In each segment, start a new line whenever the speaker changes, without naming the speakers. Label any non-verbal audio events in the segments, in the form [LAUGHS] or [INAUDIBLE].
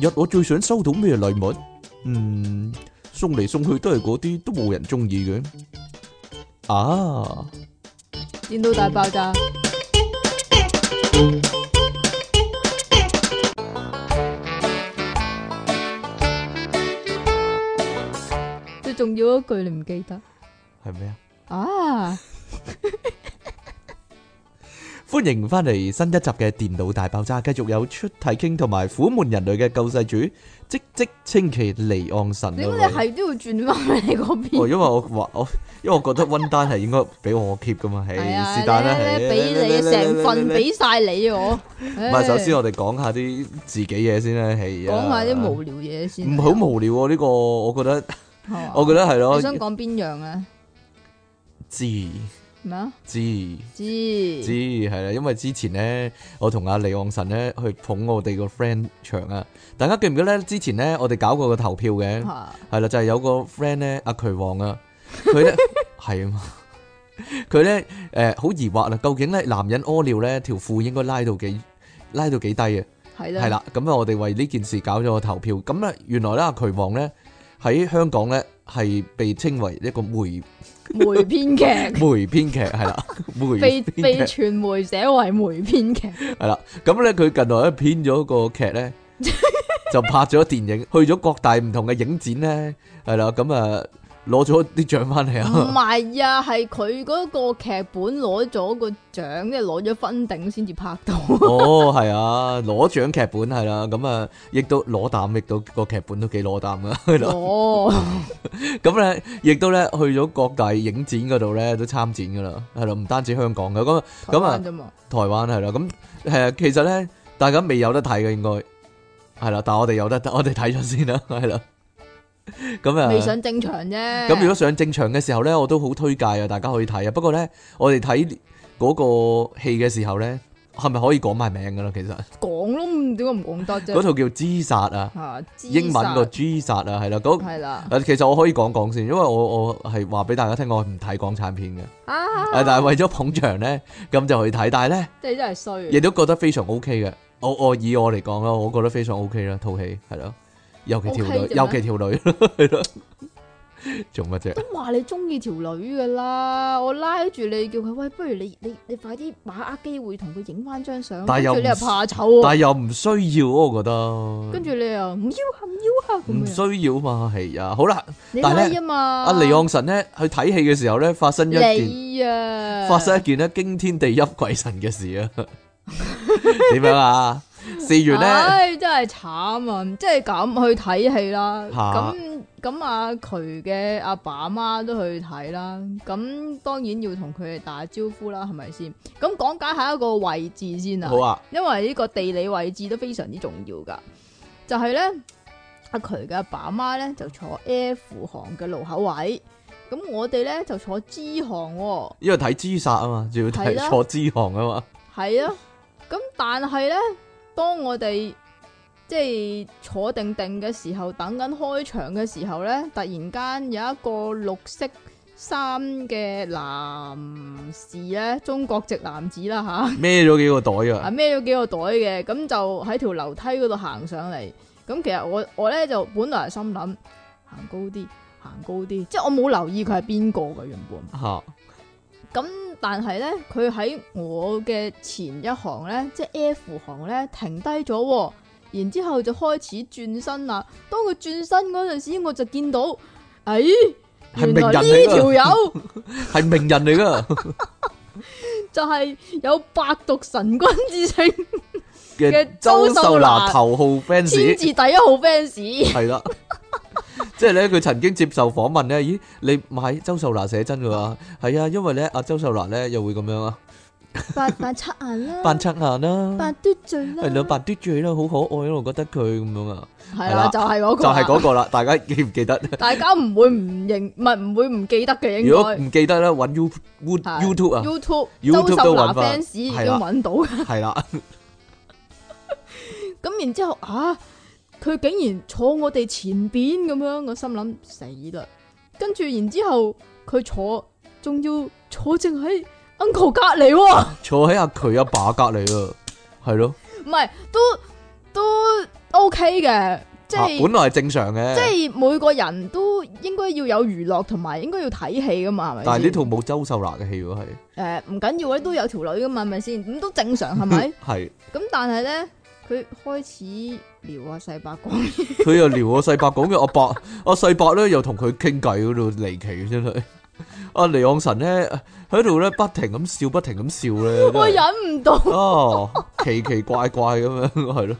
日我最想收到咩禮物？嗯，送嚟送去都係嗰啲，都冇人中意嘅。啊，
電腦大爆炸，最重要嗰句你唔記得
係咩啊？
啊？
歡迎翻嚟新一集嘅電腦大爆炸，繼續有出體傾同埋苦悶人類嘅救世主，即即稱其離岸神啊。
點解你係都要轉翻去你嗰
哦，
邊？
因為我話我，因為我覺得温丹係應該俾我 keep
[LAUGHS]
噶嘛，係
係啊，
是但啦，
你
係
你俾你成份俾晒你我。
唔
唔
係，首先我哋講下啲自己嘢先啦，係啊
講下啲無聊嘢先。
唔好無聊喎呢個，我覺得，
係嘛，
我覺得係
你想
咯，
講邊樣啊？
知
咩啊？
知
知
知係啦，因為之前咧，我同阿李昂臣咧去捧我哋個 friend 場啊，大家記唔記得咧？之前咧，我哋搞過個投票嘅。
嚇
係啦，就係、有個 friend 咧，阿渠王啊，佢
[LAUGHS]
咧係啊嘛，佢咧誒好疑惑啦，究竟咧男人屙尿咧條褲應該拉到幾拉到幾低啊？
係啦，
係啦，咁啊我哋為呢件事搞咗個投票，咁咧原來咧阿渠王咧喺香港咧係被稱為一個梅
梅編劇，
梅編劇係啦，梅
被
編
被
劇
傳媒寫為梅編
[LAUGHS]
劇，
係啦，咁咧佢近來咧編咗個劇咧。就拍咗電影，去咗各大唔同嘅影展咧，係啦，咁啊攞咗啲獎翻嚟啊！
唔係啊，係佢嗰個劇本攞咗個獎，跟住攞咗分頂先至拍到。
[LAUGHS] 哦，係啊，攞獎劇本係啦，咁啊，亦都攞膽，亦都個劇本都幾攞膽 [LAUGHS] 噶， [LAUGHS] 係咯。
哦，
咁咧，亦都咧去咗各大影展嗰度咧都參展噶啦，係咯，唔單止香港嘅，咁啊咁啊
台灣啫嘛，
台灣係啦，咁誒其實咧大家未有得睇嘅應該係啦，但係我哋有得，我哋睇咗先啦， [LAUGHS] 係啦。咁啊，
未上正場啫。
咁如果上正場嘅時候咧，我都好推介啊，大家可以睇啊。不過咧，我哋睇嗰個戲嘅時候咧，係咪可以講埋名噶啦？其實。
講都唔點解唔講得
嗰
啫？
套叫《G 殺》啊，
嚇，知
英文個《
殺
G 殺》啊，係啦，嗰
係啦，
誒其實我可以講講先，因為我我係話俾大家聽，我唔睇港產片嘅，
啊，
誒但係為咗捧場咧，咁就去睇，但係咧
即係真係衰
亦
啊。
都覺得非常 O K 嘅，我我哦以我嚟講啦，我覺得非常 O K 啦，套戲係咯，尤其條
OK
女，
啫
尤其條女 [LAUGHS] 係咯，做乜啫？
都話你中意條女噶啦，我拉住你叫佢喂，不如你你你快啲把握機會同佢影翻張相，
但
跟
係又
住你又
唔
怕醜喎，
但係又唔需要，我覺得
跟住你又唔要啊唔要啊
唔
咁樣，
需要嘛，係啊，好啦，
你
但係呢
拉啊嘛，
阿李昂臣咧去睇戲嘅時候咧，發生一件。
你啊，
发生一件咧惊天地泣鬼神嘅事啊！ [LAUGHS] 点样啊？事緣咧，
唉真係慘啊，即係咁去睇戲啦，
嚇
咁咁阿渠嘅阿爸阿媽都去睇啦，咁當然要同佢哋打招呼啦，係咪先？咁講解下一個位置先啊
好。啊，
因為呢個地理位置都非常之重要噶。就係呢，阿渠嘅阿爸阿媽呢，就坐 F 行嘅路口位，咁我哋呢，就坐 G 行喎、
因為睇知殺啊嘛，仲要
係
睇
啦
坐支行啊嘛，
係啊。咁但係呢，當我哋即係坐定定嘅時候，等緊開場嘅時候呢，突然間有一個綠色衫嘅男士呢，中國籍男子啦吓。
[LAUGHS] 孭咗幾個袋啊，
啊孭咗幾個袋嘅，咁就喺條樓梯嗰度行上嚟。咁其實我我咧就本來係心諗行高啲，行高啲，即係我冇留意佢係邊個嘅原本。
吓
咁但係咧，佢喺我嘅前一行咧，即係 F 行咧停低咗喎，然之後就開始轉身啦。當佢轉身嗰陣時，我就見到，哎，
係
原
名人
來
嚟㗎
呢條友 [LAUGHS]
係名人嚟噶
就係有百毒神君之稱，
嘅
嘅
周
周
秀
秀
娜
娜
頭號
天字
fans
第一號 fans。
係啦。 [LAUGHS] 即係咧，佢曾經接受訪問咧，咦，你買周秀娜寫真㗎嘛？係啊，因為咧，阿周秀娜咧又會咁樣啊，
扮扮七
[LAUGHS]
眼啦，
扮側眼啦，
扮嘟嘴啦，
係啦，扮嘟嘴啦，好可愛咯，我覺得佢咁樣啊，
系
係啦
啦，就係嗰個，
就係嗰，個啦，大家記唔記得？
大家唔會唔認，唔係唔會唔記得嘅，應
如果
該
唔記得咧，揾 You You YouTube 啊，
YouTube
YouTube 都
周秀娜
揾返
fans 已經
係啦
揾到嘅，
係啦，
咁然之後啊，佢竟然坐我哋前邊咁樣，我心諗死啦，跟住然之後佢坐，仲要坐正喺 uncle 隔離喎，
坐喺阿渠阿爸隔離啊，係咯，
唔係都都 O K 嘅，即
啊
係
本來係正常嘅，
即系每個人都應該要有娛樂同埋應該要睇戲噶嘛，係咪先？
但係呢套冇周秀娜嘅戲喎，係
诶唔緊要咧，都有條女噶嘛，係咪先？咁都正常係
[LAUGHS]
咪？
係
咁但係咧，佢開始撩啊細伯講，
佢又撩我細伯講嘅，阿伯阿細伯咧又同佢傾偈嗰度離奇真係。阿尼昂神咧喺度咧不停咁笑，不停咁笑咧，
我
真係
忍唔到，
哦奇奇怪怪咁樣係咯。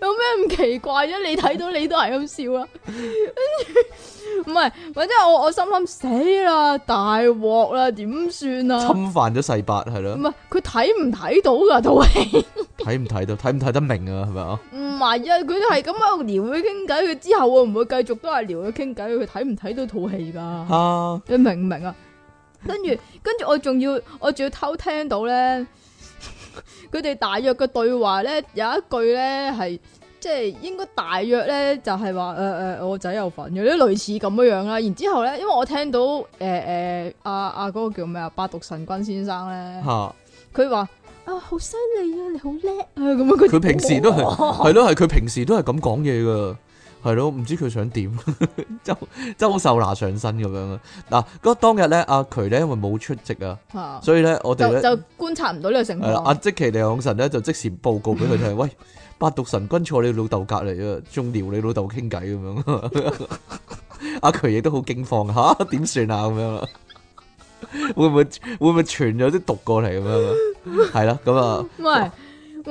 有咩咁奇怪啫？你睇到你都係咁笑啊，跟住唔係，或者我我心諗死啦，大鑊啦，點算啊？嗯
侵犯咗細伯係
唔
咯，
係佢睇唔睇到噶套戲？
睇唔睇到，睇唔睇得明啊？係咪啊？
唔係啊，佢係咁喺度撩佢傾偈，佢之後會唔會繼續都係撩佢傾偈？佢睇唔睇到套戲㗎？
啊，
你明唔明啊？跟住跟住我仲要我仲要偷聽到咧， [LAUGHS] 佢哋大約嘅對話咧有一句咧係即係應該大約咧就係話誒誒我仔有份有啲類似咁樣樣啦。然之後咧，因為我聽到誒誒阿阿嗰個叫呃咩啊，八毒神君先生咧，
吓，
佢話啊好犀利啊，你好叻啊咁樣。哦
佢平時都
[LAUGHS]
係係咯，係佢平時都係咁講嘢噶，係咯，唔知佢想點？ [LAUGHS] 周周秀娜上身咁樣啊！嗱，嗰當日咧，阿渠咧因為冇出席啊，
啊
所以咧 [LAUGHS] 我哋
就
咧
就觀察唔到呢個情
係啦，阿
況。
即其利昂神咧就即時報告俾佢聽，喂，八毒神君坐你老豆隔離啊，仲撩你老豆傾偈咁樣。 [LAUGHS] 阿渠亦都好驚慌吓， [LAUGHS] 點算啊咁樣啦。會唔會會唔會傳咗啲毒過嚟咁樣啊？係啦，咁啊。
喂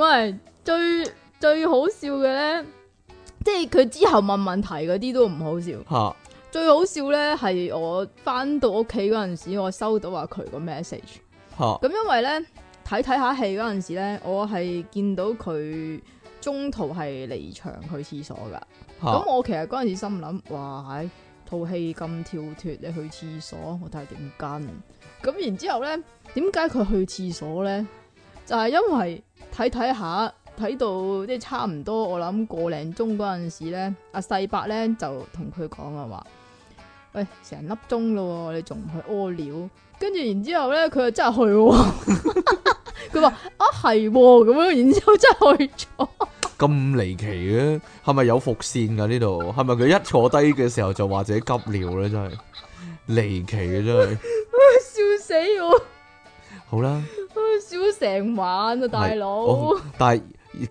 喂，最最好笑嘅咧，即係佢之後問問題嗰啲都唔好笑。
吓
最好笑咧係我翻到屋企嗰陣時，我收到阿佢個 message。
吓
咁因為咧睇睇下戲嗰陣時咧，我係見到佢中途係離場去廁所㗎。咁啊
吓，
我其實嗰陣時心諗，哇，唉套戲咁跳脱，你去廁所，我睇下點跟。咁然之後咧，點解佢去廁所咧？就係、因為睇睇下，睇到即係差唔多，我諗個零鐘嗰陣時咧，阿細伯咧就同佢講啊話，喂，成粒鐘咯喎，你仲唔去屙尿？跟住然之後咧，佢又真係去喎。佢話啊係喎咁樣，然之後真係去咗。
咁離奇嘅，係咪有伏線噶呢度？係咪佢一坐低嘅時候就話自己急尿咧？真係離奇嘅真係。
笑死我！
好啦，
笑成晚啊，大佬
我！但係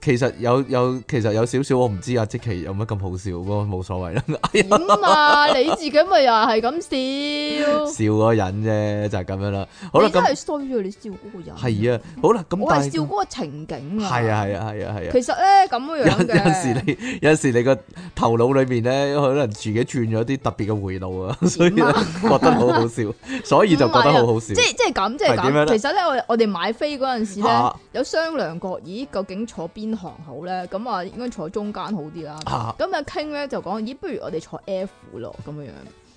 其實有有其實有少少我唔知啊，即其有乜咁好笑，不過冇所
[LAUGHS]
謂啦。哎呀
點啊？你自己咪又係咁笑，
笑嗰個人啫，就係咁樣啦。 [LAUGHS] 好
好
啦，
哦你真
咁
係衰啊！你笑嗰個人
係啊，好啦，咁
我
但
係笑
係
嗰個情景啊。
係啊，係啊，係啊，係啊。
其實咧咁樣
有有
樣
陣時
嘅，
你有陣時你個頭腦裏面咧，可能自己轉咗啲特別嘅回路啊， [LAUGHS] 所以咧覺得好好笑，
[LAUGHS]
所以就覺得好好笑
即。係即係咁，即係
係點樣
咁。
咧啊
其實咧，我我哋買飛嗰陣時咧
嚇，
有商量過，咦，究竟坐邊行好咧？咁啊，應該坐中間好啲啦。
嚇
咁啊，傾咧就講，咦，不如我哋坐 F 咯，咁樣樣。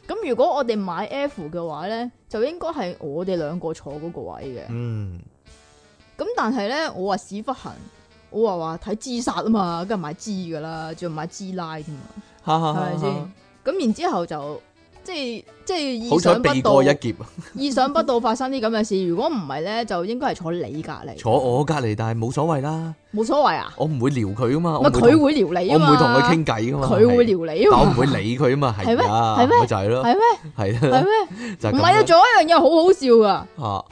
咁如果我哋買 F 嘅話咧，就應該係我哋兩個坐嗰個位嘅。
嗯，
咁但系咧，我話屎忽痕，我話話睇知殺啊嘛，梗係買知噶啦，仲要買知拉添啊，
哈
係
哈哈
咪先
哈！？
咁然之後就即係即係
好
意
彩
想
避
不
過一
到，
劫，
[LAUGHS] 意想不到發生啲咁嘅事。如果唔係咧，就應該係坐你隔離，
坐我隔離，但係冇所謂啦，
冇所謂啊。
我唔會撩佢噶嘛，
咪
我唔
佢
會
會撩你
同我
啊
唔
嘛，
會同佢，傾偈噶嘛，
佢會撩你
係，但我
啊
唔
嘛，
會理佢啊
[LAUGHS]
嘛，
係咩
係啊，
係咩
咪就係咯，
[LAUGHS]
[LAUGHS]
係咩？
係
係
啦，
咩？
就係
唔
咁
係啊，
啦
仲有一樣嘢好好笑噶。
啊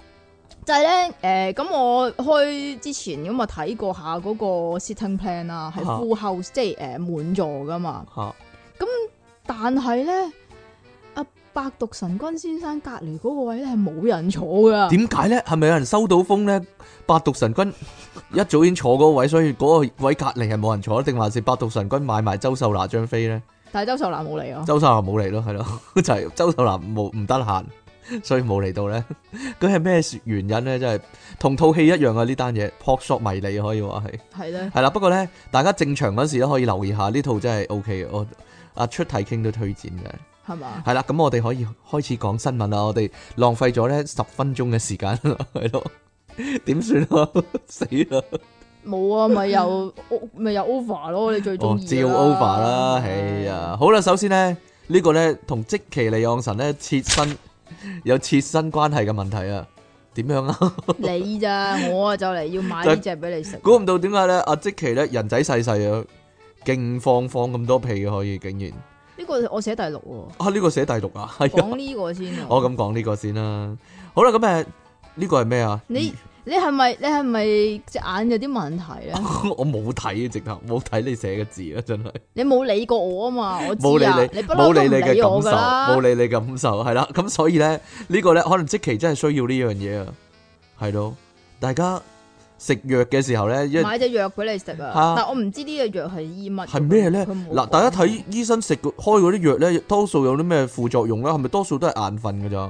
就係咧，誒、咁我開之前咁啊睇過下嗰個 sitting plan 啦，係
啊
full house，即係誒、滿座噶嘛。
啊
但係咧，阿百毒神君先生隔離嗰個位咧係冇人坐噶。
點解咧？係咪有人收到風咧？八毒神君一早已經坐嗰個位，所以嗰個位隔離係冇人坐，定還是八毒神君買埋周秀娜張飛咧？
但係周秀娜冇嚟啊。
周秀娜冇嚟咯， [LAUGHS] 係咯，就係周秀娜冇唔得閒，所以冇嚟到咧。 [LAUGHS] 佢係咩原因咧？真係同套戲一樣啊！呢單嘢撲朔迷離啊可以話係
係咧，
係啦。不過咧，大家正常嗰時都可以留意下呢套真係 O K 嘅。我阿出題傾都推薦嘅。[LAUGHS]
係嘛？
係啦，咁我哋可以開始講新聞啦。我哋浪費咗咧十分鐘嘅時間， [LAUGHS] 係咯，點算啊？ [LAUGHS] 死啦！
冇啊，咪又 o- 咪又 over 咯，你最
哦
中，意
照
㗎
over 啦，哎呀，，好啦，首先咧，呢個咧同即其利昂神咧切身 [LAUGHS] 有切身關係嘅問題啊，點樣啊？ [LAUGHS]
你咋？我啊就嚟要買
就
呢只俾你食。
估唔到點解咧？阿即其咧人仔細細啊，勁放放咁多屁可以，竟然
呢個我寫第六喎，
啊呢個寫第六啊，係啊，
講呢個 [LAUGHS] 先啊。
我咁講呢個先啦。好啦，咁誒呢個係咩啊？
你你係咪你係咪隻眼有啲問題咧？
嗯 [LAUGHS] 我冇睇啊，直頭冇睇你寫嘅字啊，
[LAUGHS]
真係
你冇理過我啊嘛，我
冇
知啊，
理
你
你
不嬲
冇
都
理
唔
你嘅
理我
感
噶
受，冇
啦。
理你感受係啦。咁所以咧呢個咧可能即期真係需要呢樣嘢啊，係咯。大家食藥嘅時候咧，一
買隻藥俾你食啊
啊，
但我唔知呢隻藥係醫乜嘅。
係咩咧？
佢冇
嗱，
講
大家睇醫生食嗰開嗰啲藥咧，多數有啲咩副作用咧？係咪多數都係眼瞓㗎咋？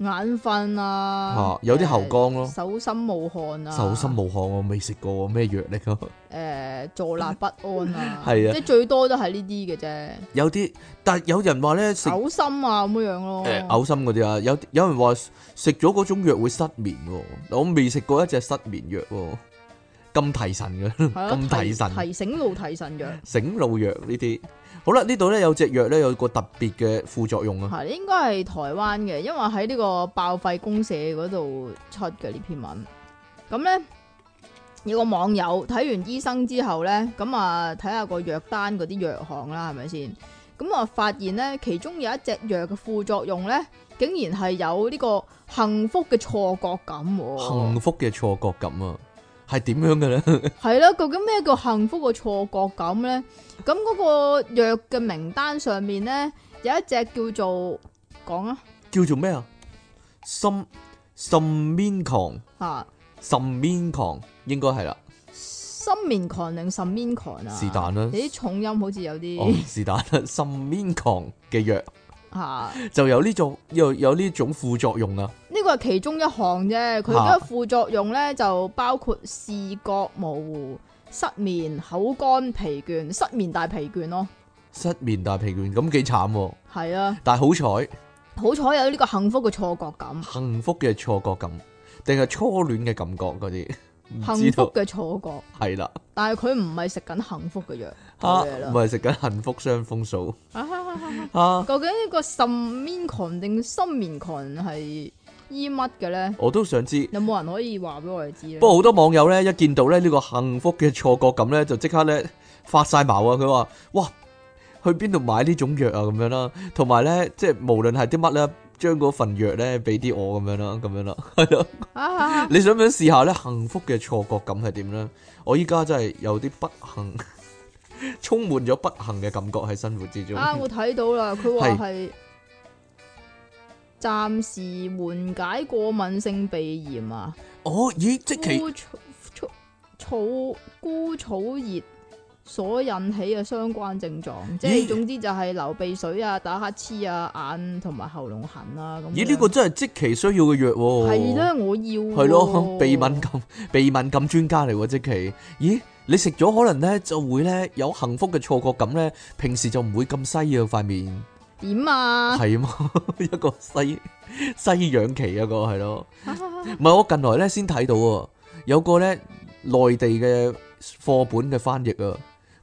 眼瞓啊
嚇，有啲喉乾咯
誒手心冒汗啊，
手心無汗，我未食過喎，咩藥嚟㗎？，
誒坐立不安
[LAUGHS]
啊
係啊
即係最多都係呢啲嘅啫，
有啲，但係有人話咧食誒
嘔心啊咁樣樣咯。
嘔心嗰啲啊，有有人話食咗嗰種藥會失眠喎，我未食過一隻失眠藥喎，咁提神嘅，
係啊
[LAUGHS] 咁提神
提醒路提神藥，
醒腦藥呢啲。好啦，呢度咧有隻藥咧有個特別嘅副作用啊，
係應該係台灣嘅，因為喺呢個爆廢公社嗰度出嘅呢篇文。咁咧有個網友睇完醫生之後咧，咁啊睇下個藥單嗰啲藥項啦，係咪先？咁啊發現咧，其中有一隻藥嘅副作用咧，竟然係有呢個幸福嘅錯覺感喎。
幸福嘅錯覺感啊，係點樣嘅咧？
係啦，究竟咩叫幸福嘅錯覺感咧？咁嗰個藥嘅名單上面咧，有一隻叫做講啊
[LAUGHS] 叫做咩啊？心心面狂，
吓，
心面狂應該係啦，
心面狂定腎面狂啊？
是但啦
你啲重音好似有
哦
啲
是但啦，心面狂嘅藥
吓，
就有呢種有有呢種副作用啊，
呢個係其中一項啫。佢
嚇
嘅副作用咧就包括視覺模糊、失眠、口乾、疲倦、失眠大疲倦咯。
失眠大疲倦咁幾慘喎，
係啊，
但係好彩
好彩有呢個幸福嘅錯覺感，
幸福嘅錯覺感，定係初戀嘅感覺嗰啲，唔知
幸福
道
嘅錯覺，
係啦，
但係佢唔係食緊幸福
[LAUGHS]
嘅藥，
啊
冇嘢啦
唔係食緊幸福雙風數
究
啊，
竟呢個腎面狂定心面狂係醫乜嘅咧？
我都想知。
有冇人可以話俾我哋知咧？
不過好多網友咧一見到咧呢個幸福嘅錯覺感咧，就即刻咧發晒矛啊！佢話：哇，去邊度買呢種藥啊？咁樣啦，同埋咧即係無論係啲乜咧，將嗰份藥咧俾啲我咁樣啦，咁樣啦，係咯。
啊
你想唔想試下咧幸福嘅錯覺感係點咧？我依家真係有啲不幸， [LAUGHS] 充滿咗不幸嘅感覺喺生活之中。
啊！我睇到啦，佢話係暫時緩解過敏性鼻炎啊，
哦，咦，即其
枯草草草枯草熱所引起嘅相關症狀，即係
咦
總之就係流鼻水啊、打乞嗤啊、眼同埋喉嚨痕啊咁樣。
咦呢個真係即其需要嘅藥喎。
係啦，我要喎
係咯，鼻敏感鼻敏感專家嚟喎，即其，咦？你食咗可能咧就會咧有幸福嘅錯覺感咧，平時就唔會咁西啊塊面，
點啊？
係啊嘛， [LAUGHS] 一個西西洋期啊一個係咯，唔係我近來咧先睇到啊，有個咧內地嘅課本嘅翻譯啊，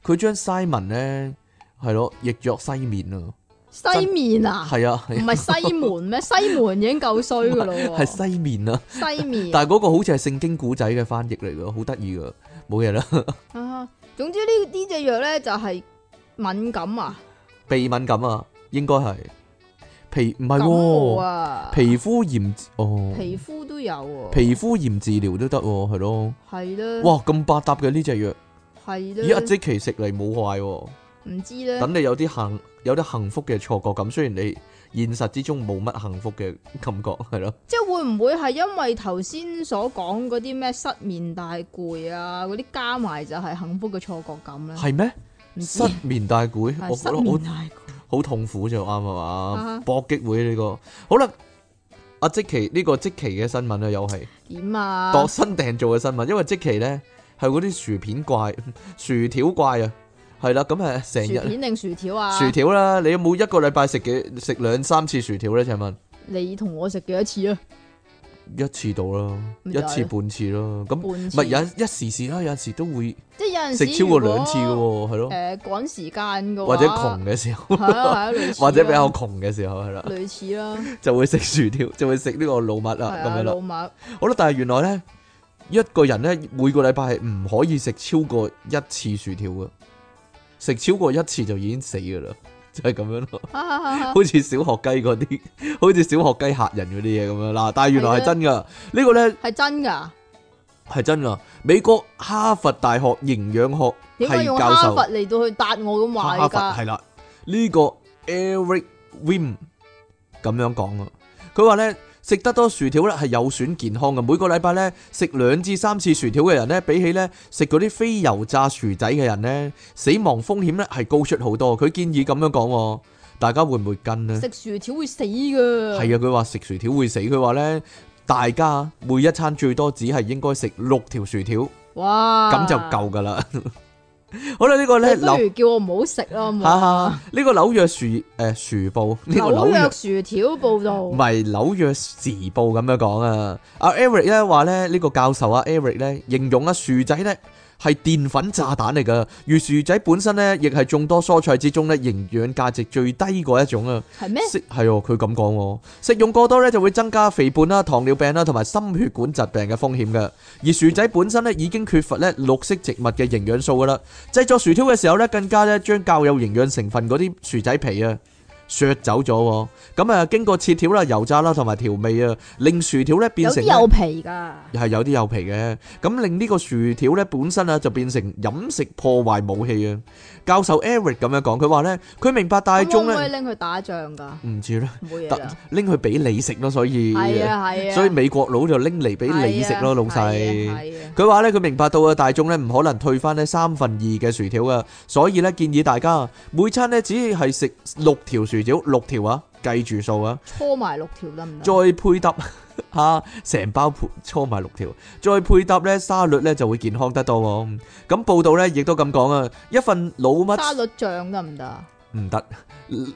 佢將西文咧係咯譯作西面啊，
[LAUGHS] 西面啊？
係啊，
唔係西門咩？西門已經夠衰噶咯
[LAUGHS] 係
喎，
西面啊，
西面
但係嗰個好似係聖經古仔嘅翻譯嚟噶，好得意噶，冇嘢啦。 [LAUGHS]
啊。總之呢呢只藥咧就係敏感啊，
鼻敏感啊，應該係皮唔係
感冒
喎，
啊，
皮膚炎哦，
皮膚都有喎，
皮膚炎治療都得喎，係咯，
係啦，
哇咁百搭嘅呢只藥，
係
咦阿
啦，
即其食嚟冇壞喎，
唔知咧，
等你有啲幸有啲幸福嘅錯覺感，雖然你現實之中冇乜幸福嘅感覺，係咯，
即係會唔會係因為頭先所講嗰啲咩失眠大攰啊，嗰啲加埋就係幸福嘅錯覺感咧？
係咩？
嗯唔知
失眠大攰，
係
我覺
失
得我
眠大攰
好痛苦就啱係
啊
嘛，搏擊會呢個，好啦，阿即其呢個即其嘅新聞啊，又係。
點啊？
度身訂做嘅新聞，因為即期咧係嗰啲薯片怪、 [LAUGHS] 薯條怪啊，係啦，咁誒成
薯
日
片定薯條啊？
薯條啦，你有冇一個禮拜食幾食兩三次薯條咧？請問
你同我食幾多次啊？
一次到啦，
咪
一
就係
次半次啦，咁
半次
咪有一時時啦，有陣時都會
即係有陣
食
時
超過兩次嘅
如果
喎，係咯，
誒趕時間嘅話，
或者窮嘅時候，
係
[LAUGHS]
啊，係啊，類似啦
或者比較窮嘅時候係啦，
類似啦，
就會食薯條， [LAUGHS] 就會食呢個老麥啦
係
咁
啊，
樣
老
啦。
麥
好啦，但係原來咧一個人咧每個禮拜係唔可以食超過一次薯條嘅，食超過一次就已經死噶啦， [LAUGHS] 就係咁樣咯。
哈哈哈哈
好似小學雞嗰啲， [LAUGHS] 好似小學雞嚇人嗰啲嘢咁樣啦。但係原來係真噶，呢個呢
係真㗎，
係真噶。美國哈佛大學營養學
點解
系
用
教
哈
授
佛，嚟到去答我咁話
哈
㗎？
佛係啦，呢個 Eric Wim 咁樣講啊。佢話呢，食得多薯條呢係有損健康嘅。每個禮拜呢，食兩至三次薯條嘅人呢，比起呢食嗰啲非油炸薯仔嘅人呢，死亡風險呢係高出好多。佢建議咁樣講喎，大家會唔會跟呢？
食薯條會死㗎，
係啊，佢話食薯條會死，佢話呢，大家每一餐最多只係應該食六條薯條，
哇，
咁就夠噶啦。 [LAUGHS] 好啦，呢個呢，
啊你不
紐
如叫我唔好食啦，冇
哈哈， [LAUGHS] 呢個紐約薯誒薯報，呢個紐
紐
約
約薯條報
唔
道，
係紐約時報咁樣講啊。阿 Eric 咧話咧呢個教授啊 Eric 咧形容啊薯仔咧係澱粉炸彈嚟噶，而薯仔本身咧亦係眾多蔬菜之中咧營養價值最低嗰一種啊。
係咩？
食係哦，佢咁講喎，食用過多咧就會增加肥胖啦、糖尿病啦同埋心血管疾病嘅風險嘅。而薯仔本身咧已經缺乏咧綠色植物嘅營養素噶啦。製作薯條嘅時候咧，更加咧將較有營養成分嗰啲薯仔皮啊削走咗喎。咁啊，經過切條啦、油炸啦同埋調味啊，令薯條咧變
有
成
啲
呢
有皮㗎，
又係有啲有皮嘅，咁令呢個薯條咧本身啊就變成飲食破壞武器啊！教授 Eric 咁樣講，佢話咧佢明白大
咁可唔
眾
可以
咧
拎佢打仗㗎？
唔知咧。
冇嘢
特
啦，
拎去俾你食咯，所以
係啊係啊，
所以美國佬就拎嚟俾你食咯，老細。
係啊
佢話咧，佢明白到啊，大眾咧唔可能退翻呢三分二嘅薯條啊，所以咧建議大家每餐咧只係食六條薯條，六條啊，計住數啊， [LAUGHS]
搓埋六條得唔
再
得？
配搭啊成包配搓埋六條，再配搭咧沙律咧就會健康得多喎。咁報道咧亦都咁講啊，一份老乜
沙律醬得唔得啊？
唔得，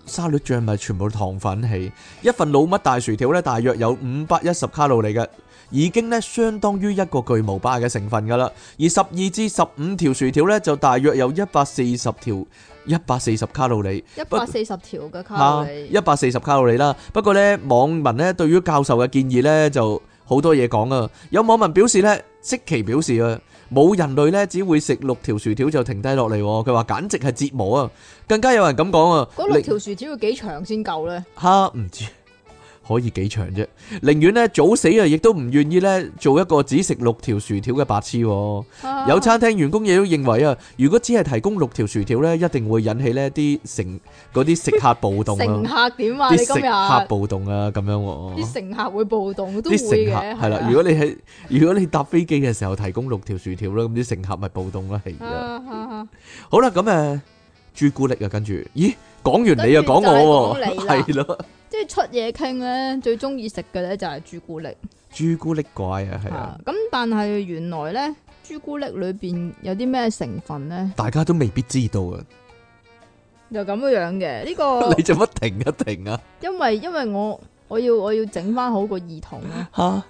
沙律醬咪全部糖粉起。一份老乜大薯條咧，大約有五百一十卡路里嘅，已經咧相當於一個巨無霸嘅成分噶啦。而十二至十五條薯條咧，就大約有一百四十條一百四十卡路里。
一
不
百四十條嘅卡
嚇
路，里
一，百四十卡路里啦。不過呢，網民呢對於教授嘅建議呢就好多嘢講啊。有網民表示呢，即其表示啊，冇人類呢只會食六條薯條就停低落嚟喎。佢話簡直係折磨啊！更加有人咁講啊，
嗰
令
六條薯條要幾長先夠咧？
哈，唔知可以幾長啫？寧願咧早死啊，亦都唔願意咧做一個只食六條薯條嘅白痴喎。
啊
有餐廳員工亦都認為啊，如果只係提供六條薯條咧，一定會引起呢啲乘嗰啲食客暴
[LAUGHS]
動
乘
啊，
客點
啲
啊？你今
食
日
客暴動啊咁樣喎
啲。乘客會暴動都會
啲乘
嘅，
客係啦
啊，
如果你喺如果你搭飛機嘅時候提供六條薯條啦，咁啲乘客咪暴動啦，係啊。
啊啊啊
好啦，咁誒朱古力啊，跟住，咦，講完你又
跟住
講我
就係講
喎，
你
[LAUGHS] 係
啦
咯。
即係出嘢傾咧，最中意食嘅咧就係朱古力
朱古力怪啊，係啊
嚇。，咁但係原來咧，朱古力裏邊有啲咩成分咧，
大家都未必知道啊！
就咁樣嘅呢個
[LAUGHS] 你，做乜停一停啊？
因為因為我我要我要整翻好個耳筒啊。
[LAUGHS]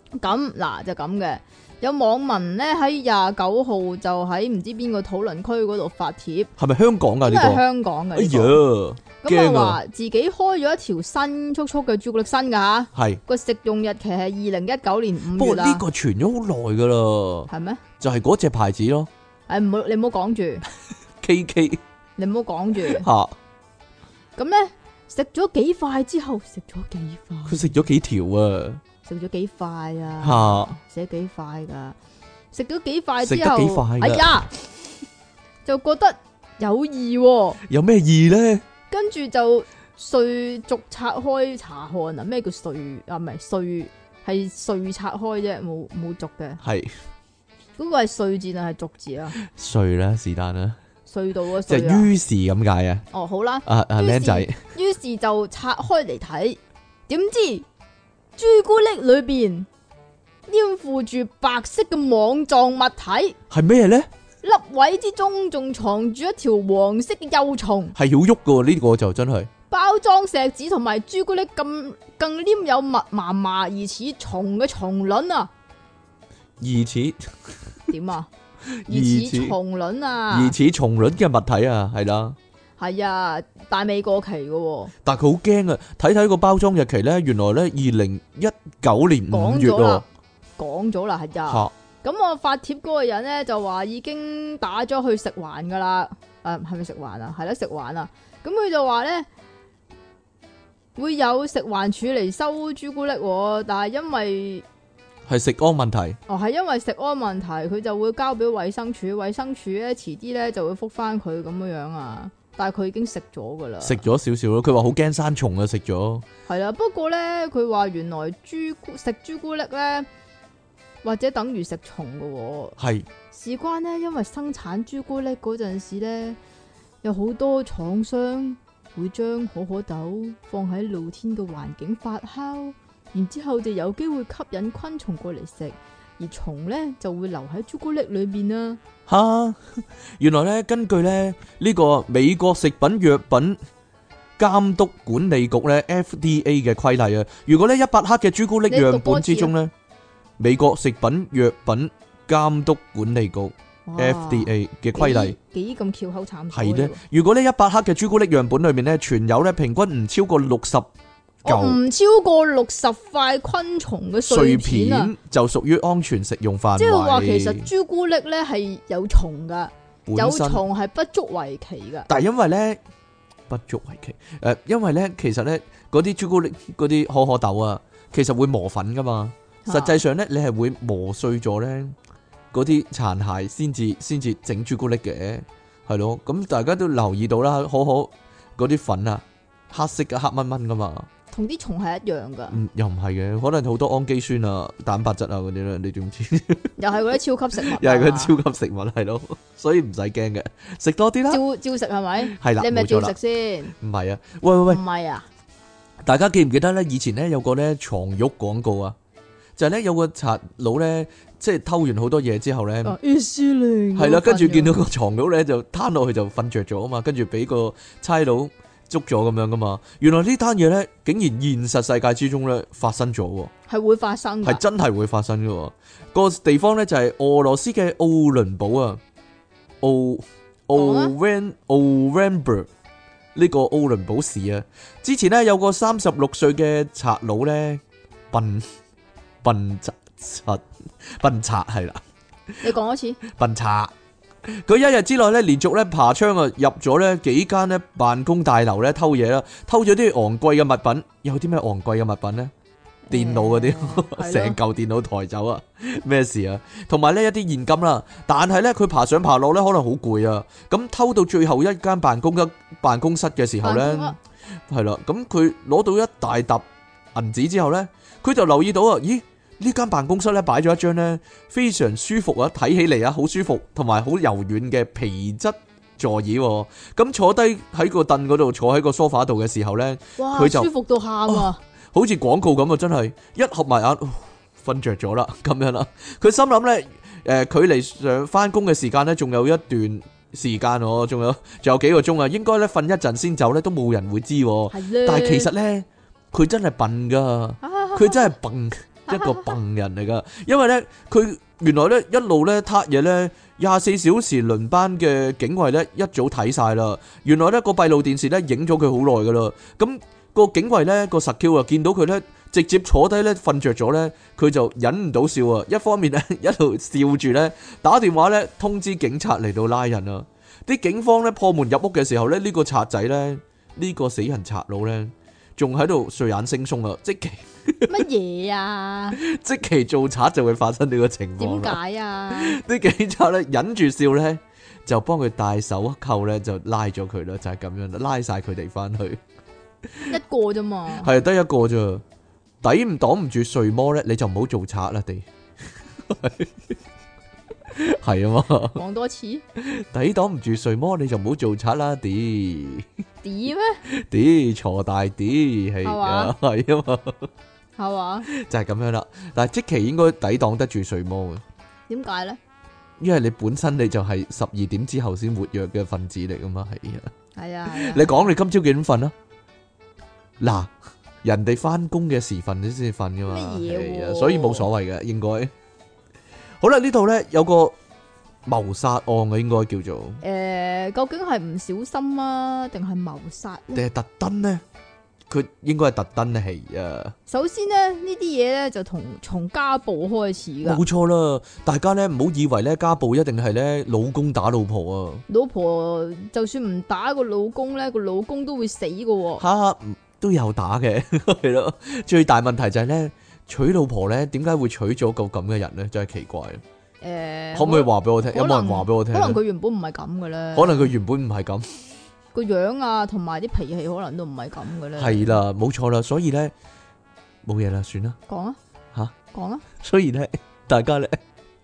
吓，
咁嗱就咁嘅，有網民咧喺廿九號就喺唔知邊個討論區嗰度發帖，
係咪香港啊？
都
呢
係
個
香港
哎
嘅呢個。
呀，
咁
驚
啊
啊
話自己開咗一條新速速嘅朱古力新㗎吓，
係。
個食用日期係二零一九年
不
五
過
月
呢
啦，
個傳咗好耐噶啦，
係咩？
就係嗰隻牌子咯
誒唔好你唔好講住，
[LAUGHS] ，K
[LAUGHS]
K
你唔好講住。
吓，
咁咧食咗幾塊之後，食咗幾塊，
佢食咗幾條啊
食咗幾
[LAUGHS]
塊啊，
吓，
食咗幾塊㗎，食咗幾塊
食得
之後，
幾塊㗎
哎呀， [LAUGHS] 就覺得有異喎。
有咩意咧？
跟住就碎逐拆開查看啊！咩叫碎啊？唔係碎，係碎拆開啫，冇冇逐嘅。
係
嗰個係碎字定係逐字
[LAUGHS]
啊？
碎啦，是但啦，
隧道嘅
就
碎啊！
於是咁解啊！
哦，好啦，
啊啊，
於是
僆仔，
於是就拆開嚟睇，點知朱古力裏邊黏附住白色嘅網狀物體，
係咩咧？
粒位之中仲藏住一條黃色嘅幼蟲。
係要喐噶，呢個就真係
包裝錫紙同埋朱古力咁更黏有密麻麻而似蟲嘅蟲卵啊！
疑似 [LAUGHS]
點啊？而
疑
似
似
蟲卵啊
疑！似蟲卵嘅物體啊，係啦。
係啊，但未過期嘅喎，
但佢好驚啊！睇睇個包裝日期咧，原來咧二零一九年五
講
月
咗啦
喎，
講咗啦，係啊。
嚇
咁咁我發帖嗰個人咧就話已經打咗去食環噶啦，诶係咪食環啊？係啦，食環啊。咁佢就話咧會有食環署嚟收朱古力、喎，但係因為
系食安問題，
哦係因為食安問題，佢就會交俾衛生署，衛生署咧遲啲咧就會覆翻佢咁樣樣啊。但係佢已經食咗噶啦，
食咗少少咯。佢話好驚生蟲啊，食咗
係啦。不過咧，佢話原來朱古食朱古力咧，或者等於食蟲噶、喎。
係
事關呢，因為生產朱古力嗰陣時呢，有好多廠商會將可可豆放喺露天嘅環境發酵，然之後就有機會吸引昆蟲過嚟食，而蟲呢就會留喺朱古力裏面啊啦。
吓。 [LAUGHS] 原來咧，根據咧呢個美國食品藥品監督管理局咧 FDA 嘅規例啊，如果呢一百克嘅朱古力
你讀
樣
多
本
次
之
啊
中咧，美國食品藥品監督管理局
哇
FDA 嘅規例。
幾幾咁翹口慘
係咧，如果呢一百克嘅朱古力樣本裏面咧，全有咧平均唔超過六十
我
嚿
唔超過六十塊昆蟲嘅
碎
碎片啊！
片，就屬於安全食用範圍。
即係話其實朱古力呢係有蟲噶，有
本身
蟲係不足為奇噶。
但係因為咧不足為奇，誒、呃因為咧其實咧嗰啲朱古力嗰啲可可豆啊，其實會磨粉噶嘛。
啊
實際上咧，你係會磨碎咗咧嗰啲殘骸先至先至整朱古力嘅，係咯。咁大家都留意到啦，可可嗰啲粉啊，黑色嘅黑蚊蚊噶嘛。
同啲蟲係一樣噶，
嗯，又唔係嘅，可能好多氨基酸啊、蛋白質啊嗰啲咧，你點知？
[LAUGHS] 又係嗰啲超級食物啊，
又係嗰啲超級食物係咯，所以唔使驚嘅，食多啲啦。
照照食係咪？
係啦，
你咪
冇
照
錯啦
食，先，
唔係啊，喂喂喂
唔，係啊？
大家記唔記得咧？以前咧有個咧床褥廣告啊，就係咧有個賊佬咧，即係偷完好多嘢之後咧，
葉思玲
係啦，跟住見到個床褥咧就攤落去就瞓着咗啊嘛，跟住俾個差佬捉咗咁樣噶嘛。原來呢單嘢咧竟然現實世界之中咧發生咗喎。
係會發生
係
㗎，
真係會發生嘅喎。個地方咧就係俄羅斯嘅奧倫堡啊，奧
講啊
奧 Van 奧 Van b e r 呢個奧倫堡市啊。之前咧有個三十六歲嘅賊佬咧，笨笨賊賊笨賊係啦。
你講多次，
笨賊。佢一日之內咧，連續咧爬窗啊，入咗咧幾間咧辦公大樓咧偷嘢啦，偷咗啲昂貴嘅物品。有啲咩昂貴嘅物品呢？電腦嗰 [LAUGHS]
係咯
啲，成嚿電腦抬走啊！咩事啊？同埋呢一啲現金啦，但係呢，佢爬上爬落呢，可能好攰啊。咁偷到最後一間辦公一辦公室嘅時候
辦公
呢，係啦，咁佢攞到一大沓銀紙之後呢，佢就留意到啊，咦呢間辦公室呢，擺咗一張呢非常舒服啊，睇起嚟啊好舒服，同埋好柔軟嘅皮質座椅喎。咁坐低喺個凳嗰度，坐喺個 sofa 度嘅時候呢。
哇，
佢就
舒服到喊啊！
好似廣告咁啊，真係一合埋眼哦瞓着咗啦，咁樣啦。佢心諗呢，誒、距離上翻工嘅時間呢，仲有一段時間喎，仲有仲有幾個鐘啊，應該呢，瞓一陣先走呢，都冇人會知喎。
係咧，
但係其實呢，佢真係笨噶，佢真係笨一個笨人嚟噶，因為呢，佢原來呢，一路呢，撻嘢呢，廿四小時輪班嘅警衛呢，一早睇晒啦。原來呢個閉路電視呢，影咗佢好耐噶啦，咁。個警衛咧個實 Q 啊，見到佢咧直接坐低咧瞓着咗咧，佢就忍唔到笑啊！一方面咧 [LAUGHS] 一路笑住咧打電話咧通知警察嚟到拉人啊！啲警方咧破門入屋嘅時候咧，呢、個賊仔咧呢、個死人賊佬咧仲喺度睡眼惺忪啊！即其
乜
[LAUGHS]
嘢啊？
即其做賊就會發生呢個情況
點
啦。
解啊？
啲警察咧忍住笑咧，就幫佢戴手扣咧就拉咗佢啦，就係、咁樣啦，拉晒佢哋翻去。
一個啫嘛，
系得一個咋，抵唔擋唔住睡魔咧，你就唔好做賊啦，地係啊嘛，
講多次，
抵擋唔住睡魔，你就唔好做賊啦，啲
點咩？
啲坐大啲係啊，係啊嘛，
係嘛？
就係咁樣啦。但係即期應該抵擋得住睡魔嘅，
點解咧？
因為你本身你就係十二點之後先活躍嘅分子嚟噶嘛，係啊。
係啊，係啊
你講你今朝幾點瞓啊？嗱，人哋翻工嘅時份你先至瞓噶嘛，
乜嘢喎
係啊所以冇所謂嘅，應該。好啦，呢度咧有個謀殺案嘅，應該叫做
誒，究竟係唔小心啊，定係謀殺咧？
定係特登咧？佢應該係特登嚟啊！
首先咧，呢啲嘢咧就同從家暴開始噶，
冇錯啦，大家咧唔好以為咧家暴一定係咧老公打老婆啊，
老婆就算唔打個老公咧，個老公都會死噶、喎。
吓嗯都有打嘅， [LAUGHS] 係咯。最大問題就係咧娶老婆咧，點解會娶咗個咁嘅人咧？真係奇怪。啊
诶、
可唔可以話俾我聽？
可
有
能
冇人話俾我聽
可
咧？
能佢原本唔係咁嘅咧，
可能佢原本唔係咁。
個樣啊，同埋啲脾氣可能都唔係咁嘅咧。
係啦，冇錯啦，所以咧冇嘢啦，算啦。 [LAUGHS]
講啊，
吓
講啊，
所以咧，大家咧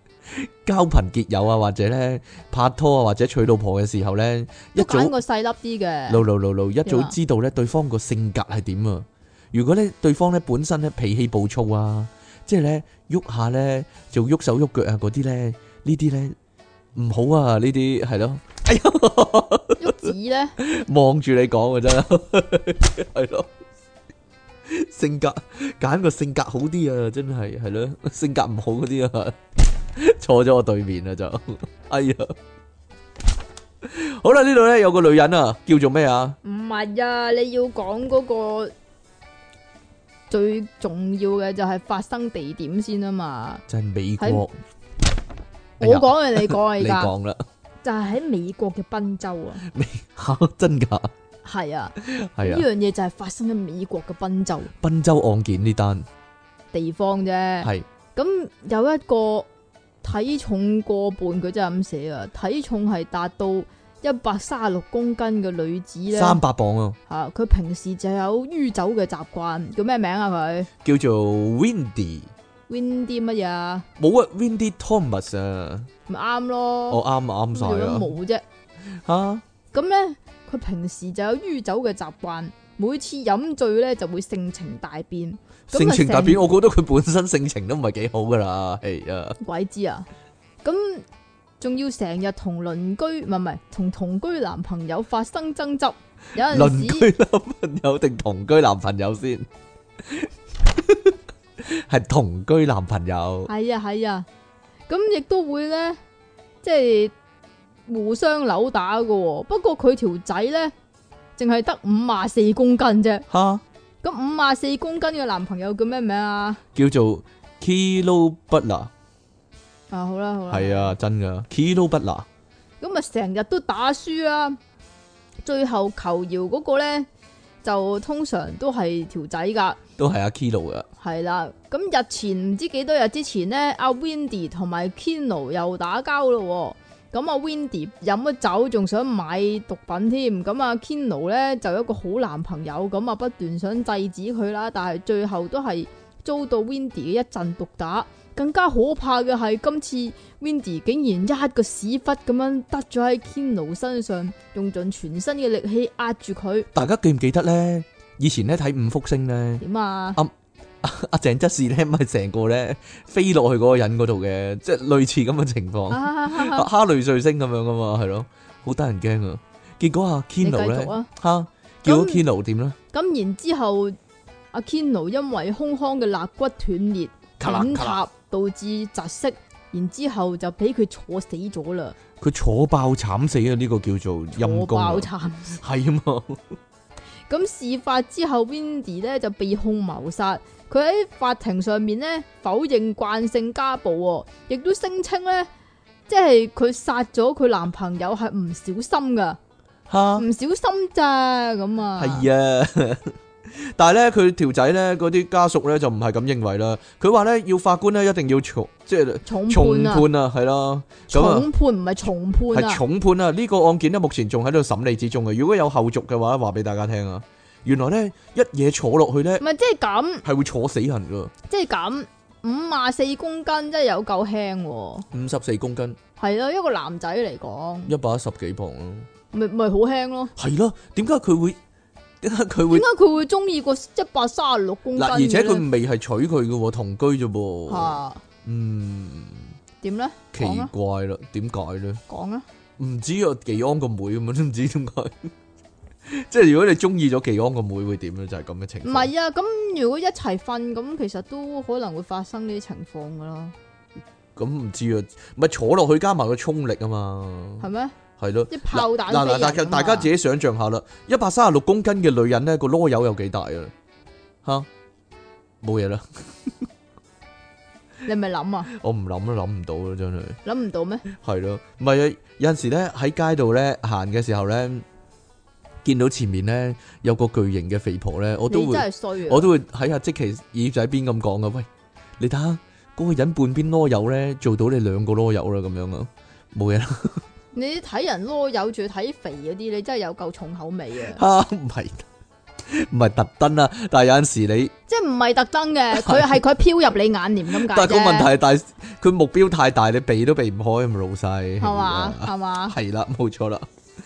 [LAUGHS] 交朋結友啊，或者咧拍拖啊，或者娶老婆嘅時候咧，一
都
早
揀個細粒啲嘅， [LAUGHS]
路路路路一早
點啊
知道咧對方個性格係點啊。如果咧對方咧本身咧脾氣暴躁啊，即係咧喐下咧就喐手喐腳啊嗰啲咧，呢啲咧唔好啊，呢啲係咯，哎
喐子咧，
[LAUGHS] 望住你講嘅真係 [LAUGHS] 係咯。性格揀個性格好啲啊，真係係咯，性格唔好嗰啲啊， [LAUGHS] 坐咗我對面啊就， [LAUGHS] 哎呀，好啦，呢度咧有個女人啊，叫做咩啊？
唔係啊，你要講嗰、個最重要嘅就係發生地點先啊嘛。
就係美
喺
國。哎
我
呀
講嘅你講啊，而
你
家
講啦， [LAUGHS]
就係喺美國嘅賓州啊，
吓真㗎，
係啊，呢
係啊，
樣嘢就係發生喺美國嘅賓州
賓州案件呢單
地方啫。
係
咁有一個體重過半，佢真係咁寫啊，體重係達到一百三十六公斤嘅女子咧，
三百磅啊，
吓佢平時就有酗酒嘅習慣，叫咩名啊佢
叫做 Windy，
？Windy 乜嘢啊？
冇啊，Windy Thomas 啊，
咪啱咯，
我啱啊啱
哦咁
晒
你
啊
都，冇啫。
吓
咁咧，佢平時就有酗酒嘅習慣，每次飲醉咧就會性情大變，咁
性情
咪
特
成
別，我覺得佢本身性情都唔係幾好㗎啦，係啊，
鬼知啊！咁仲要成日同鄰居唔係唔係同同居男朋友發生爭執，有
鄰
陣時
居男朋友定同居男朋友先， [LAUGHS] 係同居男朋友，
係啊係啊，咁亦都會咧，即係互相扭打嘅喎。不過佢條仔咧，淨係得五廿四公斤啫。
吓
咁五廿四公斤嘅男朋友叫咩名啊？
叫做 Kilo Butler，
啊好啦好啦，
係啊真㗎 Kilo Butler。
咁啊成日都打輸啦，最後求饒嗰個咧就通常都係條仔噶，
都係阿 Kilo 噶，
係啦。咁日前唔知幾多日之前咧，阿 Windy 同埋 Kino 又打交咯喎。咁阿 Windy 飲咗酒，仲想買毒品添。咁啊 Kino 咧就有一個好男朋友，咁啊不斷想制止佢啦，但係最後都係遭到 Windy 嘅一陣毒打。更加可怕嘅係，今次 Windy 竟然一個屎忽咁樣得咗喺 Kino 身上，用盡全身嘅力氣壓住佢。
大家記唔記得咧？以前咧睇五福星咧，
點啊？
[LAUGHS] 阿鄭則仕咧咪成個咧飛落去嗰個人嗰度嘅，即係類似咁嘅情況，
啊
哈雷瑞星咁樣噶嘛，係咯，好得人驚啊！結果阿
你繼
Kino
續
咧
啊！
吓叫咗
咁
Kino 點咧？
咁然之後，阿 Kino 因為胸腔嘅肋骨斷裂、
咔啦
坍
咔啦
塌，導致窒息，然之後就俾佢坐死咗啦，
佢坐爆慘死啊！呢個叫做陰
坐
公啊
爆，慘。
係啊嘛， [LAUGHS]
咁事發之後，Windy 咧就被控謀殺，佢喺法庭上面咧否認慣性家暴、喎，亦都聲稱咧，即係佢殺咗佢男朋友係唔小心噶，
吓
唔小心咋咁啊？
啊係啊。 [LAUGHS] 但係咧，佢條仔咧，嗰啲家屬咧就唔係咁認為啦。佢話咧，要法官咧一定要重，即係
重
重
判啊！
判啊，係啦。咁啊
重判唔係重判
係
啊！
重判啊！呢、個案件呢，目前仲喺度審理之中嘅。如果有後續嘅話，話俾大家聽啊。原來呢，一嘢坐落去呢，
唔係即係咁。
係會坐死人噶，
即系咁，五廿四公斤真系有夠輕喎，
五十四公斤，
係咯，一個男仔嚟講，
一百一十幾磅咯。
咪咪好輕咯。
係咯，點解佢會？點解佢會
點解佢會中意個一百三十六公斤
嗱？
嘅
而
咧？
且佢未係娶佢嘅喎，同居啫噃。
吓
嗯，
点咧？
奇
講啊
怪啦，點解呢？
講啊，
唔知啊，技安個妹咁樣，都唔知點解。 [LAUGHS] 即係如果你中意咗技安個妹會點呢？就係咁嘅情
唔
況。
係啊，咁如果一齊瞓咁，其實都可能會發生呢啲情況噶啦，
咁唔知啊，咪坐落去加埋個衝力啊嘛。
係咩？
系咯。
即係哦炮彈
嗱嗱，大
飛
家
人啊
大家自己想象下啦，一百三十六公斤嘅女人咧，個啰柚有幾大啊？吓，冇嘢啦， [LAUGHS]
你咪諗啊，
我唔諗都諗唔到啦，真係。
諗唔到咩？
係咯，唔係啊，有阵时咧喺街度咧行嘅時候咧，見到前面咧有個巨型嘅肥婆咧，我都
你
會
真係衰啊！
我都會喺阿即其耳仔邊咁講噶，喂，你睇下嗰個人半邊啰柚咧，做到你兩個啰柚啦，咁樣啊，冇嘢啦。
你睇人啰柚，仲要睇肥嗰啲，你真係有夠重口味啊！ [LAUGHS]
啊，唔 [LAUGHS] 係唔係特登啊，但係有阵时你。
即係唔係特
[LAUGHS]
登嘅，佢係佢飄入你眼簾咁解
但係個問題
啫， [LAUGHS]
係大，佢目標太大，你避都避唔開咁老細。
係嘛
嗯
係嘛，
[LAUGHS] 係啦，冇錯啦。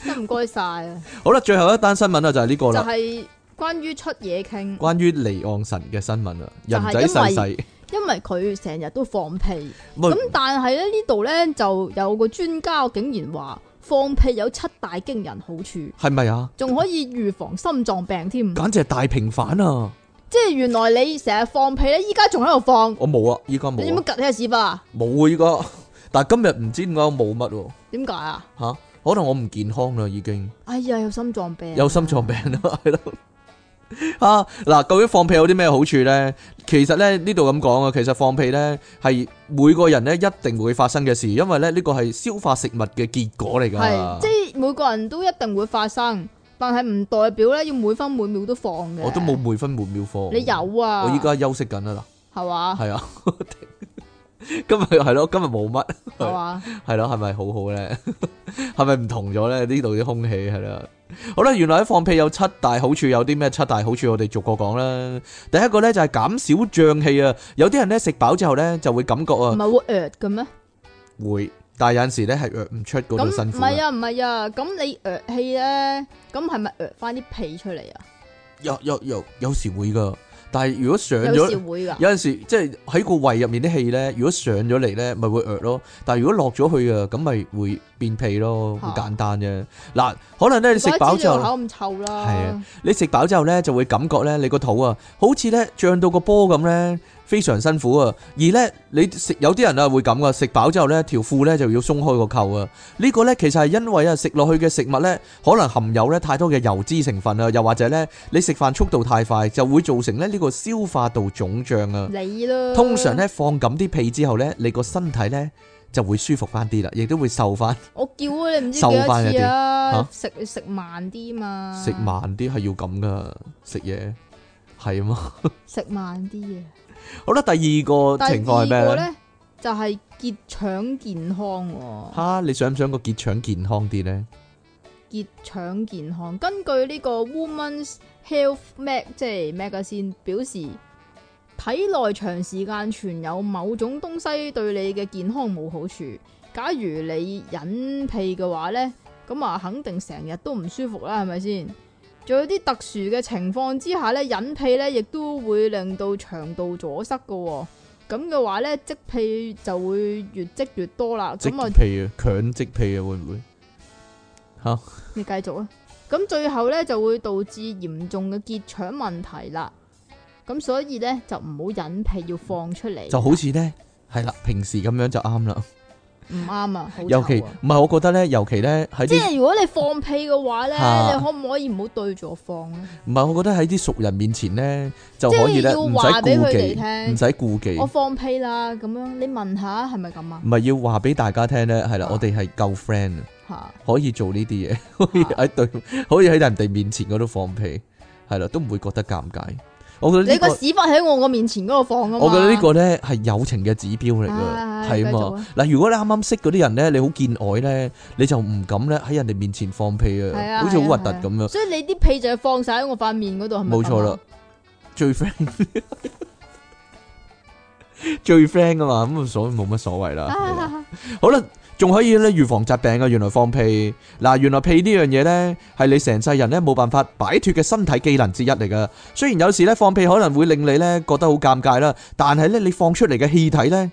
真唔該
[LAUGHS]
晒啊！
好啦，最後一單新聞啦，啊就係呢個
就
啦，
係關於出嘢傾，
關於離岸神嘅新聞啦，
就
人
係
仔細細，
因為佢成日都放屁。
唔係
咁但係咧呢度咧就有個專家竟然話放屁有七大驚人好處，
係咪啊？
仲可以預防心臟病添。
簡直係大平反啊！
即係原來你成日放屁咧，依家仲喺度放，
我冇啊，依家
你有
冇
冇
啊，
趌起個屎忽啊？
冇啊依家。但係今日唔知點解我冇乜喎
點解啊？
吓，可能我唔健康啦，已經
哎呀，有心臟病啊，
有心臟病 [LAUGHS] 啦，係咯。啊嗱，究竟放屁有啲咩好處咧？其實咧呢度咁講啊，其實放屁咧係每個人咧一定會發生嘅事，因為咧呢個係消化食物嘅結果嚟㗎。
係即係每個人都一定會發生，但係唔代表咧要每分每秒都放嘅。
我都冇，每分每秒放。
你有啊？
我依家休息緊啦
係
嗱，
嘛
係 [LAUGHS] 啊。今日係咯，今日冇乜，[LAUGHS]
係嘛？
係咯，係咪好好咧？ [LAUGHS] 係咪唔同咗咧？呢度啲空氣係啦。好啦，原來喺放屁有七大好處，有啲咩七大好處？我哋逐個講啦。第一個咧就係減少脹氣啊。有啲人咧食飽之後咧就會感覺
唔
啊
係會嘔嘅咩？
會，但係有陣時咧係藥唔出嗰度
嗯咁
辛
唔
苦
係
啊。
啊，唔係啊，咁你嘔氣咧，咁係咪嘔翻啲屁出嚟啊？
有有有有時會㗎，但係如果上
有時
咗。
會㗎。
有陣時即係喺個胃入面啲氣咧，如果上咗嚟咧，咪會弱咯。但係如果落咗去啊嘅，咁咪會變屁咯，
嚇
好簡單啫。嗱，可能咧你食飽之
之
後
後
呢，
口咁臭啦。
係啊，你食飽之後咧就會感覺咧你個肚啊，好似咧脹到個波咁咧，非常辛苦啊。而咧你食有啲人啊會咁噶，食飽之後咧條褲咧就要鬆開個扣啊。呢個咧其實係因為啊食落去嘅食物咧可能含有咧太多嘅油脂成分啊，又或者咧你食飯速度太快，就會造成咧呢個消化道腫脹啊。
你啦。
通常，咧放咁啲屁之後咧，你個身體咧就會舒服翻啲啦，亦都會瘦翻。
我叫啊，你唔知幾
瘦
多
返一
次
啲
啊
嚇？
食食慢啲嘛。
食慢啲係要咁噶，食嘢係啊嘛。
食慢啲啊。
好啦，第二個
第二
情況係咩
個
咧？
咧就係結腸健康喎。
吓，你想唔想個結腸健康啲咧？
結腸健康。根據呢個 Women's Health Mag 即係 magazine 表示，體內長時間存有某種東西對你嘅健康冇好處。假如你忍屁嘅話呢，咁啊肯定成日都唔舒服啦，係咪先？仲有啲特殊嘅情況之下呢，忍屁呢亦都會令到腸道阻塞嘅喎、咁嘅話呢，積屁就會越積越多啦。
積
咁啊
屁啊，強積屁啊，會唔會？
你繼續啊。咁最後咧就會導致嚴重嘅結腸問題啦。咁所以咧就唔好忍屁，要放出嚟，
就好似咧係啦，平時咁樣就啱啦。
唔啱啊，好
尤其
醜啊
唔係，我覺得咧，尤其咧喺
即
啲
係如果你放屁嘅話咧，
嚇
你可唔可以唔好對住我放啊咧？
唔係，我覺得喺啲熟人面前咧就可以咧，
即係要
唔使
話俾佢
顧
哋
忌，
聽
唔使顧忌
我。放屁啦，咁樣你問下係咪咁啊？
唔係要話俾大家聽咧，係啦，
啊
我哋係夠 friend 啊。
嚇，
可以做呢啲嘢，可以喺對，可以喺人哋面前嗰度放屁，係啦，都唔會覺得尷尬。我覺得
你
呢、
個
個，
屎忽喺我個面前嗰度放啊嘛！
我覺得呢個咧係友情嘅指標嚟噶，
唉
係
繼續
嘛
啊？
嗱，如果你啱啱識嗰啲人咧，你好見外咧，你就唔敢咧喺人哋面前放屁
係
啊，
啊，
好似好核突
係啊
咁
係啊
樣。
所以你啲屁就係放晒喺我塊面嗰度，係咪
冇
咁啊？
錯啦，最 friend [LAUGHS] 最 friend 噶嘛，咁啊所以冇乜所謂啦。係啦
啊。
好啦，仲可以咧預防疾病啊！原來放屁嗱，原來屁呢樣嘢呢，係你成世人咧冇辦法擺脱嘅身體機能之一嚟噶。雖然有時咧放屁可能會令你咧覺得好尷尬啦，但係咧你放出嚟嘅氣體呢，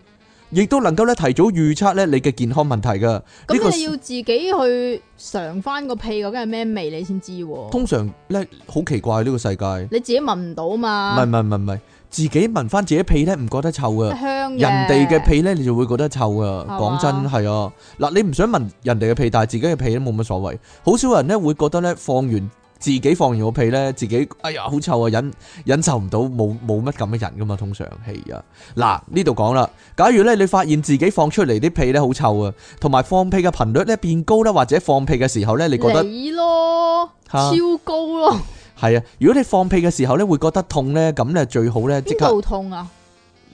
亦都能夠咧提早預測咧你嘅健康問題噶。呢、個
咁你要自己去嘗翻個屁究竟係咩味，你先知喎。
通常咧好奇怪呢、個世界，唔
你自己聞唔到嘛？
係唔係唔係唔係，自己聞翻自己屁咧，唔覺得臭噶。
香嘅
人哋嘅屁咧，你就會覺得臭噶。
係
講
嘛
真係啊，嗱，你唔想聞人哋嘅屁，但係自己嘅屁都冇乜所謂。好少人咧會覺得咧放完自己放完個屁咧，自己哎呀好臭啊，忍忍受唔到，冇冇乜咁嘅人噶嘛。通常係啊，嗱呢度講啦，假如咧你發現自己放出嚟啲屁咧好臭啊，同埋放屁嘅頻率咧變高啦，或者放屁嘅時候咧，你覺得
你咯，
嚇
超高咯，
係啊？如果你放屁嘅時候咧會覺得痛咧，咁咧最好咧即
邊
刻。
度痛啊？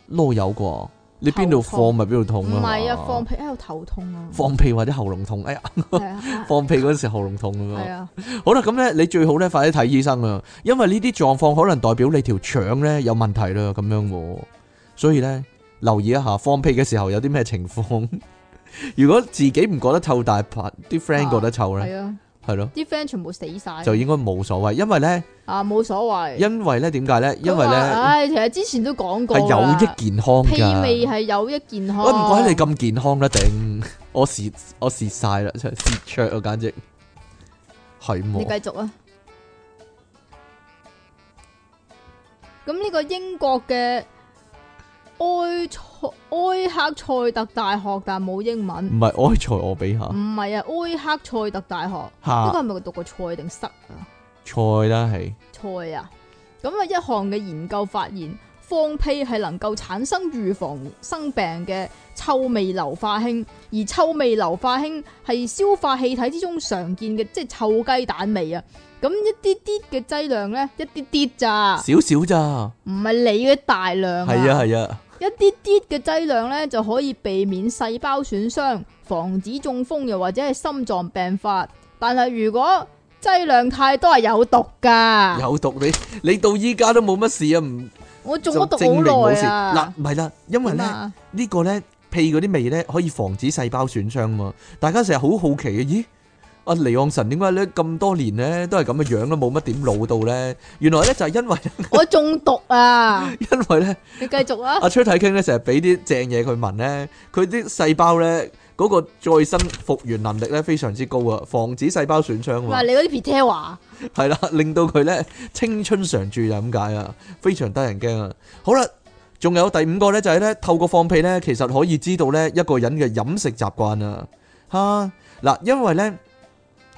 啰柚啩？你邊度放咪邊度
唔
痛啊？
係啊，放屁喺度頭痛啊，
放屁或者喉嚨
[LAUGHS]
痛，哎呀，[LAUGHS]
係啊，
放屁嗰陣時喉嚨痛咁
係
樣。
啊，
好啦，咁咧你最好咧快啲睇醫生啊，因為呢啲狀況可能代表你條腸咧有問題啦，咁樣喎。所以咧留意一下放屁嘅時候有啲咩情況。 [LAUGHS] 如果自己唔覺得臭，但係啲 friend 覺得臭咧，
係啊，
係咯，
啲 friend 全部死晒
就應該冇所謂，因為咧，
啊，冇所謂。
因為咧點解咧？因為
佢話
咧
唉，其實之前都講過
係有
啦
益健康
啊屁
㗎。
味係有益健康。
我唔怪你咁健康啦，頂！我蝕我蝕晒啦，真係蝕灼啊，簡直係
你繼
喎。
續啊。咁呢個英國嘅埃塞埃克塞特大學，但冇英文，
唔係 [LAUGHS] 哀才我比下
唔係啊，埃克塞特大學，呢個
下
係咪讀個塞定塞啊？
菜啦，係
塞啊！咁啊，一項嘅研究發現，放屁係能夠產生預防生病嘅臭味硫化氫，而臭味硫化氫係消化氣體之中常見嘅，即係臭雞蛋味啊！咁一啲啲嘅劑量呢，一啲啲咋，
少少咋，
唔係你嘅大量
係啊係啊，
一啲啲嘅劑量呢，就可以避免細胞損傷，防止中風又或者係心臟病發。但係如果劑量太多係有毒㗎。
有毒你你到依家都冇乜事啊，唔
我中
就
咗
證明
毒好
冇
耐
事。嗱
啊！
唔係啦，因為
點
咧
啊
呢個咧屁嗰啲味咧可以防止細胞損傷嘛，大家成日好好奇嘅，咦？阿離岸神點解咧咁多年咧都係咁嘅樣咧，冇乜點老到咧？原來咧就係因為 [LAUGHS]
我中毒啊！
因為咧。
你繼續啊！
阿崔太傾咧成日俾啲正嘢佢聞咧，佢啲細胞咧嗰、個再生復原能力咧非常之高啊，防止細胞損傷啊
話，你嗰啲 p e t e r
係啦，令到佢咧青春常駐就咁解啊，非常得人驚啊！好啦，仲有第五個咧就係、咧透過放屁咧，其實可以知道咧一個人嘅飲食習慣啊，嚇嗱，因為咧。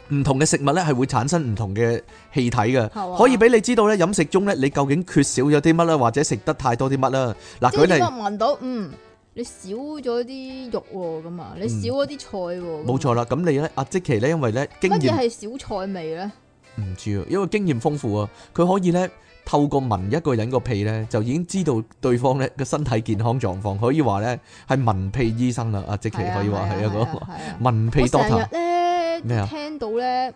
唔同嘅食物咧係會產生唔同嘅氣體
係
嘅，
嘛
可以俾你知道咧飲食中咧你究竟缺少咗啲乜啦，或者食得太多啲乜啦。嗱，
即係
舉
點
例
解。聞到嗯，你少咗啲肉喎咁啊，你少咗啲菜喎。啊
冇錯
啦。
啦，咁你咧阿即奇咧，因為咧經
乜嘢
驗
係小菜味咧？
唔知啊，因為經驗豐富啊，佢可以咧透過聞一個人個屁咧，就已經知道對方咧個身體健康狀況，可以話咧係聞屁醫生啦。阿即奇
係啊
可以話係一
係
個
啊係啊
聞屁
我成
doctor
日咧
咩啊
聽到咧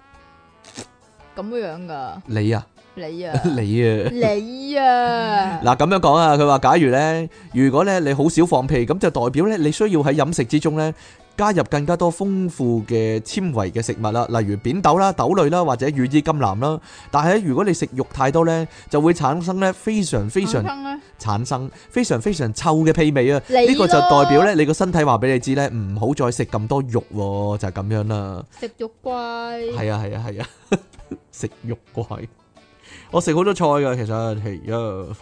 咁樣噶，
你
[LAUGHS]
啊，
你啊，
[LAUGHS] 你啊。
你啊，
嗱咁樣講啊，佢話假如咧，如果咧你好少放屁，咁就代表咧你需要喺飲食之中咧加入更加多豐富嘅纖維嘅食物啦，例如扁豆啦、豆類啦或者羽衣甘藍啦。但係咧，如果你食肉太多咧，就會產生咧非常非常
硬生咧，
產生非常非常臭嘅屁味啊！
你
呢個就
咯
代表咧你個身體話俾你知咧，唔好再食咁多肉喎，就係咁樣啦。
食肉怪
係啊係啊係啊， [LAUGHS] 食肉怪。我食好多菜噶，其實係啊，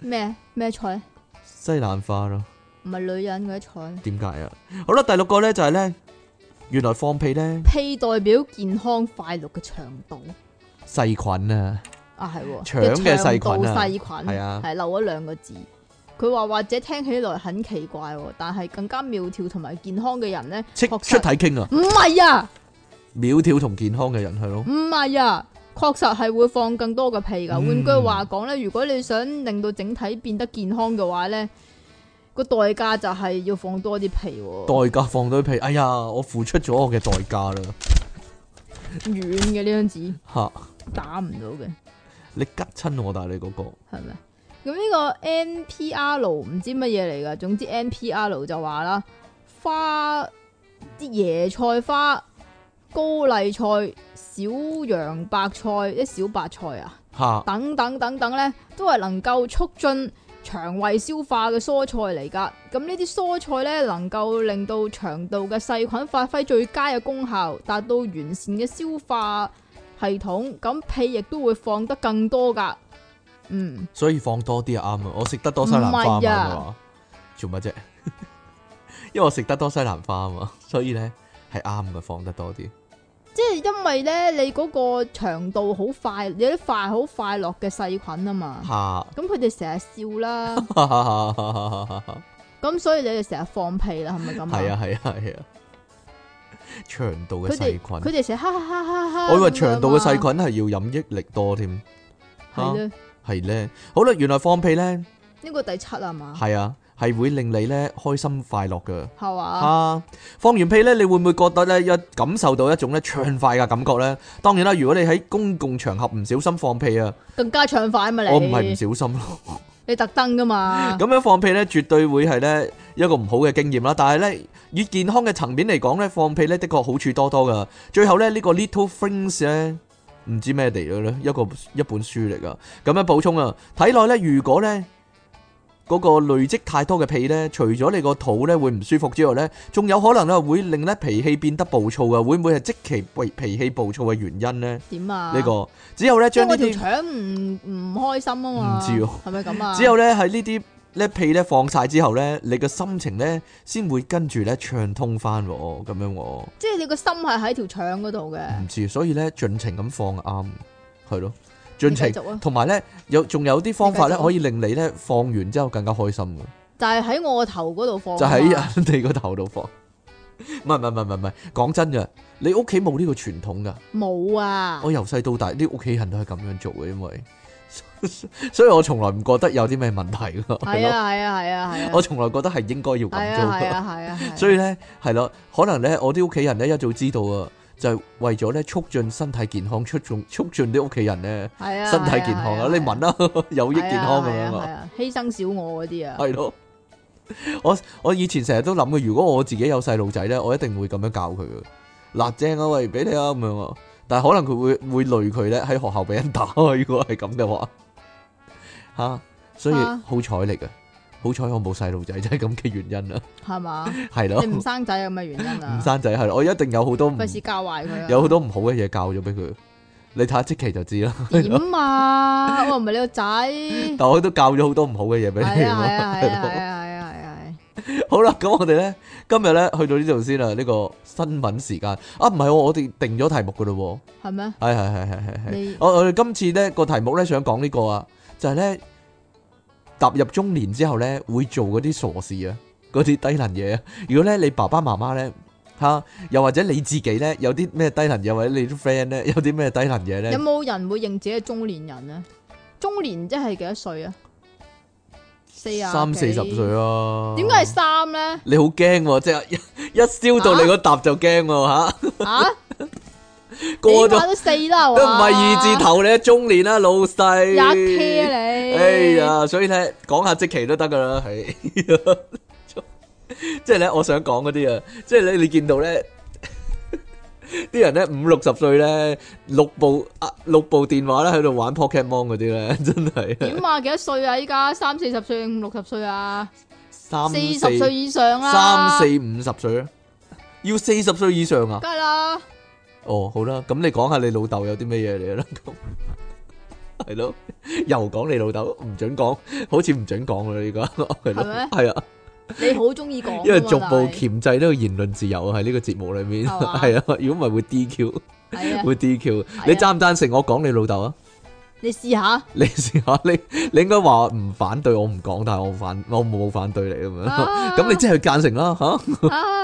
咩咩菜？
西蘭啊花咯。
唔係女人嗰啲菜。
點解啊？好啦，第六個咧就係咧，原來放屁咧
屁代表健康快樂嘅腸道
細菌啊，
啊，係喎
腸嘅細菌啊
腸道細菌
係啊
係漏咗兩個字。佢話或者聽起來很奇怪喎，但係更加苗條同埋健康嘅人呢，
即
確
出
實
體傾啊，
唔係啊，
苗條同健康嘅人係咯
唔，係啊，確實係會放更多嘅屁噶。
嗯
換句話講呢，如果你想令到整體變得健康嘅話呢，個代價就係要放多啲屁
代
喎，
價放到屁，哎呀，我付出咗我嘅代價啦，
軟嘅呢張紙
吓，
打唔到嘅。
你吉親我，但係你嗰個
系咪？咁呢個 NPR 唔知乜嘢嚟噶，總之 NPR 就話啦，花啲椰菜花、高麗菜、小洋白菜、啲小白菜啊，
吓，
等等等等呢，都係能夠促進腸胃消化嘅蔬菜嚟噶。咁呢啲蔬菜呢，能夠令到腸道嘅細菌發揮最佳嘅功效，達到完善嘅消化系統。咁屁亦都會放得更多噶。嗯，
所以放多啲啊啱啊！我食得多西蘭花啊
唔係啊
嘛，做乜啫？因為我食得多西蘭花啊嘛，所以咧係啱嘅，放得多啲。
即係因為咧，你嗰個腸道好快，有啲快好快樂嘅細菌啊嘛，
嚇！
咁佢哋成
[LAUGHS]
日笑啦，啊咁所以你哋成日放屁啦，係咪咁
係啊係啊係啊！腸道嘅
佢
細
哋佢
菌，啊
哋成日哈哈哈哈哈，
我以為腸道嘅細
咁樣
菌
啊
係要飲益力多添，
係咧，
係咧。好啦，原來放屁咧，
呢個第七啊嘛，
係啊，係會令你咧開心快樂嘅。
係嘛，
啊！放完屁咧，你會唔會覺得咧一感受到一種咧暢快嘅感覺咧？當然啦，如果你喺公共場合唔小心放屁啊，
更加暢快啊嘛
我唔係唔
你，
小心咯。
你特登噶嘛，
咁樣放屁咧，絕對會係咧一個唔好嘅經驗啦。但係咧，以健康嘅層面嚟講咧，放屁咧的確好處多多噶。最後咧，呢個 Little Things 咧，唔知咩嚟嘅咧，一個一本書嚟噶。咁樣補充啊，體內咧如果咧嗰個累積太多嘅屁咧，除咗你個肚咧會唔舒服之外咧，仲有可能咧會令咧脾氣變得暴躁啊。會唔會係即其為脾氣暴躁嘅原因咧？
點啊？
呢個只有咧
即係
將呢
我條
啲。
腸唔唔開心啊嘛，
唔知喎
係咪咁啊？
只有咧喺呢啲咧屁咧放晒之後咧，你嘅心情咧先會跟住咧暢通翻喎，咁樣喎，
即係你個心係喺條腸嗰度嘅，
唔知，所以咧盡情咁放啱，係咯，
你
盡
繼
情，
續啊！
同埋咧有仲有啲方法咧
你繼續啊
可以令你咧放完之後更加開心嘅，
就係喺我個頭嗰度放啊
就
嘛，
喺 [LAUGHS] 人哋個頭度放。唔係唔係唔係唔係，講真嘅，你屋企冇呢個傳統㗎。
冇啊
我！由細到大啲屋企人都係咁樣做嘅，因為 [LAUGHS] 所以我從來唔覺得有啲咩問題㗎。係
係
咯，
啊係啊係啊係啊！
我從來覺得係應該要咁
係啊
做
係
㗎。
啊係啊係啊！
[LAUGHS] 所以咧，係啦，可能咧，我啲屋企人咧一早知道啊，就係為咗咧促進身體健康，促進促進啲屋企人咧
係啊，
身體健康啊，你聞啦， [LAUGHS] 有益健康咁樣
啊！
啊，
係啊犧牲小我嗰啲啊，
係咯。我我以前成日都諗嘅，如果我自己有細路仔咧，我一定會咁樣教佢嘅。辣正啊，喂，俾你啊，咁樣啊。但係可能佢會會累佢咧，喺學校俾人打。啊如果係咁嘅話，吓、所以
啊
好彩嚟嘅，好彩我冇細路仔，就係咁嘅原因啦。[LAUGHS]
係嘛？
係咯。
你唔生仔有咩原因
唔
啊？
生仔係啦，我一定有好多唔
費事教壞佢啊！
有好多唔好嘅嘢教咗俾佢。你睇下即期就知啦。
點啊？我唔係你個仔，
[LAUGHS]
係
但我都教咗好多唔好嘅嘢俾
啊
你
嗯係
咯
啊係啊係啊
係咯。
係啊係啊！
好啦，咁我哋咧今日咧去到呢度先啦。呢個新聞時間啊，唔係喎我哋定咗題目噶咯
係咩？
喎。係係係係係係
你。
我我哋今次咧個題目咧想講呢個啊，就係咧踏入中年之後咧會做嗰啲傻事啊，嗰啲低能嘢啊。如果咧你爸爸媽媽咧嚇，又或者你自己咧有啲咩低能嘢，或者你啲 friend 咧 [LAUGHS] 有啲咩低能嘢咧
有。冇人會認自己係中年人咧？中年即係幾多歲啊？四啊
三四十
幾
歲啊！
點解係三咧？
[LAUGHS] 你好驚喎？即係一一燒到你個搭就驚喎嚇，
啊，
過
起
咗
碼都四啦，
都
係
唔
嘛
係二字，頭，你都中年啦，老細。
廿 K 啊你！
哎呀，所以咧講下即期都得噶啦，係。 [LAUGHS] 即係咧，我想講嗰啲啊，即係咧你見到咧 [LAUGHS] 啲人咧五六十歲咧，六部啊六部電話咧喺度玩 Pokemon 嗰啲咧， [LAUGHS] 真係
點啊？幾多歲啊？依家三四十歲定五六十歲啊？
三
四
四
十歲以上啊啦，
三四五十歲啊，要四十歲以上啊。
梗係啦，
哦，好啦，咁你講下你老豆有啲咩嘢嚟啦？咁 [LAUGHS] 係咯，又講你老豆，唔准講，好似唔准講啦，呢個係
係咩
咯，係啊，
你好中意講㗎嘛，
[LAUGHS] 因為逐步
但係
鉗制呢個言論自由啊喺呢個節目裏面，[LAUGHS]
係嘛
係啊，如果唔係會
[LAUGHS]
DQ，
係啊，
會 DQ。你贊唔贊成我講你老豆啊？ [LAUGHS]
你試下 [LAUGHS]
你試下，你你應該話唔反對我唔講，但係我反我冇反對你咁樣，
啊
咁你即係贊成啦吓。
啊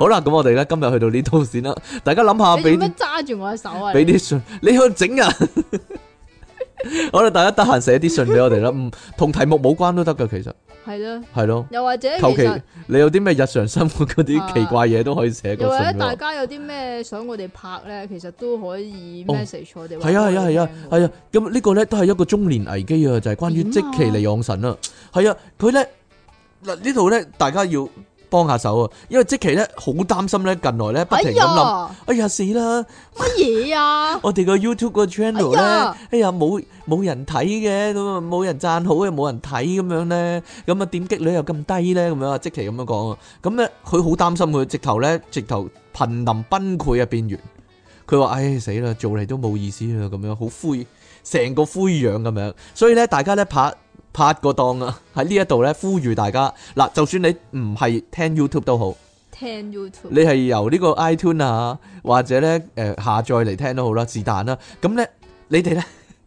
好啦，咁我哋咧今日去到呢度先啦，大家諗
你
下
做
俾
咩
啲。
揸住我嘅手啊？
俾啲信，你去整啊！好啦，大家得閒寫啲信俾我哋啦，唔同題目冇關都得噶，其實
係咯，
係咯。
又或者其
求其
實，
你有啲咩日常生活嗰
啊
啲奇怪嘢都可以寫
又
個
或者
信俾
大
我。
家有啲咩想我哋拍咧，其實都可以
哦
message 我哋話俾
係
我
啊係
哋聽
啊
喎。
係啊係啊，咁呢個咧都係一個中年危機啊，就係關於即其尼昂神啊。係啊，佢咧嗱呢度咧，大家要幫下手啊，因為即其咧好擔心咧，近來咧不停咁諗，
哎呀
哎呀死啦！
乜嘢啊？ [LAUGHS]
我哋個 YouTube 個 channel 咧
哎呀，
哎呀冇冇人睇嘅，咁啊冇人讚好又冇人睇咁樣咧，咁啊點擊率又咁低咧，咁樣啊即期咁樣講啊，咁咧佢好擔心佢直頭咧直頭瀕臨崩潰嘅邊緣，佢話唉死啦，做嚟都冇意思啦，咁樣好灰成個灰樣咁樣。所以咧，大家咧拍拍個檔啊，喺呢一度咧呼籲大家嗱，就算你唔係聽 YouTube 都好，
聽 YouTube
你係由呢個 iTune 啊，或者咧誒、呃下載嚟聽都好啦，是但啦。咁咧，你哋咧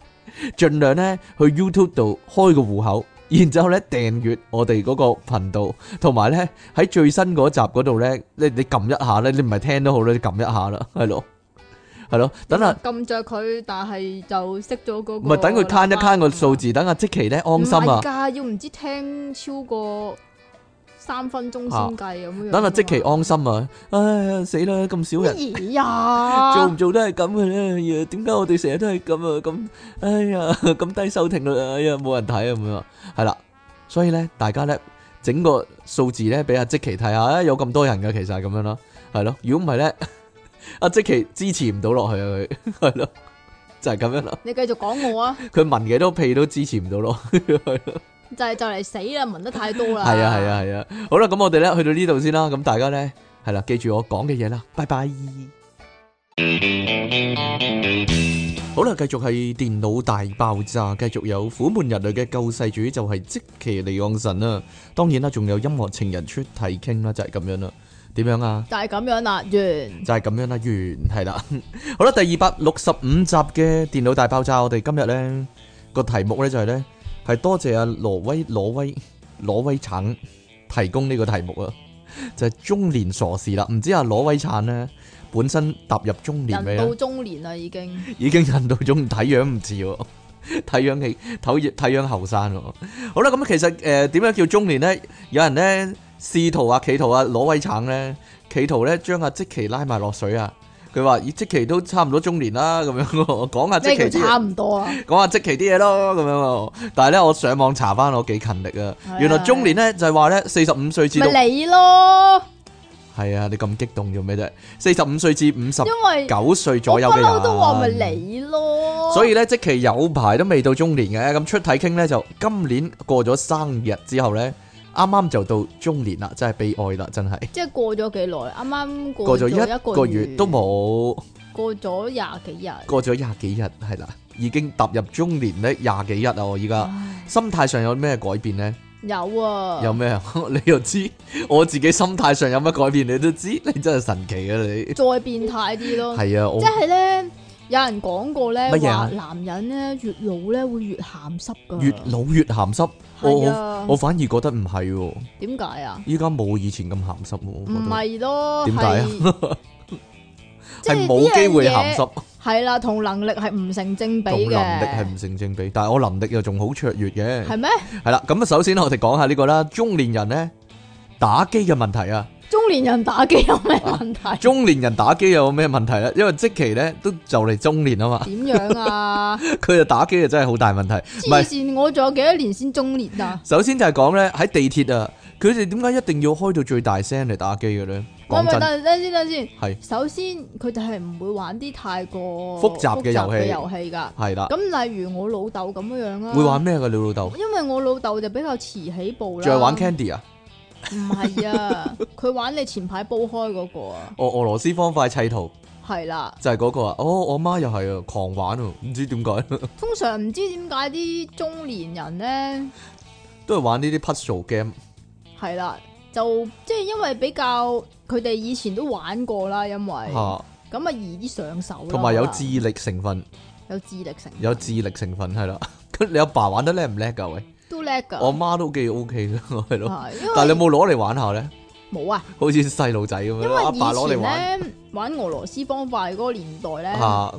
[LAUGHS] 盡量咧去 YouTube 度開個户口，然之後咧訂閱我哋嗰個頻道，同埋咧喺最新嗰集嗰度咧，你你撳一下咧，你唔係聽都好啦，你撳一下啦，係咯，係咯，等啊。
撳着佢，但係就熄咗嗰個。
唔係等佢攤一攤個數，字，等阿即奇咧安心
唔係
啊！
㗎，要唔知聽超過三分鐘先計咁樣。
等阿即奇安心啊！唉呀，死啦，咁少人
乜嘢啊
[LAUGHS] 做
呀？
唔做都係咁嘅咧。哎呀，點解我哋成日都係咁啊？咁哎呀， [LAUGHS] 咁低收聽率啊！哎呀，冇人睇啊咁樣啊。係啦，所以咧，大家咧整個數字咧俾阿即奇睇下，啊有咁多人嘅其實係咁樣啦，係咯。如果唔係 [LAUGHS] 咧，阿即奇支持唔到落去啊， [LAUGHS] 佢係咯，就係咁樣啦。
你繼續講我啊，
佢聞幾多屁都支持唔到咯。
就係就嚟死啦，聞得太多啦。
系啊系啊系啊，好啦，咁我哋咧去到呢度先啦，咁大家咧系啦，記住我講嘅嘢啦，拜拜。好啦，繼續係電腦大爆炸，繼續有苦悶人類嘅救世主就係即其離岸神啦。當然啦，仲有音樂情人出題傾啦，就係、咁樣啦。點樣啊？
就係咁樣啦，完。
就係咁樣啦，完係啦。 [LAUGHS] 好啦，第二百六十五集嘅電腦大爆炸，我哋今日呢個題目呢就係呢，係多謝阿挪威挪威挪威橙提供呢個題目啊，就係中年傻事啦。唔知阿挪威橙呢本身踏入中年未啊
人
呢
到中年啦，已經
已經人到中睇樣唔似喎， [LAUGHS] 睇樣氣睇睇樣後生喎。好啦，咁其實誒點樣叫中年咧？有人咧試圖啊，企圖啊，攞威橙咧，企圖咧將阿即奇拉埋落水啊！佢話：咦，即奇都差唔多中年啦，咁樣喎 [LAUGHS] 講下即
咩
奇
叫
啲
差
嘢，
唔多啊？
講下即奇啲嘢咯，咁樣喎。但係咧，我上網查翻，我幾勤力啊
係啊！
原來中年咧就係話咧，四十五歲至到
咪你咯，
係啊，你咁激動做咩啫？四十五歲至五十
因為
九歲
我
左
不
右嘅人，
嬲都話咪你咯。
所以咧，即期有排都未到中年嘅，咁出體傾咧就今年過咗生日之後咧，啱啱就到中年啦，真係悲哀啦，真係
即係過咗幾耐？啱啱
過
過
咗
咗
一個月都，冇，
過咗廿幾日。
過咗廿幾日係啦，已經踏入中年咧廿幾日啦，我依家
唉
心態上有咩改變咧？
有啊，
有咩啊？ [LAUGHS] 你又知我自己心態上有乜改變，你都知， [LAUGHS] 你真係神奇啊你！
再變態啲咯。
係啊，我
嗯即係咧，有人講過咧
乜嘢啊
話男人咧越老咧會越鹹濕噶。
越老越鹹濕，我
係
我
啊
我反而覺得唔係喎，
點解啊？
依家冇以前咁鹹濕喎，我
唔
覺得
係咯，
點 [LAUGHS] 解啊
係？即
係
係
冇機會鹹
鹹濕。
濕，
係啦，同能力係唔成正比
同
嘅。
能力係唔成正比，但係我能力又仲好卓越嘅。
係咩？
係啦，咁啊首先我哋講下呢個啦，中年人呢，打機嘅問題啊，
中年人打機有咩問題？
中年人打機有咩問題咧？啊因為即期呢都就嚟中年啊嘛， [LAUGHS]
點樣啊？
佢就打機就真係好大問題。 [LAUGHS] 唔係，
黐線！我仲有幾多年先中年啊？
首先就係講呢，喺地鐵啊，佢哋點解一定要開到最大聲嚟打機嘅呢？
喂
講
喂，
真，
等等先，等先。
係
首先，佢哋係唔會玩啲太過
複雜嘅遊戲
複雜嘅遊戲㗎。
係啦，
咁啊例如我老豆咁樣樣啦，
會玩咩嘅你老豆？
因為我老豆就比較遲起步啦。
仲係玩 Candy 啊？
唔係
[LAUGHS]
啊，佢玩你前排煲開嗰個啊，
哦俄俄羅斯方塊砌圖
係啦。
就係嗰個啊！哦，我媽又係啊，狂玩啊，唔知點解。
通常唔知點解啲中年人咧，
都係玩呢啲 puzzle game，
係啦，就即係因為比較佢哋以前都玩過啦，因為
吓、
咁啊易啲上手啦
同埋有
可能
智力成分，
有智力成分，
有智力成分係啦。 [LAUGHS] 咁你阿爸玩得叻唔叻㗎？喂，
都叻㗎。
我媽都幾 OK 嘅，係咯。
係因為
但係你有冇攞嚟玩下咧？
冇啊？
好似細路仔咁
因
樣，
為
阿
以
爸攞嚟玩啊
前咧玩俄羅斯方塊嗰個年代咧，
吓，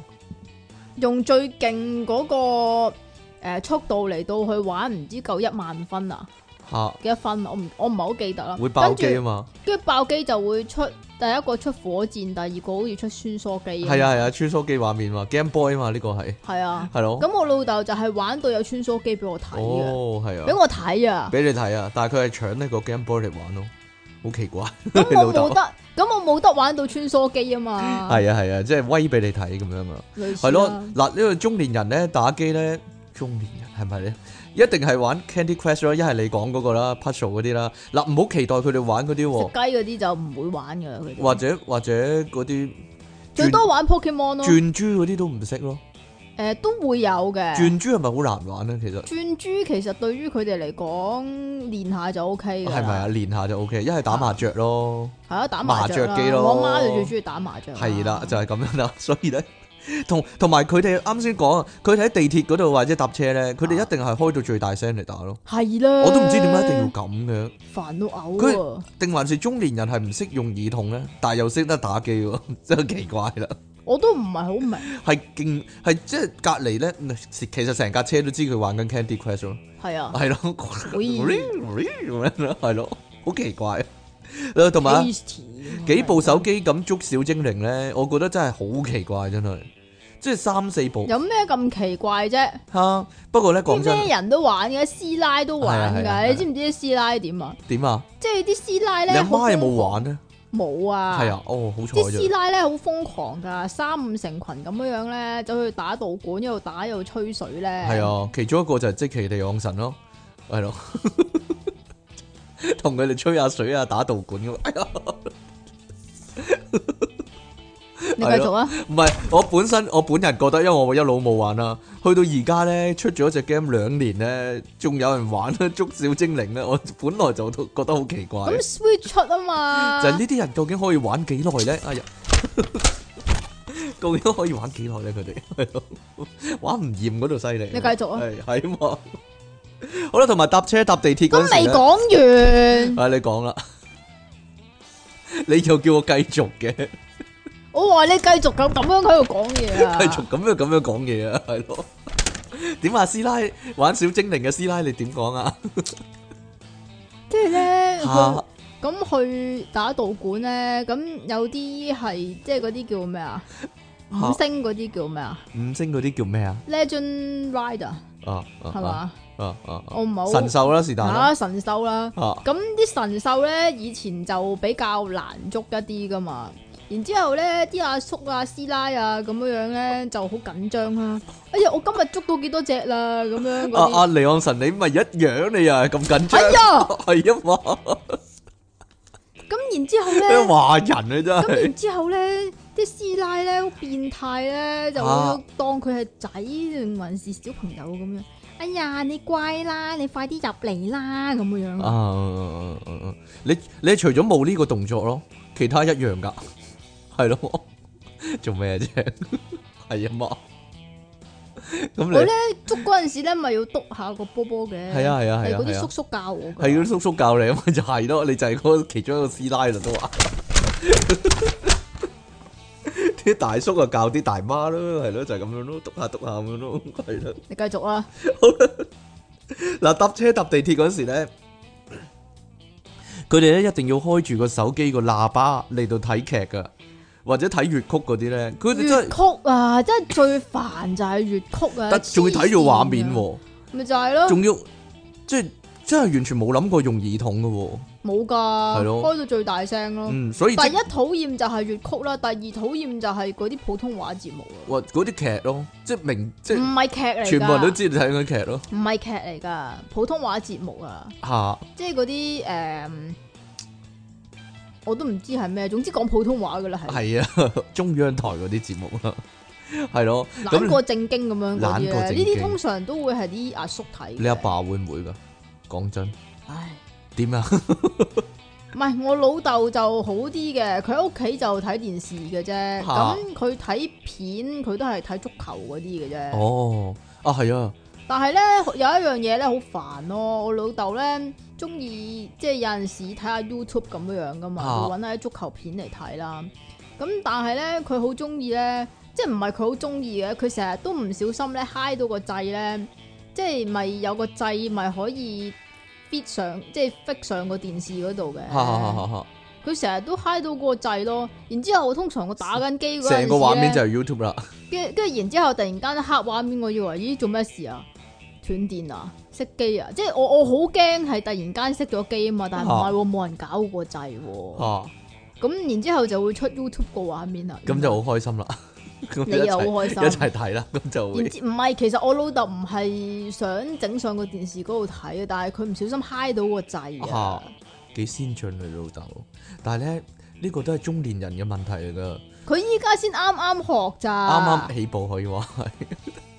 用最勁嗰、個呃速度嚟到去玩，唔知夠一萬分啊
吓
幾多分啊？我唔我唔係好記得啦。
會爆機
跟
啊
住
嘛，
跟住爆機就會出第一個出火箭，第二個好似出穿梭機。
係啊，係啊，穿梭機畫面嘛，Game Boy 嘛，呢個係
係啊。
係咯。
咁我老豆就係玩到有穿梭機俾我睇嘅，
哦，係
俾、
啊，
我睇啊。
俾你睇啊，但係佢係搶呢個 Game Boy 嚟玩咯，好奇怪。 [LAUGHS] 你
咁
老
我冇
豆
得，咁我冇得玩到穿梭機啊嘛。
係啊係啊，即係威俾你睇咁樣啊。
類似
係
啦
咯，嗱呢個中年人咧打機咧，中年人係咪咧？一定係玩 Candy Crush 咯，一係你講嗰個啦，Puzzle 嗰啲啦。嗱，唔好期待佢哋玩嗰啲
食
喎，
雞嗰啲就唔會玩噶啦，佢
或
哋
者或者嗰啲
最多
轉
玩 Pokemon 咯。
轉珠嗰啲都唔識咯，
诶、都會有嘅。
轉珠係啊咪好難玩咧？其實
轉珠其實對於佢哋嚟講，練下就 O K 㗎啦。
係咪啊？練下就 O K，一係打麻雀咯，
係啊，打麻雀啦
麻雀機咯
我媽就最中意打麻雀。
係啦，就係咁樣啦。 [LAUGHS] 所以咧，同同埋佢哋啱先講啊，佢哋喺地鐵嗰度或者搭車咧，佢哋一定係開到最大聲嚟打咯。
係啦。
我都唔知點解一定要咁嘅，
煩到嘔
佢
啊！
定還是中年人係唔識用耳筒咧，但係又識得打機喎， [LAUGHS] 真係奇怪啦。
我都唔係好明，
係勁係即係隔離咧，其實成架車都知佢玩緊 Candy Crush 咯。[LAUGHS]
係啊，
系咯， [LAUGHS] 咁樣咯，係咯，好奇怪。誒 [LAUGHS] 同埋啊
Tasty，啊
幾部手機咁捉小精靈咧，我覺得真係好奇怪，真係，即係三四部
有咩咁奇怪啫？
吓。不過咧，
啲
講真
咩人都玩嘅，師奶都玩
係啊係啊係啊
㗎。你知唔知啲師奶點啊？
點啊？
即係啲師奶
你
咧，
阿
好
媽有冇
瘋狂
玩咧？
冇啊，
係啊，哦，好彩
啲師
啫。
奶咧好瘋狂噶，三五成群咁樣樣咧，走去打道館，一路打一路吹水咧。
係，啊，其中一個就係即其地養神咯，係咯， [LAUGHS] 同佢哋吹下水啊，打道館咁。哎呀
你繼續啊，
唔係，我本身我本人覺得，因為我一路冇玩啦，去到而家咧出咗只 game 兩年咧，仲有人玩啦，捉小精靈咧，我本來就都覺得好奇怪，
咁 Switch 出啊嘛，
就係呢啲人究竟可以玩幾耐咧？哎呀，究竟可以玩幾耐咧？佢哋係 [LAUGHS] 咯玩唔厭嗰度犀利，
你繼續啊
係係嘛？好啦，同埋搭車搭地鐵
咁
嗰陣時
未
呢
講完，
啊你講啦，你又叫我繼續嘅。
我話你繼續咁咁樣喺度講嘢
[LAUGHS]
啊，
繼續咁樣咁樣講嘢啊，係咯？點啊，師奶玩小精靈嘅師奶，你點講啊？
即係咧佢
嚇
咁去打道館咧，咁有啲係即係嗰啲叫咩啊？
嚇
五星嗰啲叫咩啊
五星嗰啲叫咩啊？
？Legend Rider
啊
係
係？
嘛？
啊啊啊！
我唔係好
神獸啦，是但啦。
啊神獸啦。
啊
咁啲神獸咧，以前就比較難捉一啲噶嘛。然之後咧，啲阿叔啊、師奶啊咁樣樣咧，就好緊張啦。哎呀，我今日捉到幾多隻啦？咁樣
啊
嗰啲。
啊！離岸神，你咪一樣，你又係咁緊張。
哎呀，
[LAUGHS] 係啊嘛，
咁然之
[LAUGHS]
後
你
咧，
話人啊真
咁
係
然之後咧，啲師奶咧好變態咧，就
啊
會當佢係仔定還是小朋友咁樣。哎呀，你乖啦，你快啲入嚟啦，咁
啊
樣樣。
嗯！嗯嗯嗯你你除咗冇呢個動作咯，其他一樣噶，係咯？ [LAUGHS] 做咩啫？ [LAUGHS] 係啊嘛。咁
我
你
咧捉嗰陣時咧，咪要篤下個波波嘅。
係啊係啊係
係
啊
嗰
係啊
啲叔叔教我㗎。
係嗰啲叔叔教你啊嘛， [LAUGHS] 就係咯，你就係嗰其中一個師奶啦都話。 [LAUGHS] 啲大叔啊教啲大媽咯，係咯，就係咁樣咯，督下督下咁樣咯，係咯。
你繼續啦。
嗱，搭車搭地鐵嗰時咧， [CLEARS THROAT] 佢哋咧一定要開住個手機個喇叭嚟到睇劇噶，或者睇粵曲嗰啲咧，佢哋
粵
真係
曲啊，真係最煩就係粵曲啊，
但仲要睇住畫面
黐線啊，
喎，
咪就係咯，
仲要即係真係完全冇諗過用耳筒噶
哦
喎，
冇噶，
係咯
開到最大聲咯。
嗯，所以
第一
即
討厭就係粵曲啦，第二討厭就係嗰啲普通話節目啊，
哇嗰啲劇咯，即係明即
唔
係。
係劇嗯嚟㗎，
全部人都知你睇緊劇咯，
唔係劇嚟㗎，普通話節目啊，
嚇
即係嗰啲誒，我都唔知係咩，總之講普通話㗎啦，係
係啊， [LAUGHS] 中央台嗰啲節目啦， [LAUGHS] 係咯，
懶
咁
過正經咁樣嗰啲
懶過
咧，
正
呢
經
啲通常都會係啲阿叔睇嘅。
你阿爸會唔會噶？講真，
唉。
點啊？
唔係，我老豆就好啲嘅，佢喺屋企就睇電視嘅啫。
嚇
咁佢睇片，佢都係睇足球嗰啲嘅啫。
哦，啊係啊，
但係呢，有一樣嘢呢，好煩咯。我老豆呢，中意即係有陣時睇下 YouTube 咁樣樣噶嘛，
嚇
會揾下啲足球片嚟睇啦。咁但係呢，佢好中意呢，即係唔係佢好中意嘅，佢成日都唔小心呢，嗨到個掣呢，即係咪有個掣咪可以 fit 上，即係 fit 上個電視嗰度嘅。
哈哈哈哈！
佢成日都嗨到個掣咯，然之後通常我打緊機嗰陣
成個畫面就
係
係 YouTube 啦，
跟跟住然之後突然間黑畫面，我以為咦做咩事啊？斷電啊，熄機啊！即係我我好驚係突然間熄咗機啊嘛，但係
啊
唔係喎，冇人搞過個掣喎。
嚇
咁然之後就會出 YouTube 個畫面啦。
啊咁就好開心啦，咁
[LAUGHS] 你
一
又好
齊
開
一
心。
齊睇啦，咁就
然
會
之唔係，其實我老豆唔係想整上個電視嗰度睇嘅，但係佢唔小心嗨到個掣啊
嚇！幾先進你老豆，但係咧呢個都係中年人嘅問題嚟噶，
佢依家先啱啱學咋，
啱啱起步可以話係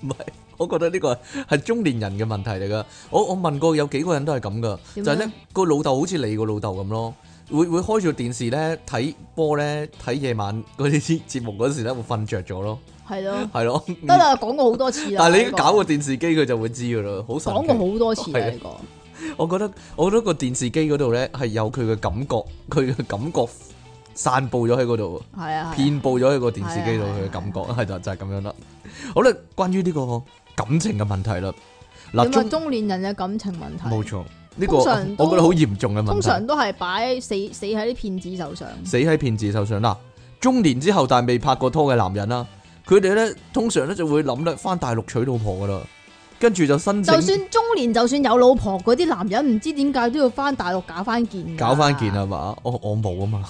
[LAUGHS] 唔係，我覺得呢個係中年人嘅問題嚟噶。我我問過有幾個人都係咁噶，就係
點樣
咧個老豆好似你個老豆咁咯，會會開住電視咧睇波咧睇夜晚嗰啲節目嗰時咧會瞓着咗咯，
係咯，
係咯。
得啦，講過好多次啦。
但係你
呢個
搞個電視機佢就會知噶啦，好神
講
奇。
過好多次啦，
係啊
呢個
我覺得我覺得個電視機嗰度咧係有佢嘅感覺，佢嘅感覺散佈咗喺嗰度。
係啊，係啊
遍佈咗喺個電視機度
係啊
佢嘅感覺，係就就係咁樣啦。好啦，關於呢個感情嘅問題啦，嗱
點啊
中
中年人嘅感情問題，
冇錯，呢個
通常都
我覺得好嚴重嘅問
通
題，
常都係擺死死喺啲騙子手上。
死喺騙子手上啦。中年之後但係未拍過拖嘅男人啦，佢哋咧通常咧就會諗咧翻大陸娶老婆噶啦，跟住就申
就
請
算中年，就算有老婆嗰啲男人，唔知點解都要翻大陸搞翻件㗎，
搞翻件啊係嘛？我我冇啊嘛。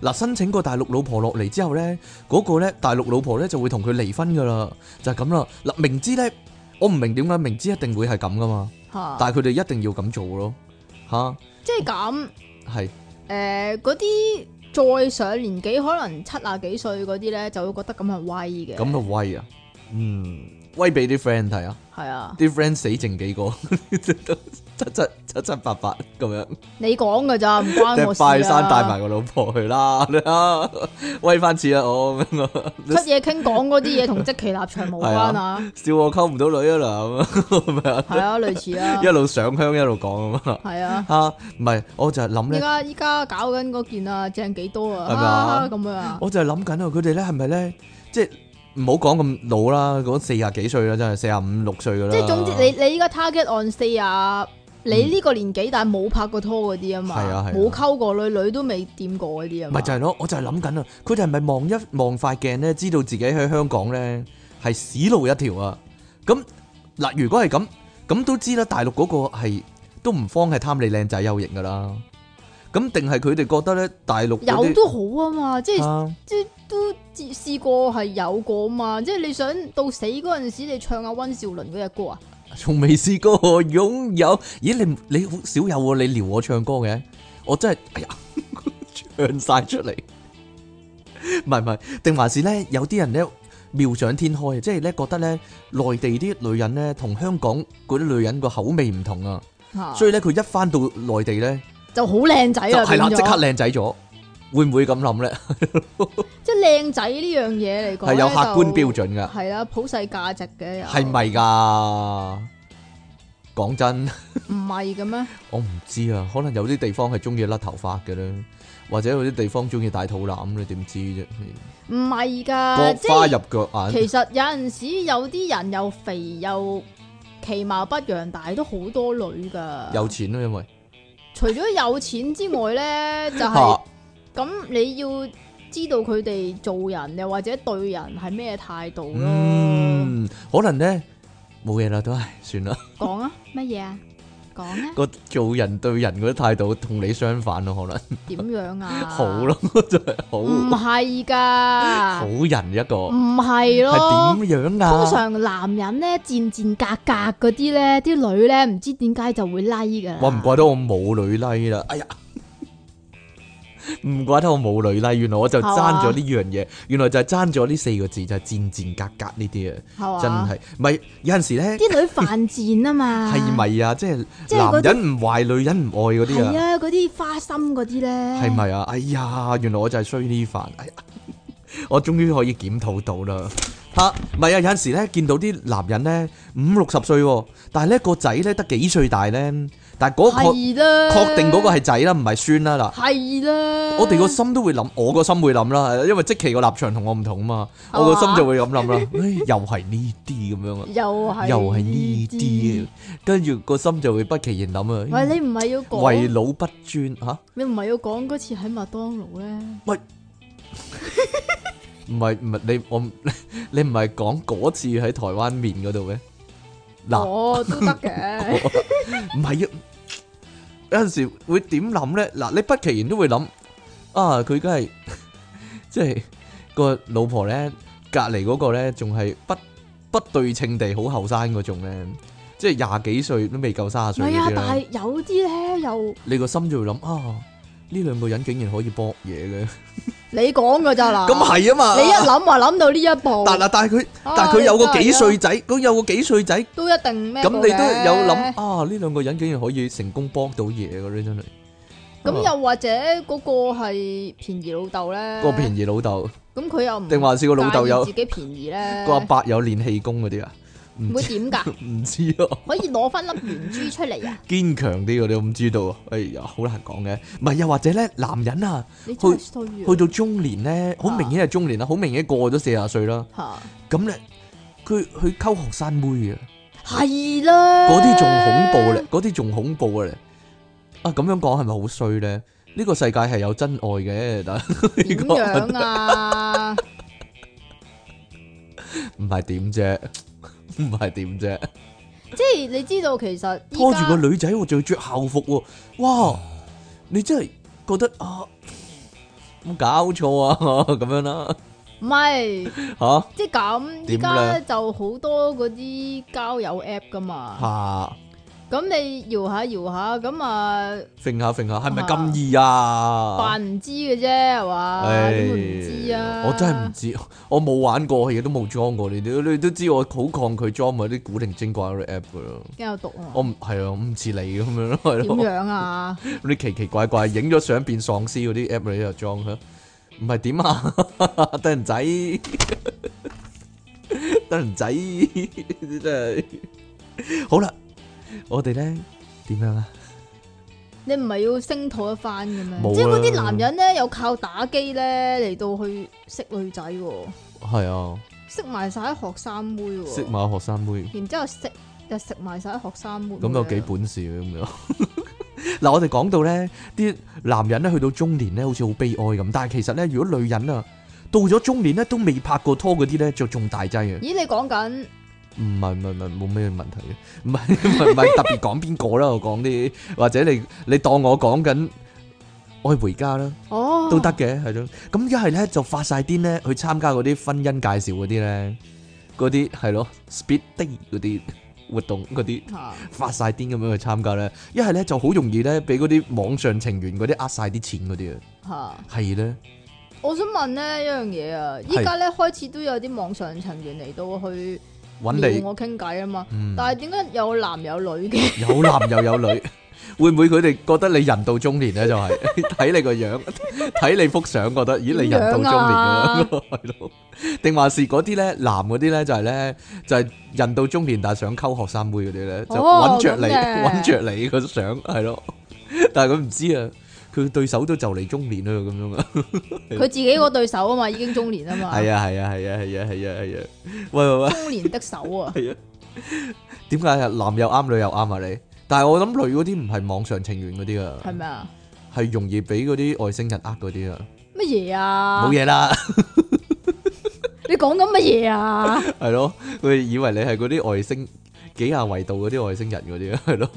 嗱，申請個大陸老婆落嚟之後咧，嗰、個咧大陸老婆咧就會同佢離婚噶啦，就係咁啦。嗱，明知咧，我唔明點解明知一定會係咁噶嘛。
嚇！
但系佢哋一定要咁做咯，吓
即係咁
系
誒，嗰啲再上年紀，可能七啊幾歲嗰啲咧，就會覺得咁係威嘅。
咁就威啊，嗯，威俾啲 friend 睇啊，
係啊，
啲 friend 死剩幾個， [LAUGHS] 七七七七八八咁樣，
你講㗎咋，唔
即
關
係
我事啊
拜山帶埋個老婆去啦， [LAUGHS] 威翻次啊我咁樣啊，
出嘢傾講嗰啲嘢同即期立場冇關啊，
笑我溝唔到女啊啦咁樣，
係啊，類似啊
一，路上香一路講咁啊，
係啊。
吓唔係，我就係諗
依
咧，
家依家搞緊嗰件啊，正幾多啊？
係咪啊
啊咁樣啊，
我就係諗緊啊，佢哋咧係咪咧，即係唔好講咁老啦，講四廿幾歲啦，真係四廿五六歲噶啦，
即係總之你你依家 target on 四啊，你呢個年紀但係冇拍過拖嗰啲啊嘛，
嗯係啊係啊
冇溝過女，女都未掂過嗰啲啊嘛，
咪就係咯，我就係諗緊啊，佢哋係咪望一望塊鏡咧，知道自己喺香港咧係死路一條啊？咁嗱，如果係咁，咁都知啦，大陸嗰個係都唔慌係貪你靚仔有型噶啦。咁定係佢哋覺得咧，大陸嗰
有
啲
都好啊嘛，即係
啊
即係都試試過係有過啊嘛，即係你想到死嗰陣時，你唱下温兆倫嗰隻歌啊，
從未試過擁有。咦，你你好少有喎、你撩我唱歌嘅，我真係哎呀， [LAUGHS] 唱晒出嚟。唔係唔係，定還是咧？有啲人咧妙想天開，即係咧覺得咧內地啲女人咧同香港嗰啲女人個口味唔同啊，
嚇
所以咧佢一翻到內地咧
就好靚仔
就
啦，
係啦，
變
即刻
咗
靚仔咗。會唔會咁諗咧？
即係靚仔呢樣嘢嚟講
係有客觀標
準，
準噶，
係啦，普世價值嘅又
係咪㗎？講真。
唔係嘅咩？
我唔知啊，可能有啲地方係中意甩頭髮嘅咧，或者有啲地方中意大肚腩，你點知啫？
唔係㗎，
各
啊即
花
係
入腳眼，
其實有陣時有啲人又肥又其貌不揚，但係都好多女噶。
有錢啊咯，因為啊
除咗有錢之
[LAUGHS]
外咧，就
嚇
係、咁你要知道佢哋做人又或者對人係咩態度咯。
嗯，可能咧冇嘢啦，都係算啦。 [LAUGHS]
講啊，乜嘢啊？講啊，
個做人對人嗰啲態度同你相反咯，可能
點樣啊？
[LAUGHS]
嗯
好，咯，真係
唔
好
係㗎
好，人一個
唔係咯。
係點樣
嗯通
啊？
常男人咧戰戰格格嗰啲咧，啲女咧唔知點解就會拉㗎。
我唔怪得我冇女拉啦，
[LAUGHS]
哎呀，唔怪得我冇女拉，原來我就爭咗呢樣嘢，原來就係爭咗呢四個字，就係戰戰格格呢啲啊。
係嘛
真係，咪有陣時咧
啲女犯賤啊嘛，
係咪啊？即係
即係
男
嗰啲
人唔壞，女人唔愛嗰啲
係
啊，
啊，嗰啲花心嗰啲咧，
係咪啊？哎呀，原來我就係衰呢份，哎呀， [LAUGHS] 我終於可以檢討到啦。吓，唔係啊！有陣時咧，見到啲男人咧五六十歲喎，但係咧個仔咧得幾歲大咧，但係嗰個確
係啊啦，
確定嗰個係仔啦，唔係孫啦嗱。
係啦，
我哋個心都會諗，我個心會諗啦，係因為即其個立場同我唔同啊嘛，
係嘛
我個心就會咁諗啦。唉，又係呢啲咁樣啊。
又係
又係呢啲，啊，跟住個心就會不其然諗啊，
喂，你唔係要
為
講，
老不尊吓，
你唔係要講嗰次喺麥當勞咧，
唔係唔係你我 [LAUGHS] 你唔係講嗰次喺台灣面嗰度咩？嗱，
我
[LAUGHS]
都得嘅，
唔係啊，有阵时会点諗咧？嗱，你不其然都會諗啊，佢梗係 [LAUGHS] 即係個老婆咧，隔離嗰個咧，仲係不不對稱地好後生嗰種咧，即係廿幾歲都未夠三十
唔
歲
係
嗰
啊
啲，咧。
但係有啲咧又
你個心就會諗啊，呢兩個人竟然可以搏嘢嘅，
你講噶咋嗱？
咁係啊嘛。
你一諗話諗到呢一步，
[LAUGHS] 但啊，但係佢，
啊
但係佢有個幾歲
你
仔，佢有個幾歲仔，咁
都一定咩
你都
過嘅？
有諗啊？呢兩個人竟然可以成功幫到嘢嘅咧，真係。
咁
啊
又或者嗰個係便宜老豆咧？
個便宜老豆，
咁佢又唔
定還是個老豆有
介意自己便宜咧？
個阿伯有練氣功嗰啲啊？唔
會
知 [LAUGHS]
點㗎？
唔知啊。
可以攞翻粒圓珠出嚟
[LAUGHS]
啊！
堅強啲嗰啲，我唔知道啊。哎呀，好難講嘅。唔係又或者咧，男人啊，
你真係衰
去
啊！
到中年咧，好明顯係中年啦，好明顯過咗四十歲啦。
吓
咁咧，佢佢溝學生妹啊，
係啦，
嗰啲仲恐怖咧，嗰啲仲恐怖啊咧。啊，咁樣講係咪好衰咧？呢個世界係有真愛嘅，但 [LAUGHS]
點
係呢
樣啊？
個唔係點啫，唔係點啫。
即係你知道其實依
拖住個
家
女仔喎，仲要着校服喎，哇！你真係覺得啊，冇搞錯啊， [LAUGHS] 咁樣啦，
唔係
吓
即係咁，依
點
家
咧
就好多嗰啲交友 app 噶嘛。
吓
咁你搖下搖下，咁啊
揈下揈下，係咪咁易啊？
扮唔知嘅啫，係嘛？點會唔知啊？
我真係唔知，我冇玩過，亦都冇裝過。你都你都知我好抗拒裝嗰啲古靈精怪嗰啲 app 噶咯。
驚有毒啊！
我唔係啊，我唔似你咁樣咯，係
點
咯，
樣啊？
啲奇奇怪怪影咗相變喪屍嗰啲 app 你又裝吓，唔係點啊？ [LAUGHS] 得人仔， [LAUGHS] 得人仔， [LAUGHS] 真係好啦，我哋咧點樣啊？
你唔係要聲討一番嘅咩
冇？啊
即係嗰啲男人咧，有靠打機咧嚟到去識女仔喎，
係啊，
識埋晒啲學生妹
識
喎，
馬學生妹。
然之後食又食埋晒啲學生妹，
咁有幾？本事嘅咁樣。 [LAUGHS] 嗱，我哋講到咧，啲男人咧去到中年咧，好似好悲哀咁。但係其實咧，如果女人啊到咗中年咧都未拍過拖嗰啲咧，就仲大劑嘅。
咦，你講緊
唔係唔係唔係冇咩問題嘅，唔係唔係唔係特別講邊個啦，我講啲或者你你當我講緊愛回家啦
哦
都得嘅，係咯。咁一係咧就發晒癲咧去參加嗰啲婚姻介紹嗰啲咧，嗰啲係咯 speed date 嗰啲活動嗰啲。
嚇
發晒癲咁樣去參加咧，一係咧就好容易咧俾嗰啲網上情緣嗰啲呃晒啲錢嗰啲啊，
嚇！
係咧，
我想問咧一樣嘢啊，依家咧開始都有啲網上情緣嚟到去
揾
撩
你，
我傾偈啊嘛，
嗯，
但係點解有男有
[LAUGHS]
女嘅？
有男又有女， [LAUGHS] 會唔會佢哋覺得你人到中年咧？就係 [LAUGHS] 睇你個樣， [LAUGHS] 睇你幅相，覺得咦你人到中年
點
咁樣， [LAUGHS] 係咯？定還是嗰啲咧男嗰啲咧就係咧就係人到中年但係想溝學生妹嗰啲咧，就
哦
揾着你
咁嘅
[LAUGHS] 揾着你個相係咯， [LAUGHS] 但係佢唔知啊，佢對手都就嚟中年啦咁樣啊。
佢自己個對手啊嘛，已經中年啊嘛，
系啊系啊系啊系啊系啊系啊，喂喂喂，
中年的手啊，
[LAUGHS] 系啊，点解啊？男又啱，女又啱啊你？但系我諗女嗰啲唔係網上情緣嗰啲
係
啊，
咪啊？
係容易俾嗰啲外星人呃嗰啲啊，
乜嘢啊？
冇嘢啦， [LAUGHS]
你講緊乜嘢啊？
係咯，佢哋以為你係嗰啲外星幾廿維度嗰啲外星人嗰啲啊，係咯。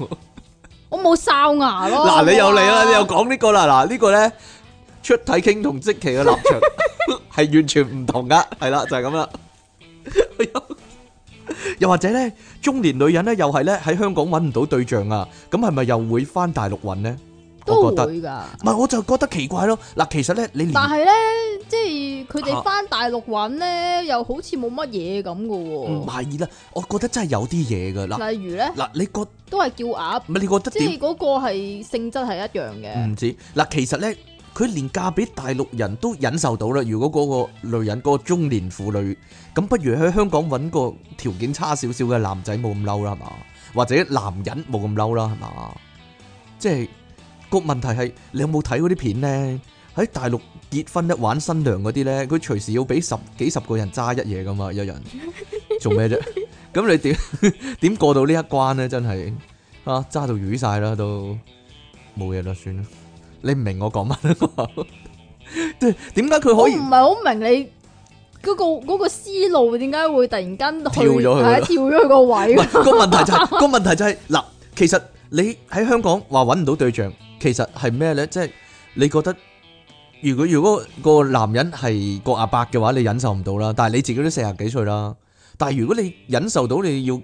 我冇哨牙咯。
嗱，你又嚟啦，你又
講
講呢個啦，嗱呢個咧出體傾同即期嘅立場 [LAUGHS] 係完全唔同噶，係啦，就 [LAUGHS] 係咁啦。又或者咧，中年女人咧又係咧喺香港揾唔到對象啊，咁係咪又會翻大陸揾呢？我
都
覺得，
會㗎。
唔係我就覺得奇怪咯。嗱，其實咧你連
但係咧，即係佢哋翻大陸揾咧，又好似冇乜嘢咁
唔
嘅
係啦，我覺得真係有啲嘢噶嗯嗱
喎。例如咧，
嗱，你覺唔
都係叫鴨，
係你覺得
即
點
係？嗰個係性質係一樣嘅。
唔止嗱，其實咧，佢連嫁俾大陸人都忍受到啦。如果嗰個女人嗰、個中年婦女，咁不如喺香港揾個條件差少少嘅男仔冇咁嬲啦，係嘛？或者男人冇咁嬲啦，係嘛？即係個問題係，你有冇睇嗰啲片咧？喺大陸結婚一玩新娘嗰啲咧，佢隨時要俾十幾十個人揸一嘢噶嘛，有人做咩啫？咁你點 [LAUGHS] 點過到呢一關咧？真係啊，揸到魚晒啦都。冇嘢啦，算啦。你唔明我講乜啊嘛？ [LAUGHS] 即係點解佢可
我唔
以
係好明你嗰個嗰個思路點解會突然間去
跳咗佢
係啊
啦
跳咗佢個位
唔。係個問題就係、
[LAUGHS]
個問題就係、嗱，其實你喺香港話揾唔到對象，其實係咩咧？即係你覺得如果如果個男人係個阿伯嘅話，你忍受唔到啦。但係你自己都四十幾歲啦，但係如果你忍受到你要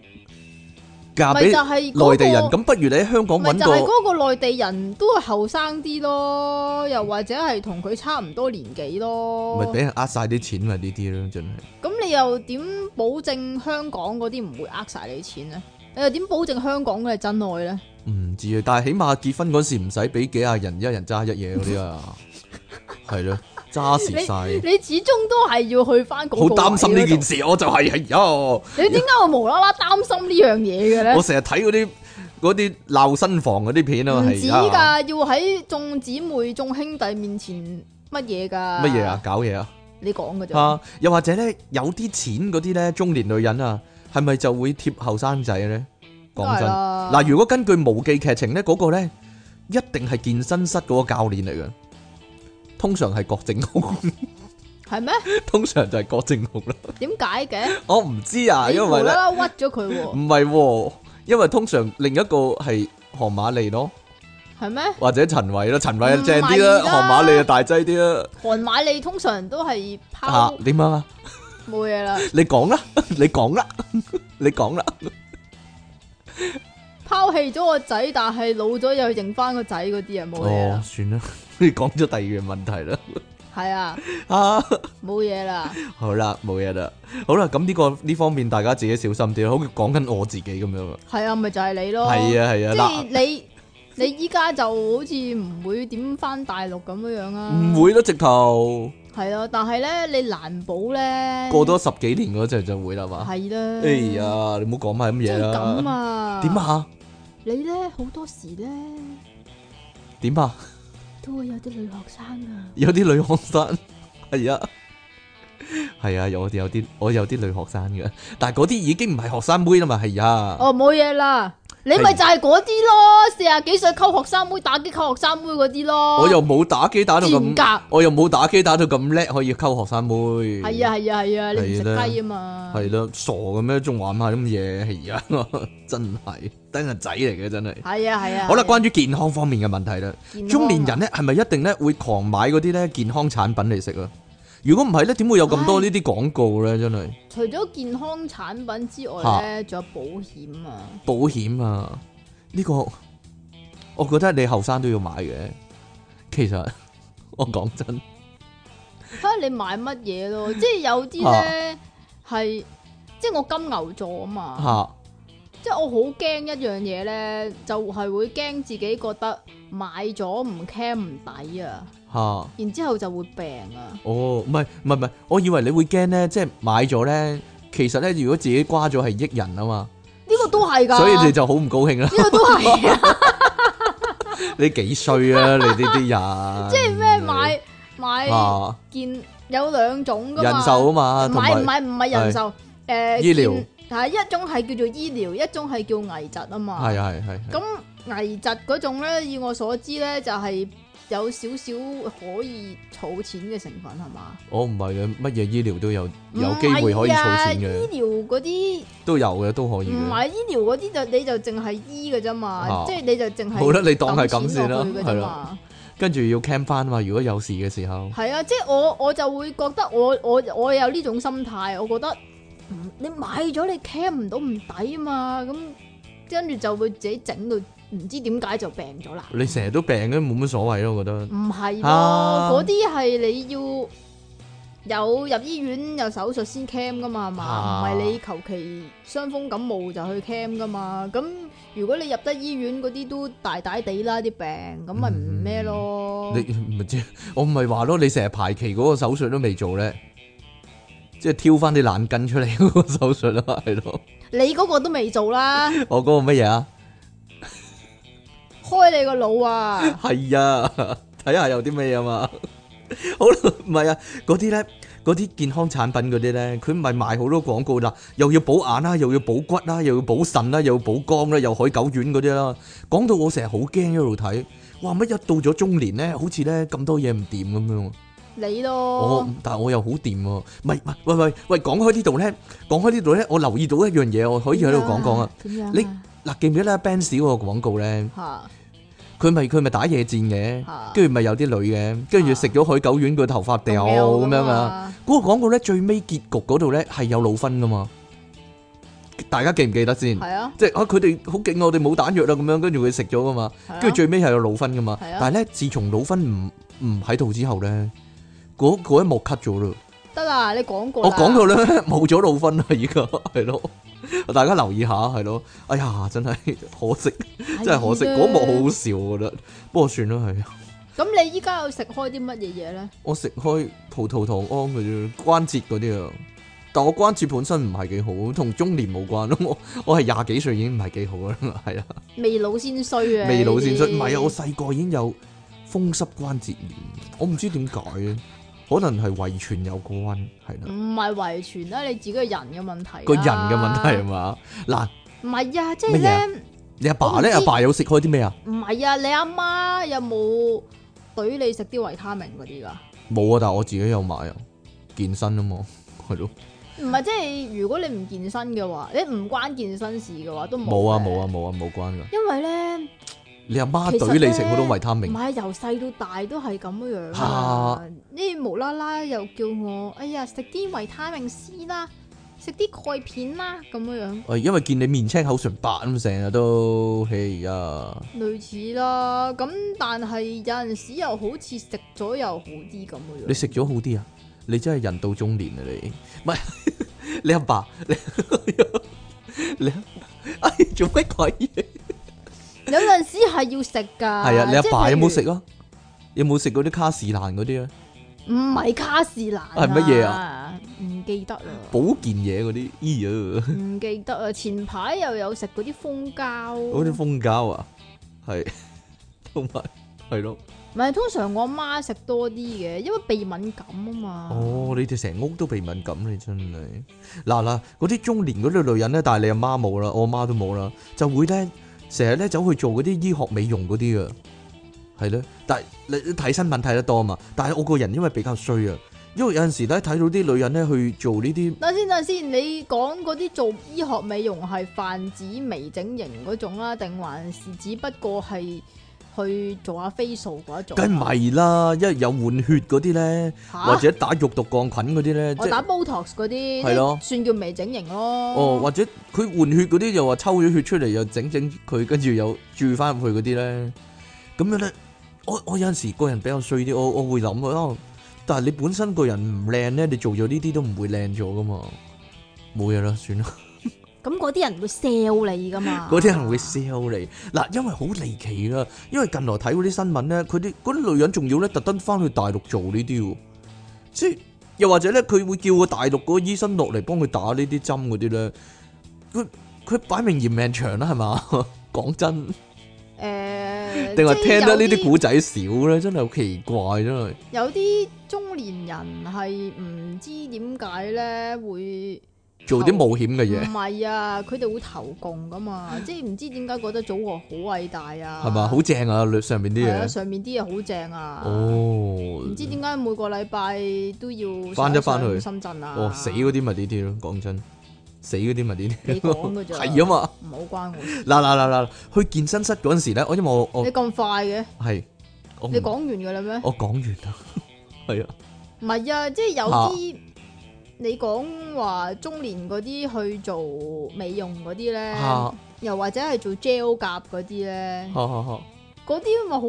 嫁
咪
俾
就係嗰個
內地人，咁不如你喺香港
咪
揾
就係
個
嗰個內地人都係後生啲咯，又或者係同佢差唔多年紀咯。
咪俾人呃晒啲錢咪呢啲咯，真係
咁你又點保證香港嗰啲唔會呃晒你錢呢？你又點保證香港嘅係真愛呢？
唔知啊！但係起碼結婚嗰時唔使俾幾廿人，一人揸一嘢嗰啲
[LAUGHS]
啊，係咯，揸
你
時晒。
你始終都係要去翻嗰
好
個
擔心呢件
事。
事，我就係係呀，
你點解會無啦啦擔心呢樣嘢嘅呢
我？成日睇嗰啲嗰啲鬧新房嗰啲片啊，
唔
係
止
呀
㗎，要喺眾姊妹、眾兄弟面前乜嘢㗎？
乜嘢啊，？搞嘢啊！
你講㗎咋？
啊，又或者咧，有啲錢嗰啲咧，中年女人啊，係咪就會貼後生仔咧？
梗
講
係
真，
啦
嗱，如果根據無記劇情咧，嗰、個咧一定係健身室嗰個教練嚟嘅，通常係郭正雄， [LAUGHS]
係咩？
通常就係郭正雄啦。
點解嘅？
我唔知啊，
你
因
無
為嗯咧
啦啦屈咗佢喎，
唔係喎，因為通常另一個係韓馬利咯，
係咩？
或者陳偉啦，陳偉
唔
就
係
正啲啦，
嗯啦
韓馬利就大劑啲啦。
韓買你通常都係
嚇
拋
點啊？
冇嘢啦，
你講啦， [LAUGHS] 你講啦，你講啦。
拋棄咗個仔，但係老咗又認翻個仔嗰啲啊，冇嘢
哦
啦，，
算啦， [LAUGHS] 你講咗第二樣問題啦。 [LAUGHS]
係啊，
啊，
冇嘢啦，
[LAUGHS] 好啦，冇嘢啦。好啦，咁呢、個呢方面大家自己小心啲啦，好似講緊我自己咁樣啊。
係啊，咪就係你咯，
係啊係
即
啊，
係你你依家就好似唔會點翻大陸咁樣樣啊，
嗱，唔會咯，直頭
係咯，但係咧你難保咧
過多十幾年嗰陣就會啦嘛。
係啦，
哎，呀，你唔好講埋咁
即
嘢
係咁
啦。
啊，
點？啊？
你咧好多時咧
點啊？
都會有啲女學生啊，
有啲女學生係啊，係啊，有我有啲我有啲女學生嘅，但係嗰啲已經唔係學生妹啦嘛，係啊。
哦冇嘢啦。你咪
係
就係嗰啲咯，四廿幾歲溝學生妹，打機溝學生妹嗰啲咯。
我又冇打機打到
賤
咁，
格。
我又冇打機打到咁叻，可以溝學生妹。
係啊係啊係啊，你唔食
係啦
雞啊嘛。
系啦，傻咁咩？仲玩下咁嘢，係啊， [LAUGHS] 真係得人仔嚟嘅，真係。
係啊係啊。
好啦，
係啊
關於健康方面嘅問題啦，
健康啊
中年人咧係咪一定咧會狂買嗰啲咧健康產品嚟食啊？如果唔係咧，點會有咁多呢啲廣告咧？真係
除咗健康產品之外咧，仲有保險啊。
保險啊！呢、個我覺得你後生都要買嘅。其實 [LAUGHS] 我講真，
睇下你買乜嘢
[LAUGHS]
咯，即係有啲咧係，即係我金牛座啊嘛，
吓
即係我好驚一樣嘢咧，就係會驚自己覺得買咗唔 care 唔抵啊，
吓。
然之後就會病啊。
哦，唔係唔係唔係，我以為你會驚咧，即係買咗咧，其實咧如果自己瓜咗係益人啊嘛，
呢個都係㗎，
所以你就好唔高興啦。
呢個都係啊，
[LAUGHS] 你幾衰啊？你呢啲人
[LAUGHS] 即係咩
[LAUGHS]
買買
啊
健有兩種㗎嘛。
人壽啊嘛，同
買唔
埋
買唔係人壽，誒
醫療
係一種係叫做醫療，一種係叫危疾啊嘛。
係啊係係係
咁危疾嗰種咧，以我所知咧，就係有少少可以儲錢嘅成分係嘛？
我唔係啊嘅，乜嘢醫療都有
啊
有機會可以儲錢
唔係啊
嘅，
醫療嗰啲
都有嘅都可以
唔
嘅。
係醫療嗰啲就你就淨係醫嘅啫嘛
啊，
即係你就淨係
好啦你當係咁先啦
抌錢落去嘅啫嘛。
跟住要 cam 翻啊嘛，如果有事嘅時候，
係啊，即係我我就會覺得我我我有呢種心態，我覺得嗯你買咗你 care 唔到唔抵啊嘛，咁跟住就會自己整到唔知點解就病咗啦。
你成日都病嘅冇乜所謂咯，我覺得。
唔係
啊
咯，嗰啲係你要有入醫院有手術先 cam 噶嘛，係嘛？唔
啊
係你求其傷風感冒就去 cam 噶嘛。咁如果你入得醫院嗰啲都大大地啦啲病，咁咪唔咩咯？
嗯你咪即係我唔係話咯，你成日排期嗰個手術都未做咧，即係挑翻啲懶筋出嚟嗰個手術啦，係咯。 [LAUGHS]
你嗰個都未做啦，
我嗰個乜嘢啊？
開你個腦啊！
係啊，睇下有啲咩啊 [LAUGHS] 嘛。好啦，唔係啊，嗰啲咧，嗰啲健康產品嗰啲咧，佢咪賣好多廣告啦，又要補眼啦，又要補骨啦，又要補腎啦，又要補肝啦，又海狗丸嗰啲啦。講到我成日好驚一路睇，哇！乜一到咗中年咧，好似咧咁多嘢唔掂咁樣。
你
我
咯，
但係我又好掂喎，唔係唔係喂喂喂，講開呢度咧，講開呢度咧，我留意到一樣嘢，我可以喺度講講啊。
點樣啊。
你嗱記唔記得 Benz 嗰個廣告咧？
吓
佢咪佢咪打野戰嘅
啊，
跟住咪有啲女嘅，跟住食咗海狗丸個頭髮掉啊
啊
咁樣啊！！嗰個廣告咧最尾結局嗰度咧係有老分噶嘛，大家記唔記得先？
係啊，
即係啊，佢哋好勁，我哋冇彈藥啦，咁樣跟住佢食咗噶嘛，
係啊
跟住最尾係有魯芬噶嘛。
係啊
但係咧，自從魯芬唔唔喺度之後咧，嗰嗰一幕 cut 咗咯。
得啦，你講過
我
啦
講到咧 [LAUGHS] 冇咗魯芬啦，而家 [LAUGHS] 係咯，大家留意下係咯。哎呀，真係可惜，
哎
真係可惜，
係啦
嗰幕好好笑，我覺得。不過算啦，係。
咁你依家有食開啲乜嘢嘢咧？
我食開葡萄糖胺嗰啲關節嗰啲啊，但我關節本身唔係幾好，同中年冇關咯。 [LAUGHS] 我我係廿幾歲已經唔係幾好啦， [LAUGHS] 係啊，
未老先衰啊！
未老先衰。
呢
唔
啲
係啊，我細個已經有風濕關節炎，我唔知點解啊，可能係遺傳有關，係啦，
唔係遺傳啦，你自己個人嘅問題。
個人嘅問題係
題。
嘛？嗱，
唔係啊，即
乜
係
嘢啊
咧，
你阿爸咧，
我唔
阿
知
爸有食開啲咩啊？
唔係啊，你阿媽有冇懟你食啲維他命嗰啲噶？
冇啊，但係我自己有買啊，健身啊嘛， [LAUGHS] 係咯，
唔係，即係如果你唔健身嘅話，你唔關健身事嘅話，都
冇啊
嘅
冇啊。冇啊冇關噶，
因為咧，
你阿媽
其實
懟你食好多
呢
維他
唔
命
係，啊由細到大都係咁樣樣
嚇
啊。呢無啦啦又叫我，哎呀食啲維他命 C 啦，食啲鈣片啦，咁樣樣。
哎誒，因為見你面青口唇白咁，成日都，嘿呀，
類似啦，咁但係有陣時又好似食咗又好啲咁嘅樣。
你食咗好啲啊！你真係人到中年啊！你唔係 [LAUGHS] 你阿爸， [LAUGHS] 你你哎做乜鬼嘢？
有陣時係要食㗎。
係啊，你阿
即係
爸有冇
譬
食啊？有冇食嗰啲卡士蘭嗰啲啊？
如？唔係卡士蘭、啊。
係乜嘢
啊？唔記
[LAUGHS]
得啦，
保健嘢嗰啲，咦呀，
唔記得啦。前排又有食嗰啲蜂膠。
嗰啲蜂膠啊，係 [LAUGHS] 同埋係咯。
唔係，通常我阿媽食多啲嘅，因為鼻敏感啊嘛。
哦，你哋成屋都鼻敏感，你真係嗱嗱嗰啲中年嗰啲女人咧，但係你阿媽冇啦，我阿媽都冇啦，就會咧成日咧走去做嗰啲醫學美容嗰啲啊，係咧，但係你你睇新聞睇得多嘛，但係我個人因為比較衰啊，因為有陣時咧睇到啲女人咧去做呢啲
等先，等先，你講嗰啲做醫學美容係泛指微整形嗰種啦，定還是只不過係去做下 facial 嗰一種啊？
梗係唔係啦，因為有換血嗰啲咧，
嚇
或者打肉毒桿菌嗰啲咧，即
啊我
係
打 Botox 嗰啲，
係咯
即算叫微整形咯。
哦，或者佢換血嗰啲又話抽咗血出嚟又整整佢，跟住又注翻入去嗰啲咧，咁樣咧，我我有陣時個人比較衰啲，我我會諗啊，哦但係你本身個人唔靚咧，你做咗呢啲都唔會靚咗噶嘛，冇嘢啦，算啦，
咁嗰啲人會 sell 你噶嘛？
[LAUGHS] 嗰啲人會 sell 你嗱，因為好離奇啦，因為近來睇嗰啲新聞咧，佢啲嗰啲女人仲要咧特登翻去大陸做呢啲喎，即係又或者咧，佢會叫個大陸嗰個醫生落嚟幫佢打呢啲針嗰啲咧，佢佢擺明嫌命長啦，係嘛？ [LAUGHS] 講真，
誒，
[LAUGHS] 定
即
係聽得呢
有
啲古仔少咧，真係好奇怪真係。
有啲中年人係唔知點解咧會
做啲冒險嘅
唔
嘢
係啊？佢哋會投共噶嘛？即係唔知點解覺得祖國好偉大啊？
係嘛？好正啊，上面啲
係啊！
嘢。
上面啲嘢好正啊！
哦，
唔知點解每個禮拜都要
返一返去
上深圳啊！
哦死嗰啲咪呢啲咯，講真，死嗰啲咪呢
你
啲
講
咯，
㗎咋
[LAUGHS] 係啊嘛。
唔好關我事。
嗱嗱嗱嗱，去健身室嗰陣時咧，我因為我我
你咁快嘅，
係我唔
你講完㗎啦咩？
我講完啦， [LAUGHS] 係啊，
唔係啊，即係有啲、你講話中年嗰啲去做美容嗰啲咧，
嚇
又或者係做 gel 甲嗰啲咧，
嚇嚇嚇
嗰啲咪好好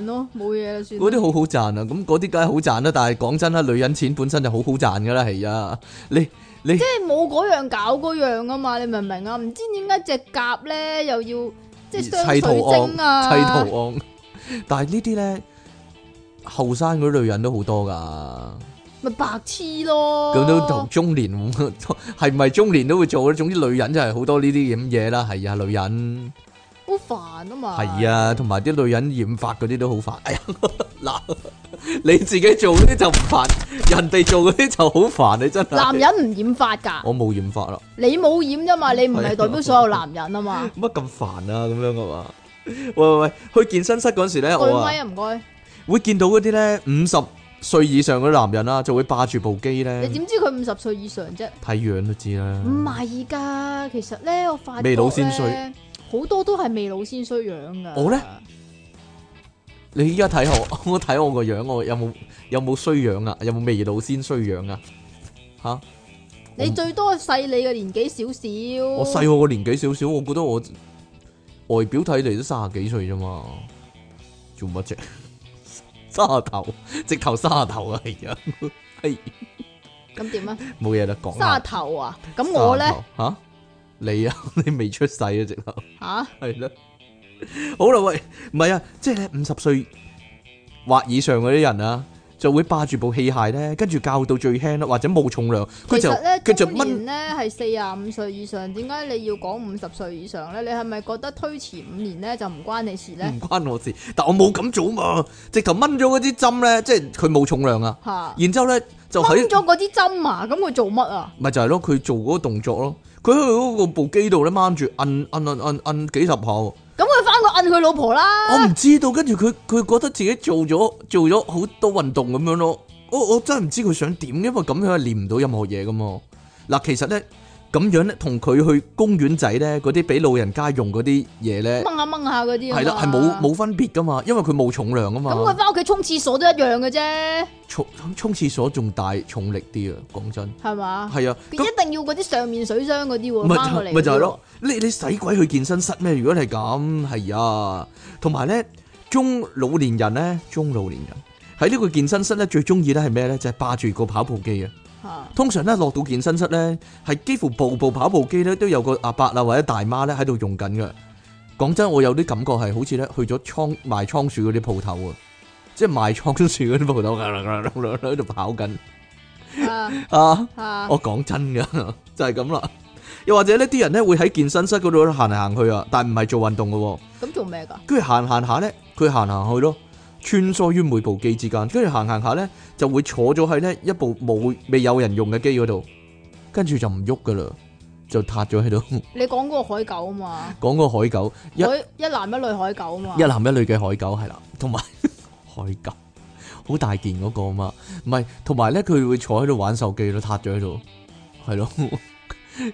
賺咯，冇嘢啦算啦。
嗰啲好好賺啊，咁嗰啲梗係好賺啦，但係講真啦，女人錢本身就好好賺噶啦，係啊，你
即係冇嗰樣搞嗰樣啊嘛，你明唔明啊？唔知點解隻甲咧又要即係雙
砌
水
圖案
晶啊，
砌圖案，但係呢啲咧後生嗰啲女人都好多噶，
咪白痴咯。
咁都同中年 [LAUGHS] 係咪中年都會做咧？總之女人就係好多呢啲咁嘢啦，係啊，女人。
好煩啊嘛。
係啊，同埋啲女人染髮嗰啲都好煩。哎呀， [LAUGHS] 嗱，你自己做嗰啲就唔煩，人哋做嗰啲就好煩，你真
男
係。
人唔染髮㗎，
我冇染髮啦，
你冇染啫嘛，你唔
哦係啊
係代表所有男人
[LAUGHS]
啊嘛。
乜咁煩啊？咁樣噶嘛？喂喂喂，去健身室嗰陣時咧，
對
我啊
咪啊，唔該。
會見到嗰啲咧五十歲以上嗰啲男人啊啦，就會霸住部機咧
你，點知佢五十歲以上啫？
睇樣都知啦。
唔係㗎，其實咧，我發覺
未老先
呢
衰，
好多都係未老先衰樣㗎。
我呢你依家睇我， [LAUGHS] 我睇我個樣，我有冇有冇衰樣啊？有冇未老先衰樣啊？吓，
你最多細你嘅年紀少少。
我細我個年紀少少，我覺得我外表睇嚟都卅幾歲啫嘛，做乜啫？ [LAUGHS] 卅頭，直頭卅頭啊，係啊，係
咁點啊？
冇嘢啦，講
沙
下。
頭啊？咁我咧
卅頭吓你啊， [LAUGHS] 你未出世啊，直頭
吓
係啦。好啦，喂，唔係啊，即係咧五十歲或以上嗰啲人啊，就會霸住部器械咧，跟住教到最輕啦，或者冇重量，佢
其
就
實咧，
佢就
中
掹
年咧係四十五歲以上，點解你要講五十歲以上咧？你係咪覺得推遲五年咧就唔關你事咧？
唔關我事，但我冇咁做嘛，直頭掹咗嗰支針咧，即係佢冇重量啊，
吓
然之後咧就
掹
喺
咗嗰啲針啊？咁佢做乜啊？
咪就係咯，佢做嗰個動作咯，佢喺嗰個部機度咧掹住摁摁摁摁摁幾十下喎，
咁佢翻去摁佢老婆啦。
我唔知道，跟住佢佢覺得自己做咗做咗好多運動咁樣咯，我我真係唔知佢想點，因為咁樣係練唔到任何嘢噶嘛。嗱，其實咧咁樣咧，同佢去公園仔咧嗰啲俾老人家用嗰啲嘢咧，
掹下掹下嗰啲啊嘛
係啦係冇。冇分別噶嘛，因為佢冇重量啊嘛。
咁佢翻屋企沖廁所都一樣嘅啫，
沖沖廁所仲大重力啲啊！講真，
係嘛？
係啊，
佢
咁
一定要嗰啲上面水箱嗰啲喎，
咪
翻過嚟
就咪就係咯。你你使鬼去健身室咩？如果係咁，係啊。同埋咧，中老年人咧，中老年人喺呢個健身室咧，最中意咧係咩咧？就係霸住個跑步機啊！
嚇。
通常咧落到健身室咧，係幾乎步步跑步機咧都有個阿伯啊或者大媽咧喺度用緊嘅。講真，我有啲感覺係好似咧去咗倉賣倉鼠嗰啲鋪頭啊，即係賣倉鼠嗰啲鋪頭 [LAUGHS] 喺度跑緊
啊
啊！
啊
我講真噶， [LAUGHS] 就係咁啦。又或者呢啲人咧會喺健身室嗰度行嚟行去啊，但唔係做運動嘅，
咁做咩噶？
跟住行行下咧，佢行行去咯，穿梭於每部機之間，跟住行行下咧就會坐咗喺咧一部冇未有人用嘅機嗰度，跟住就唔喐噶啦，就塌咗喺度。 [LAUGHS]
你講嗰個海狗啊嘛，
講個海狗，一
海一男一女海狗啊嘛
一，男一女嘅海狗係啦，同埋 [LAUGHS] 海狗好大件嗰個啊嘛，唔係，同埋咧佢會坐喺度玩手機咯，塌咗喺度，係咯， [LAUGHS]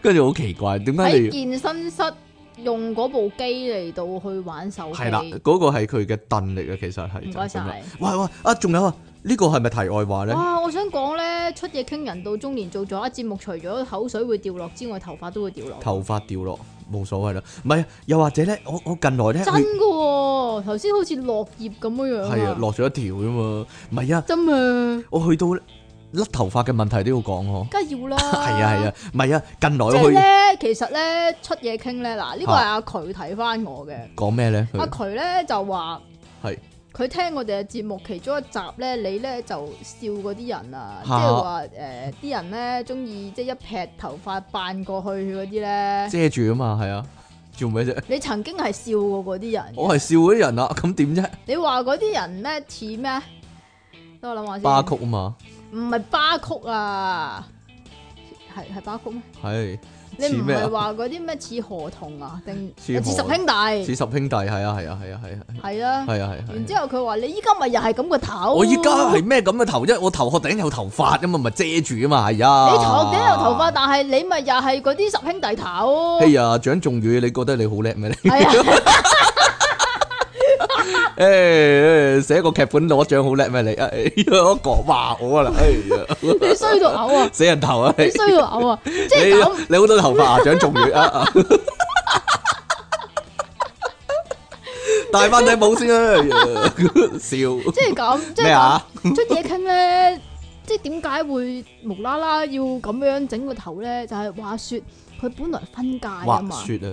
跟住好奇怪，點解你
喺
要？
健身室用嗰部機嚟到去玩手機，
系啦，
唔
嗰個係佢嘅凳嚟嘅，其實係。就係
該
咁啦
晒。
喂喂，啊，仲有啊，呢個係咪題外話咧？
哇！我想講咧，出嘢傾人到中年做咗一節目，除咗口水會掉落之外，頭髮都會掉落。
頭髮掉落冇所謂啦，唔係啊，又或者咧，我我近來咧
真
去
噶喎，頭先好似落葉咁樣樣
係啊，落咗一條啫嘛，唔係啊，
真啊，
我去到甩頭髮嘅問題都要講嗬。
梗係要啦。
係啊係啊，唔係啊，近來
即係
我去
咧，其實咧出嘢傾咧，嗱呢個係阿渠睇翻我嘅，
講咩咧？
阿
佢
渠咧就話
係
佢聽我哋嘅節目其中一集咧，你咧就笑嗰啲人啊，
嚇
即係話誒啲人咧中意即係一劈頭髮扮過去嗰啲咧，
遮住啊嘛，係啊，做咩啫？
你曾經係笑過嗰啲人嘅，
我係笑嗰啲人啊，咁點啫？
你話嗰啲人咩似咩？等我諗下先，
巴曲啊嘛，
唔係巴曲啊，係係巴曲咩？
係
你
似
唔
咩
係
啊？
話嗰啲咩似河童啊，定
似
似
河
十兄弟
似十兄弟，係啊係啊係啊係啊
係啊？
係啊係啊
然。之後佢話：你依家咪又係咁個頭。
我依家係啊咩咁嘅頭啫？我頭殼頂有頭髮啊嘛，咪遮住啊嘛，係啊！
你頭頂有頭髮，但係你咪又係嗰啲十兄弟頭。
哎呀，蔣仲宇，你覺得你好叻咩？
[LAUGHS]
你
係啊，
誒誒哎寫個劇本攞獎好叻咩？你哎呀我講話我啦，哎呀，
你衰到
[LAUGHS]
嘔啊！
死人頭啊！你
你衰到嘔啊！即係咁，
你你好多頭髮啊，蔣仲宇啊！
[LAUGHS]
啊戴翻頂帽先啦，哎呀笑
即係咁，即
咩
係咁
啊？
出嘢傾咧，即係點解會無啦啦要咁樣整個頭咧？就係話說佢本來分界啊
滑
嘛，
雪啊，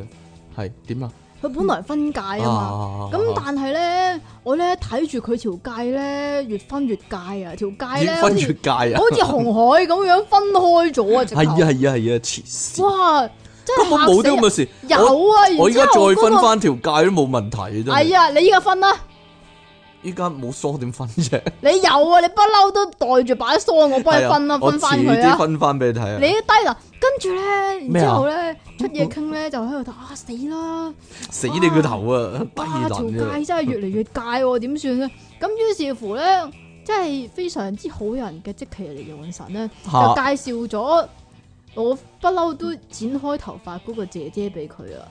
係點啊？
佢本來分界啊嘛。
啊
咁但係咧，我咧睇住佢條界咧，越分越界啊！條界咧
已
好
分越
似
界啊！
好似紅海咁樣分開咗啊！直頭
係啊係啊係啊，黐線！
哇！真係
根本冇
嚇
啲咁
死人
嘅事。
有
我
啊！然之後
我依家再
嗰個
分，翻條界都冇問題真係
係啊！你依家分啦，
依家冇梳點分啫，
你有啊！你不嬲都袋住把梳，我幫你分啦，
係啊我
分翻
遲
佢
啲
啊！
分翻俾你睇
你
啊！
一低啦，跟住咧，然
咩
之
啊
後咧出嘢傾咧，就喺度打啊死啦！
死你個頭啊！低
哇，條
能啊！
界真係越嚟越界喎，點算咧？咁於是乎咧，即係非常之好人嘅即其嚟用神咧，就
嚇
介紹咗我不嬲都剪開頭髮嗰個姐姐俾佢啊！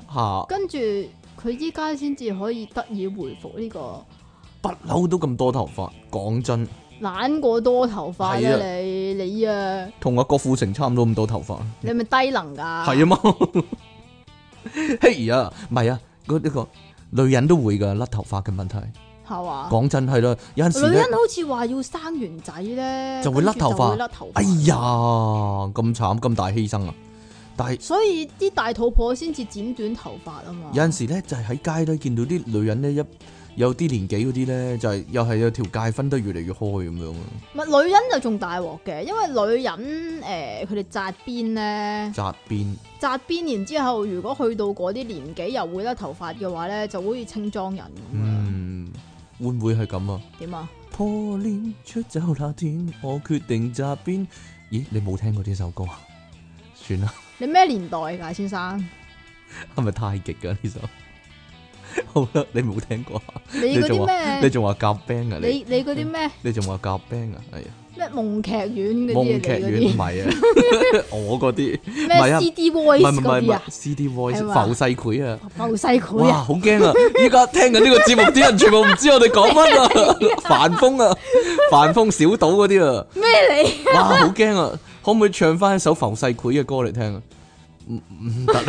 嚇，
跟住佢依家先至可以得以回復呢個
不嬲都咁多頭髮，講真
懶過多頭髮
係
啦，
啊
你你啊，
同阿郭富城差唔多咁多頭髮。
你係咪低能㗎？
系啊嘛， [LAUGHS] 嘿呀，唔系啊，嗰呢個女人都會噶甩頭髮嘅問題。
係嘛？
講真係啦，有陣時
啊女
咧
人，好似話要生完仔咧，
就會甩
跟住
頭髮
會甩頭髮
哎呀，咁慘咁大犧牲啊！但係
所以啲大肚婆先至剪短頭髮啊嘛。
有陣時咧，就係喺街咧見到啲女人咧，一有啲年紀嗰啲咧，就係又係有條界分得越嚟越開咁樣
[LAUGHS]
啊，
唔係女人就仲大鑊嘅，因為女人誒佢哋紮邊咧，
扎邊
紮邊然之後，如果去到嗰啲年紀又會甩頭髮嘅話咧，就好似清裝人咁樣
嗯，會唔會係咁啊？
點啊？
破年出走那天，我決定扎邊。咦，你冇聽過呢首歌啊？ [LAUGHS] 算啦。
你咩年代㗎，先生？
系咪太極噶呢首？ [LAUGHS] 好啦，你冇聽過啊？
你
你
嗰
仲
啲
話你
咩？
仲話夾 band 啊？你
你你嗰啲咩
你仲話夾 band 啊？係啊，
咩夢劇院嗰啲
夢
啊
劇
你
院唔
嗰
係啊，
[LAUGHS]
我嗰啲唔
啲
係啊
咩 CD
係
Voice
唔係
嗰
唔
啲啊
係，CD
係
Voice
嘛
浮世繪啊！
浮世繪
哇，
啊，
好驚
[LAUGHS]
啊！依家聽緊呢個節目啲人全部唔知我哋講乜啊！ [LAUGHS] 凡風啊，凡風小島嗰啲啊，
咩你？
哇，好驚啊！可唔可以唱翻一首浮世繪嘅歌嚟聽啊？唔唔得啦，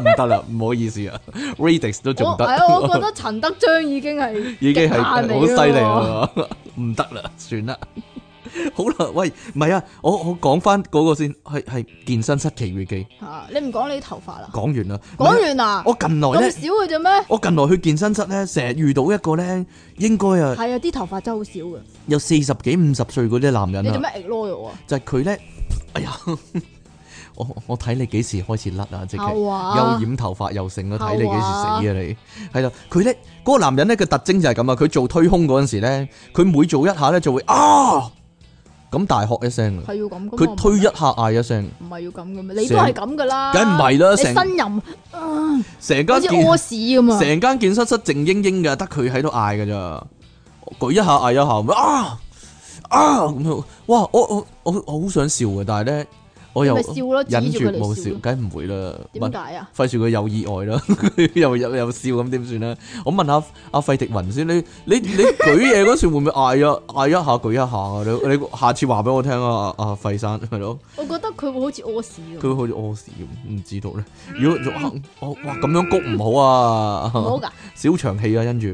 唔得啦，唔好意思啊，Radix 都仲
我
得。
係我覺得陳德章已經
[LAUGHS]
係
已經係好
極限嚟㗎啊
犀利啊
喎。
啦， [LAUGHS] 唔得啦，算啦。好啦，喂，唔係啊，我我講翻嗰個先，係係健身室奇遇記，
嚇啊你唔講你頭髮啦？
講完啦。啊
講完啊啦，
我近來
咁
咧，
少嘅啫咩？
我近來去健身室咧，成日遇到一個咧，應該啊
係啊，啲頭髮真係好少嘅。
有四十幾五十歲嗰啲男
你
人
做
啊，
咩 ignore 我啊？
就係佢咧，哎呀， [LAUGHS] 我我睇你幾時開始甩啊，即係。
又
又染頭髮又剩啦，睇你幾時死啊
啊
你！係啦，佢咧嗰個男人咧嘅特徵就係咁啊，佢做推胸嗰陣時咧，佢每做一下咧就會啊咁大喝一聲啊
係要咁㗎嘛
佢推一下嗌一聲，
唔係要咁嘅咩？你都係咁噶啦，
梗唔係啦
你
成
呻吟，啊
成
好
間
似屙
健
屎咁啊！
成間健身室靜英英嘅，得佢喺度嗌嘅咋，舉一下嗌一下咁啊啊咁樣，哇！我我我我好想笑嘅，但係咧我又
你咪笑咯指住佢
忍住
嚟
冇
笑
笑，
咯
梗唔會啦。
點解啊？
費事佢有意外啦， [LAUGHS] 又又又笑咁點算咧？我問下阿費迪雲先，你你你舉嘢嗰時會唔會嗌啊嗌一下舉一下啊？你你下次話俾我聽啊，阿阿費生係咯，
我覺得佢會好似屙屎咁，
佢好似屙屎咁，唔知道咧。如果我哇咁樣谷唔好啊，
唔好㗎，
小長氣啊，跟住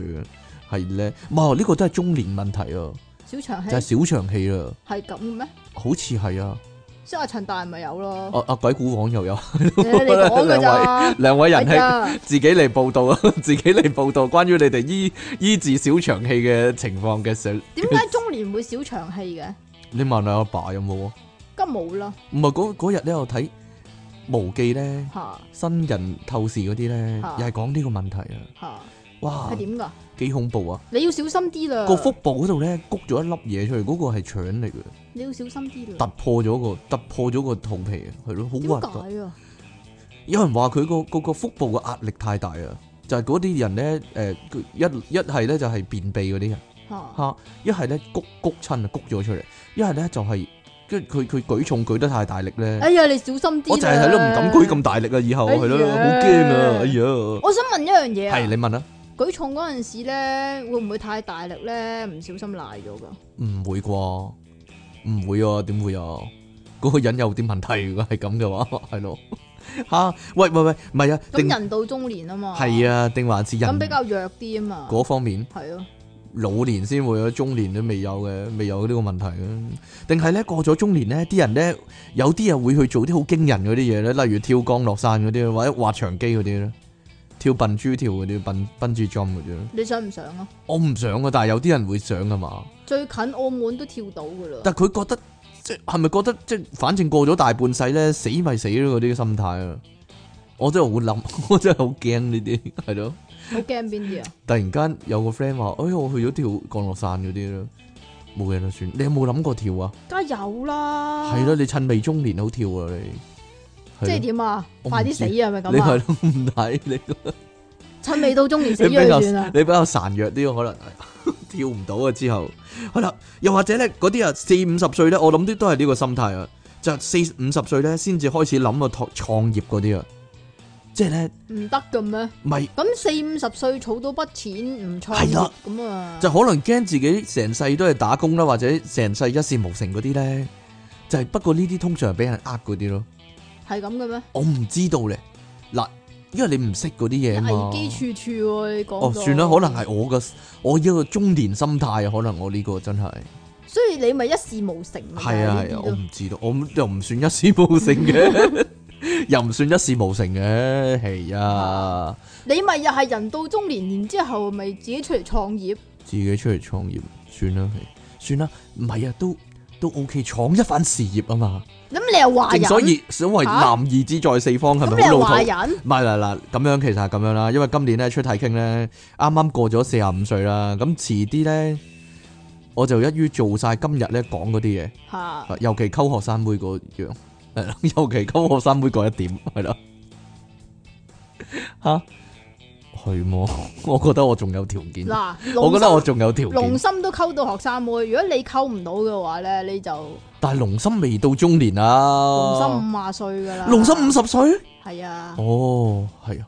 係咧，唔係呢個都係中年問題啊，
小長氣
就係小長氣啦，
係咁嘅咩？
好似係啊，
所以阿陳大咪有
[LAUGHS]
咯，
阿阿鬼古王又有，
哦你講㗎咋？
[LAUGHS] 兩位人
係
氣。
啊
自己嚟報道啊， [LAUGHS] 自己嚟報道關於你哋醫醫治小腸氣嘅情況嘅事。
點解中年會小長氣嘅？
你問下阿爸有冇啊？
梗冇啦
唔係嗰嗰日咧，我睇無記咧
嚇
新人透視嗰啲咧，
啊
又係講呢個問題啊！
嚇
哇
係，點㗎？
幾恐怖啊！
你要小心啲啦，
個腹部嗰度咧，谷咗一粒嘢出嚟，嗰、個係腸嚟嘅，
你要小心啲
突
啦。
破咗個突破咗個肚皮啊，係咯，好核
點
突。
解啊？
有人話佢個個個腹部嘅壓力太大啊，就係嗰啲人咧，誒、佢一一係咧就係便秘嗰啲人。
嚇
吓，一係咧谷谷親啊，谷咗出嚟；一係咧就係跟住佢佢舉重舉得太大力咧，
哎呀，你小心啲啦。
我就係喺度唔敢舉咁大力啊！以後
哎呀
係咯，好驚啊！哎呀，
我想問一樣嘢啊
係你問啦，
舉重嗰陣時咧，會唔會太大力咧？唔小心賴咗噶？
唔會啩？唔會啊？點會啊？嗰個人有啲問題，如果係咁嘅話，係咯 [LAUGHS] 吓，喂喂喂，唔係啊，定
咁人到中年啊嘛，
係，啊，定還是
咁
人
比較弱啲啊嘛，
嗰方面？
係咯，
老年先會有，中年都未有嘅，未有呢個問題嘅。定係咧過咗中年咧，啲人咧有啲人會去做啲好驚人嗰啲嘢咧，例如跳江落山嗰啲，或者滑翔機嗰啲咧，跳笨豬跳嗰啲，笨笨豬 jump 嗰啲咧。
你想唔想啊？
我唔想啊，但係有啲人會想噶嘛。
最近澳門都跳到噶啦，
但係佢覺得即係咪覺得即係反正過咗大半世咧，死咪死咯嗰啲心態啊！我真係好諗， [LAUGHS] 我真係好驚呢啲係咯。
好驚邊啲啊？
突然間有個 friend 話：，哎，我去咗跳降落傘嗰啲啦，冇嘢啦，算。你有冇諗過跳啊？
梗係有啦，
係啦，，你趁未中年好跳啊你。
啊即係
係咯
點啊？
我唔
快啲
知
死啊？係咪
你
咁啊？
係咯，唔睇你都
趁未到中年死
你
咗
比
就
較
算啦，
你比較孱弱啲，可能 [LAUGHS] 跳唔到啊。之後係啦，又或者咧嗰啲啊四五十歲咧，我諗啲都係呢個心態啊，就係四五十歲咧先至開始諗個拓創業嗰啲啊，即係咧，
唔得嘅咩？
咪
咁四五十歲儲到筆錢唔創
係啦
業咁啊，
就可能驚自己成世都係打工啦，或者成世一事無成嗰啲咧，就係、不過呢啲通常係俾人呃嗰啲咯，
係咁嘅咩？
我唔知道咧。嗱，因為你唔識嗰啲嘢啊嘛。
危機處處喎，你講
哦，
到
算啦，可能係我嘅我一個中年心態啊，可能我呢個真係
所以你咪一事無成㗎
係啊
呢
係
啲
啊，
都
我唔知道，我唔又唔算一事無成嘅，
[LAUGHS]
又唔算一事無成嘅，係啊，
你咪又係人到中年，然之後咪自己出嚟創業，
自己出嚟創業，算啦，係算啦，唔係啊，都都 OK，闖一番事業啊嘛，
咁你又話
正
人，
所以所謂
嚇
男兒志在四方，係
咁
咪
你
好
又
老
話
土？
人，
唔係嗱嗱，咁樣其實係咁樣啦，因為今年咧出體傾咧，啱啱過咗四十五歲啦，咁遲啲咧我就一於做晒今日咧講嗰啲嘢。
嚇
尤其溝學生妹嗰樣， [LAUGHS] 係啦，尤其溝學生妹嗰一點，係啦，吓係麼？ [LAUGHS] 我覺得我仲有條件，
嗱，
我覺
龍
得我
心
仲有條
龍
件，
心都溝到學生妹，如果你溝唔到嘅話咧，你就
但係龍心未到中年啊，
龍心五啊歲㗎啦，
龍心五十歲，
係啊，
哦，係啊，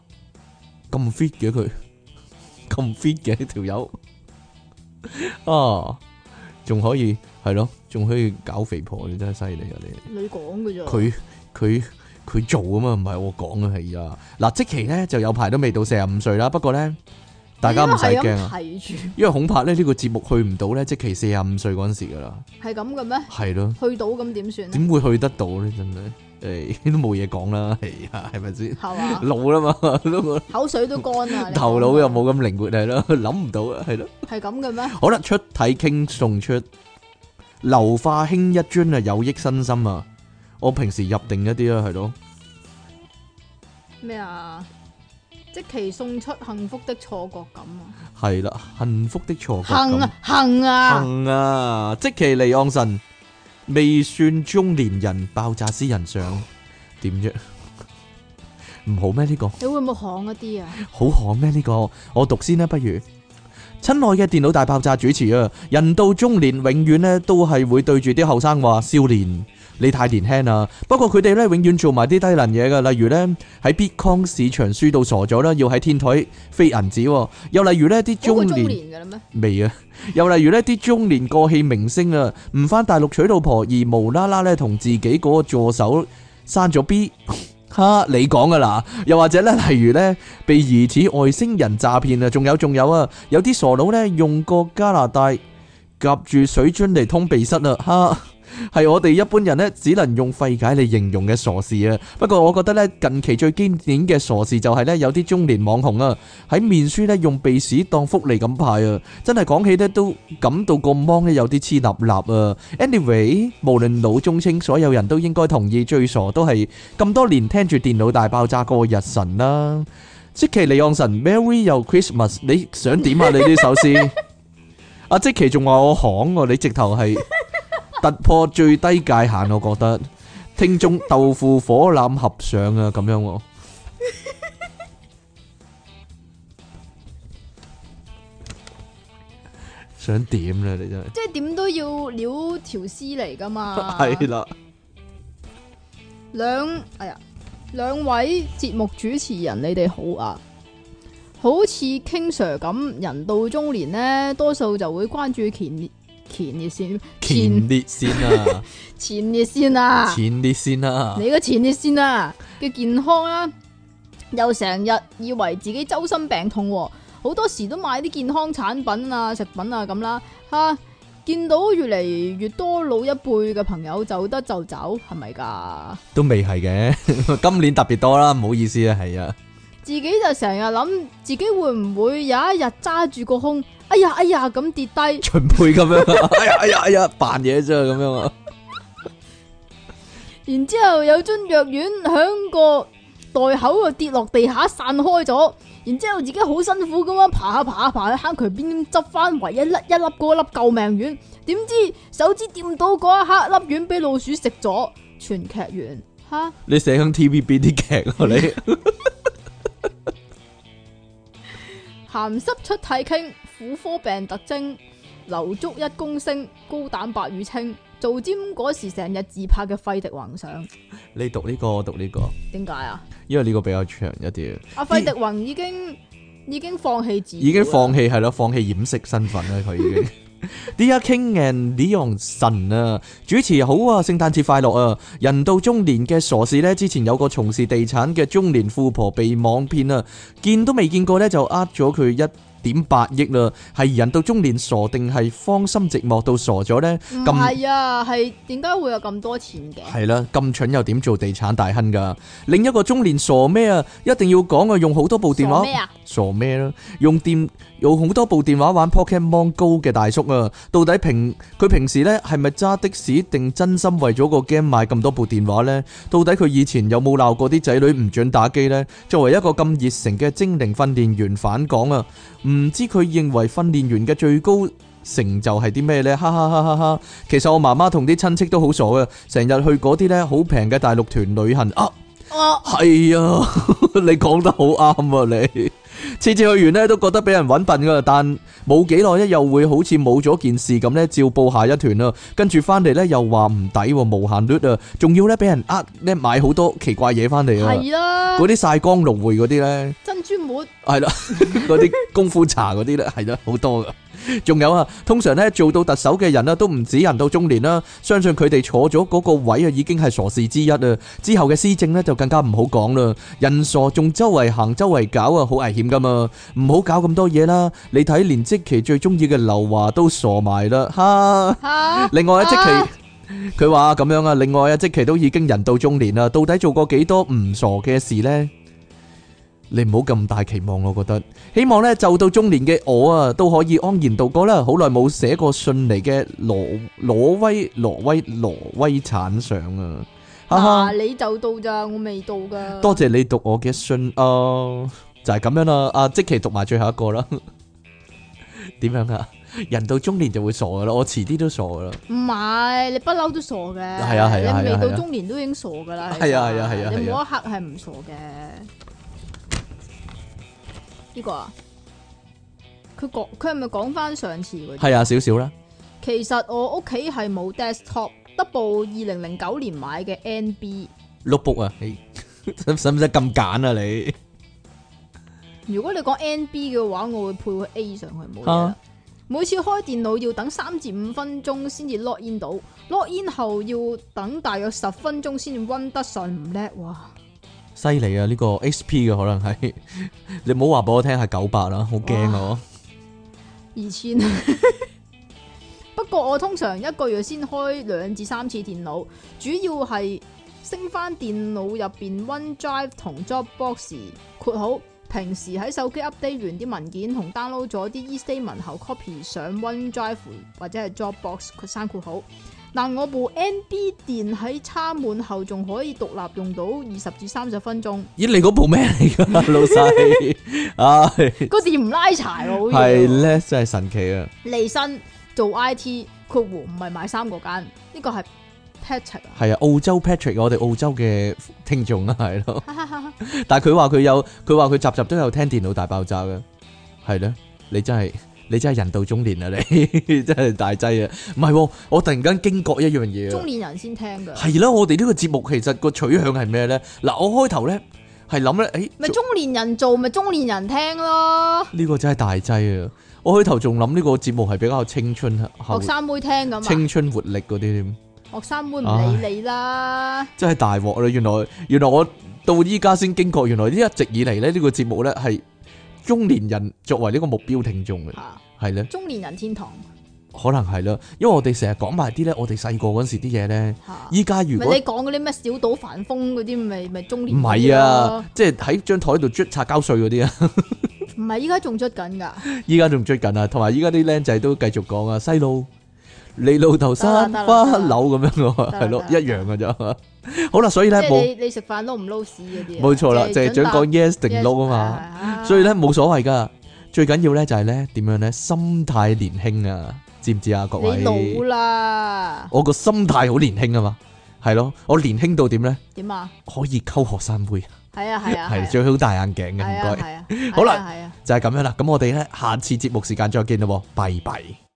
咁 fit 嘅佢，咁 fit 嘅呢條友， [LAUGHS] 啊，仲可以係咯，仲可以搞肥婆，你真係犀利啊你！
你講嘅啫，
佢佢佢做啊嘛，唔係我講啊，係啊。嗱，即期咧就有排都未到四十五歲啦，不過咧大家唔使
你都係
驚
咁
啊，
提住，
因為恐怕咧呢個節目去唔到咧，即期四十五歲嗰陣時噶啦，
係咁嘅咩？
係咯，
去到咁點算咧？
點會去得到咧？真係，誒 [LAUGHS] 都冇嘢講啦，係啊，係咪先？
係嘛？
老啦嘛， [LAUGHS] 都個
口水都
[LAUGHS]
乾啦，你
頭腦又冇咁靈活係 [LAUGHS] 咯，諗唔到啊，係咯。
係咁嘅咩？
好啦，出體傾送出硫化氫一樽啊，有益身心啊。我平時入定一啲啦，係咯。
咩啊？即其送出幸福的錯覺感啊！
系啦，幸福的錯覺
幸
感
啊，幸啊！
幸啊！即其離岸神未算中年人，爆炸私人相點啫？唔好咩呢、個
你會唔會行一啲啊？
好行咩呢、個我讀先啦，不如。親愛嘅電腦大爆炸主持啊，人到中年永遠呢都係會對住啲後生話少年，你太年輕啦。不過佢哋呢永遠做埋啲低能嘢噶，例如呢喺 Bitcoin 市場輸到傻咗啦，要喺天台飛銀紙喎，又例如呢啲
嗰個
中
中
年。
年嘅啦咩？
未啊， [LAUGHS] 又例如呢啲中年過氣明星啊，唔翻大陸娶老婆，而無啦啦咧同自己嗰個助手生咗 B，哈， [LAUGHS] 你講噶啦，又或者呢， [LAUGHS] 例如呢，被疑似外星人詐騙啊，仲有仲有啊，有啲傻佬呢，用個加拿大夾住水樽嚟通鼻塞啊，哈。 [LAUGHS] 係我哋一般人呢，只能用費解嚟形容嘅傻事啊。不過我覺得呢，近期最經典嘅傻事就係呢，有啲中年網紅啊，喺面書呢，用鼻屎當福利咁派啊。真係講起咧，都感到個芒咧有啲黐立立啊。Anyway，無論老中青，所有人都應該同意，最傻都係咁多年聽住電腦大爆炸過日神啦。即其利昂神 Merry 又 Christmas，你想點啊？你呢首詩？阿即其仲話我行喎，你直頭係突破最低界限，我覺得聽眾豆腐火腩合上啊，咁樣喎。想點咧？你真係
即係點都要撩條絲嚟噶嘛？
[LAUGHS] 係啦。
兩哎呀，兩位節目主持人，你哋好啊！好似 King Sir 咁，人到中年呢，多數就會關注前列前列腺
前
前
列腺啊，
前列腺啊！
前列腺啊，
你個前列腺啊嘅健康啦、又成日以為自己周身病痛、喎，好多時都買啲健康產品啊、食品啊咁啦，吓、見到越嚟越多老一輩嘅朋友走得就走，係咪㗎？
都未係嘅， [LAUGHS] 今年特別多啦，唔好意思啊，係啊， [LAUGHS]
自己就成日諗自己會唔會有一日揸住個胸，哎呀哎呀咁跌低，
秦沛咁樣 [LAUGHS] 啊，哎呀哎呀哎呀，扮嘢啫咁樣啊，
然之後有樽藥丸響個袋口度跌落地下散開咗，然之後自己好辛苦咁樣爬下爬下爬去坑渠邊執翻唯一粒一粒嗰粒救命丸，點知手指掂到嗰一刻粒丸俾老鼠食咗，全劇完吓，
你寫緊 TVB 啲劇啊你，
鹹濕出體傾，婦科病特徵，流足一公升，高蛋白乳清，做尖嗰時成日自拍嘅費迪宏相，
[LAUGHS] 你讀呢個，我讀呢個，
點解啊？
因為呢個比較長一啲，啊
阿費迪宏已經已經放棄自己，
已經放棄係咯，放棄掩飾身份啦，佢已經。Dear King and Leon 神啊，主持好啊，聖誕節快樂啊！人到中年嘅傻事呢，之前有個從事地產嘅中年富婆被網騙啊，見都未見過呢，就呃咗佢一點八億啦，係人到中年傻定係芳心寂寞到傻咗呢？
唔係啊，係點解會有咁多錢嘅？
系啦，咁蠢又點做地產大亨噶？另一個中年傻咩啊？一定要講啊，用好多部電
傻
話
咩啊？
傻咩啦？用電用好多部電話玩 Pokemon Go 嘅大叔啊，到底平佢平時呢係咪揸的士定真心為咗個 game 買咁多部電話呢？到底佢以前有冇鬧過啲仔女唔准打機呢？作為一個咁熱誠嘅精靈訓練員返港啊，唔知佢認為訓練員嘅最高成就係啲咩呢？哈哈哈哈哈！其實我媽媽同啲親戚都好傻嘅，成日去嗰啲呢好平嘅大陸團旅行啊。
哦，
係啊， [LAUGHS] 你講得好啱啊！你次次去完呢都覺得俾人揾笨噶，但冇幾耐呢又會好似冇咗件事咁呢，照報下一團啦。跟住翻嚟呢又話唔抵喎，無限率啊，仲要呢俾人呃呢買好多奇怪嘢翻嚟啊！
係啦
嗰，啲晒光蘆薈嗰啲呢。
珍珠沫
系啦， [LAUGHS] 嗰啲功夫茶嗰啲咧，系啦，好多噶。仲有啊，通常咧做到特首嘅人啊啦，都唔止人到中年啦，相信佢哋坐咗嗰個位啊，已經係傻事之一啊。之後嘅施政咧就更加唔好講啦，人傻仲周圍行周圍搞啊，好危險噶嘛，唔好搞咁多嘢啦。你睇連即期最中意嘅劉華都傻埋啦，哈！
吓，
另外啊，即
啊
期佢話咁樣啊，另外啊，即期都已經人到中年啦，到底做過幾多唔傻嘅事呢？你唔好咁大期望，我覺得希望呢，就到中年嘅我啊，都可以安然度過啦。好耐冇寫過信嚟嘅挪挪威挪威挪威產相啊， [LAUGHS] 哈哈
嗱！你就到咋，我未到噶。
多謝你讀我嘅信啊，就係咁樣啦。阿即期讀埋最後一個啦， [LAUGHS] 點樣啊？人到中年就會傻噶啦，我遲啲都傻噶啦。
唔係，你不嬲都傻嘅。
係啊係啊係啊
你未
係啊
到中年都已經傻噶啦。
係啊係啊係啊係啊
你冇一刻係唔傻嘅。呢個啊，佢講佢係咪講翻上次嗰啲？
係啊，少少啦。
其實我屋企係冇 desktop，double 二零零九年買嘅 NB。
notebook 啊，你使使唔使咁揀啊你？
如果你講 NB 嘅話，我會配個 A 上去冇嘢啦
啊
每次開電腦要等三至五分鐘先至 log in 到，log in 後要等大約十分鐘先至温得順，唔叻哇！
犀利啊！呢、個 XP 嘅可能 [LAUGHS] 係你唔好話俾我聽係九百啦，好驚啊！
二千。 [LAUGHS] 不過我通常一個月先開兩至三次電腦，主要係升翻電腦入邊 OneDrive 同 Dropbox 括號。平時喺手機 update 完啲文件同 download 咗啲 e-statement 後 copy 上 OneDrive 或者係 Dropbox 括刪括號。但我部 NB 電喺插滿後仲可以獨立用到二十至三十分鐘，
咦，你嗰部咩嚟 [LAUGHS] 㗎，老細？唉，
個電唔拉柴喎，好嘢喎
係咧，真係神奇啊！
利申做 I T 括弧唔係買衫嗰間，呢個係 Patrick
係啊，澳洲 Patrick，我哋澳洲嘅聽眾啊，係咯。
啊，
但係佢話佢有，佢話佢集集都有聽電腦大爆炸嘅，係咧，你真係你真係人到中年 [LAUGHS] 啊！你真係大劑啊！唔係喎，我突然間驚覺一樣嘢啊
中！年人先聽噶，
係啦，我哋呢個節目其實個取向係咩咧？嗱，我開頭咧係諗咧，誒、做
咪中年人做咪中年人聽咯，
呢、個真係大劑啊！我開頭仲諗呢個節目係比較青春後
學生妹聽咁啊，
青春活力嗰啲添，
學生妹唔理你啦，
真係大鑊啦！原來原來我到依家先驚覺，原來呢一直以嚟咧呢個節目咧係中年人作為呢個目標聽眾嘅，
嚇
係咧，
中年人天堂
可能係啦，因為我哋成日講埋啲咧我哋細個嗰陣時啲嘢咧，
嚇，咪
依家如
你
果
講嗰啲咩小島繁風嗰啲咪咪中
唔
年人咯
係啊，，即係喺張台度捽擦膠碎嗰啲啊。
唔係依家仲出緊㗎，
依家仲追緊啊，同埋依家啲僆仔都繼續講啊，細路你老豆生
得啦
花
得啦
柳咁樣喎，
得啦
係咯，一
得啦
樣嘅啫。好啦，所以
即
咧
係
冇
你你食飯撈唔撈屎嗰啲啊，
冇錯啦，就係
準
想
答
講 yes 定 no 啊嘛，
嘛
所以咧冇所謂噶，最緊要咧就係咧點樣咧心態年輕啊，知唔知啊各
你老
位？
啦，
我個心態好年輕啊嘛，係咯，我年輕到點咧？
點啊？
可以溝學生妹，
係啊係啊，係啊
係最好戴眼鏡嘅，唔
係啊，
該，
係啊，
好啦
係啊，
就係咁樣啦。咁我哋咧下次節目時間再見咯喎，拜拜。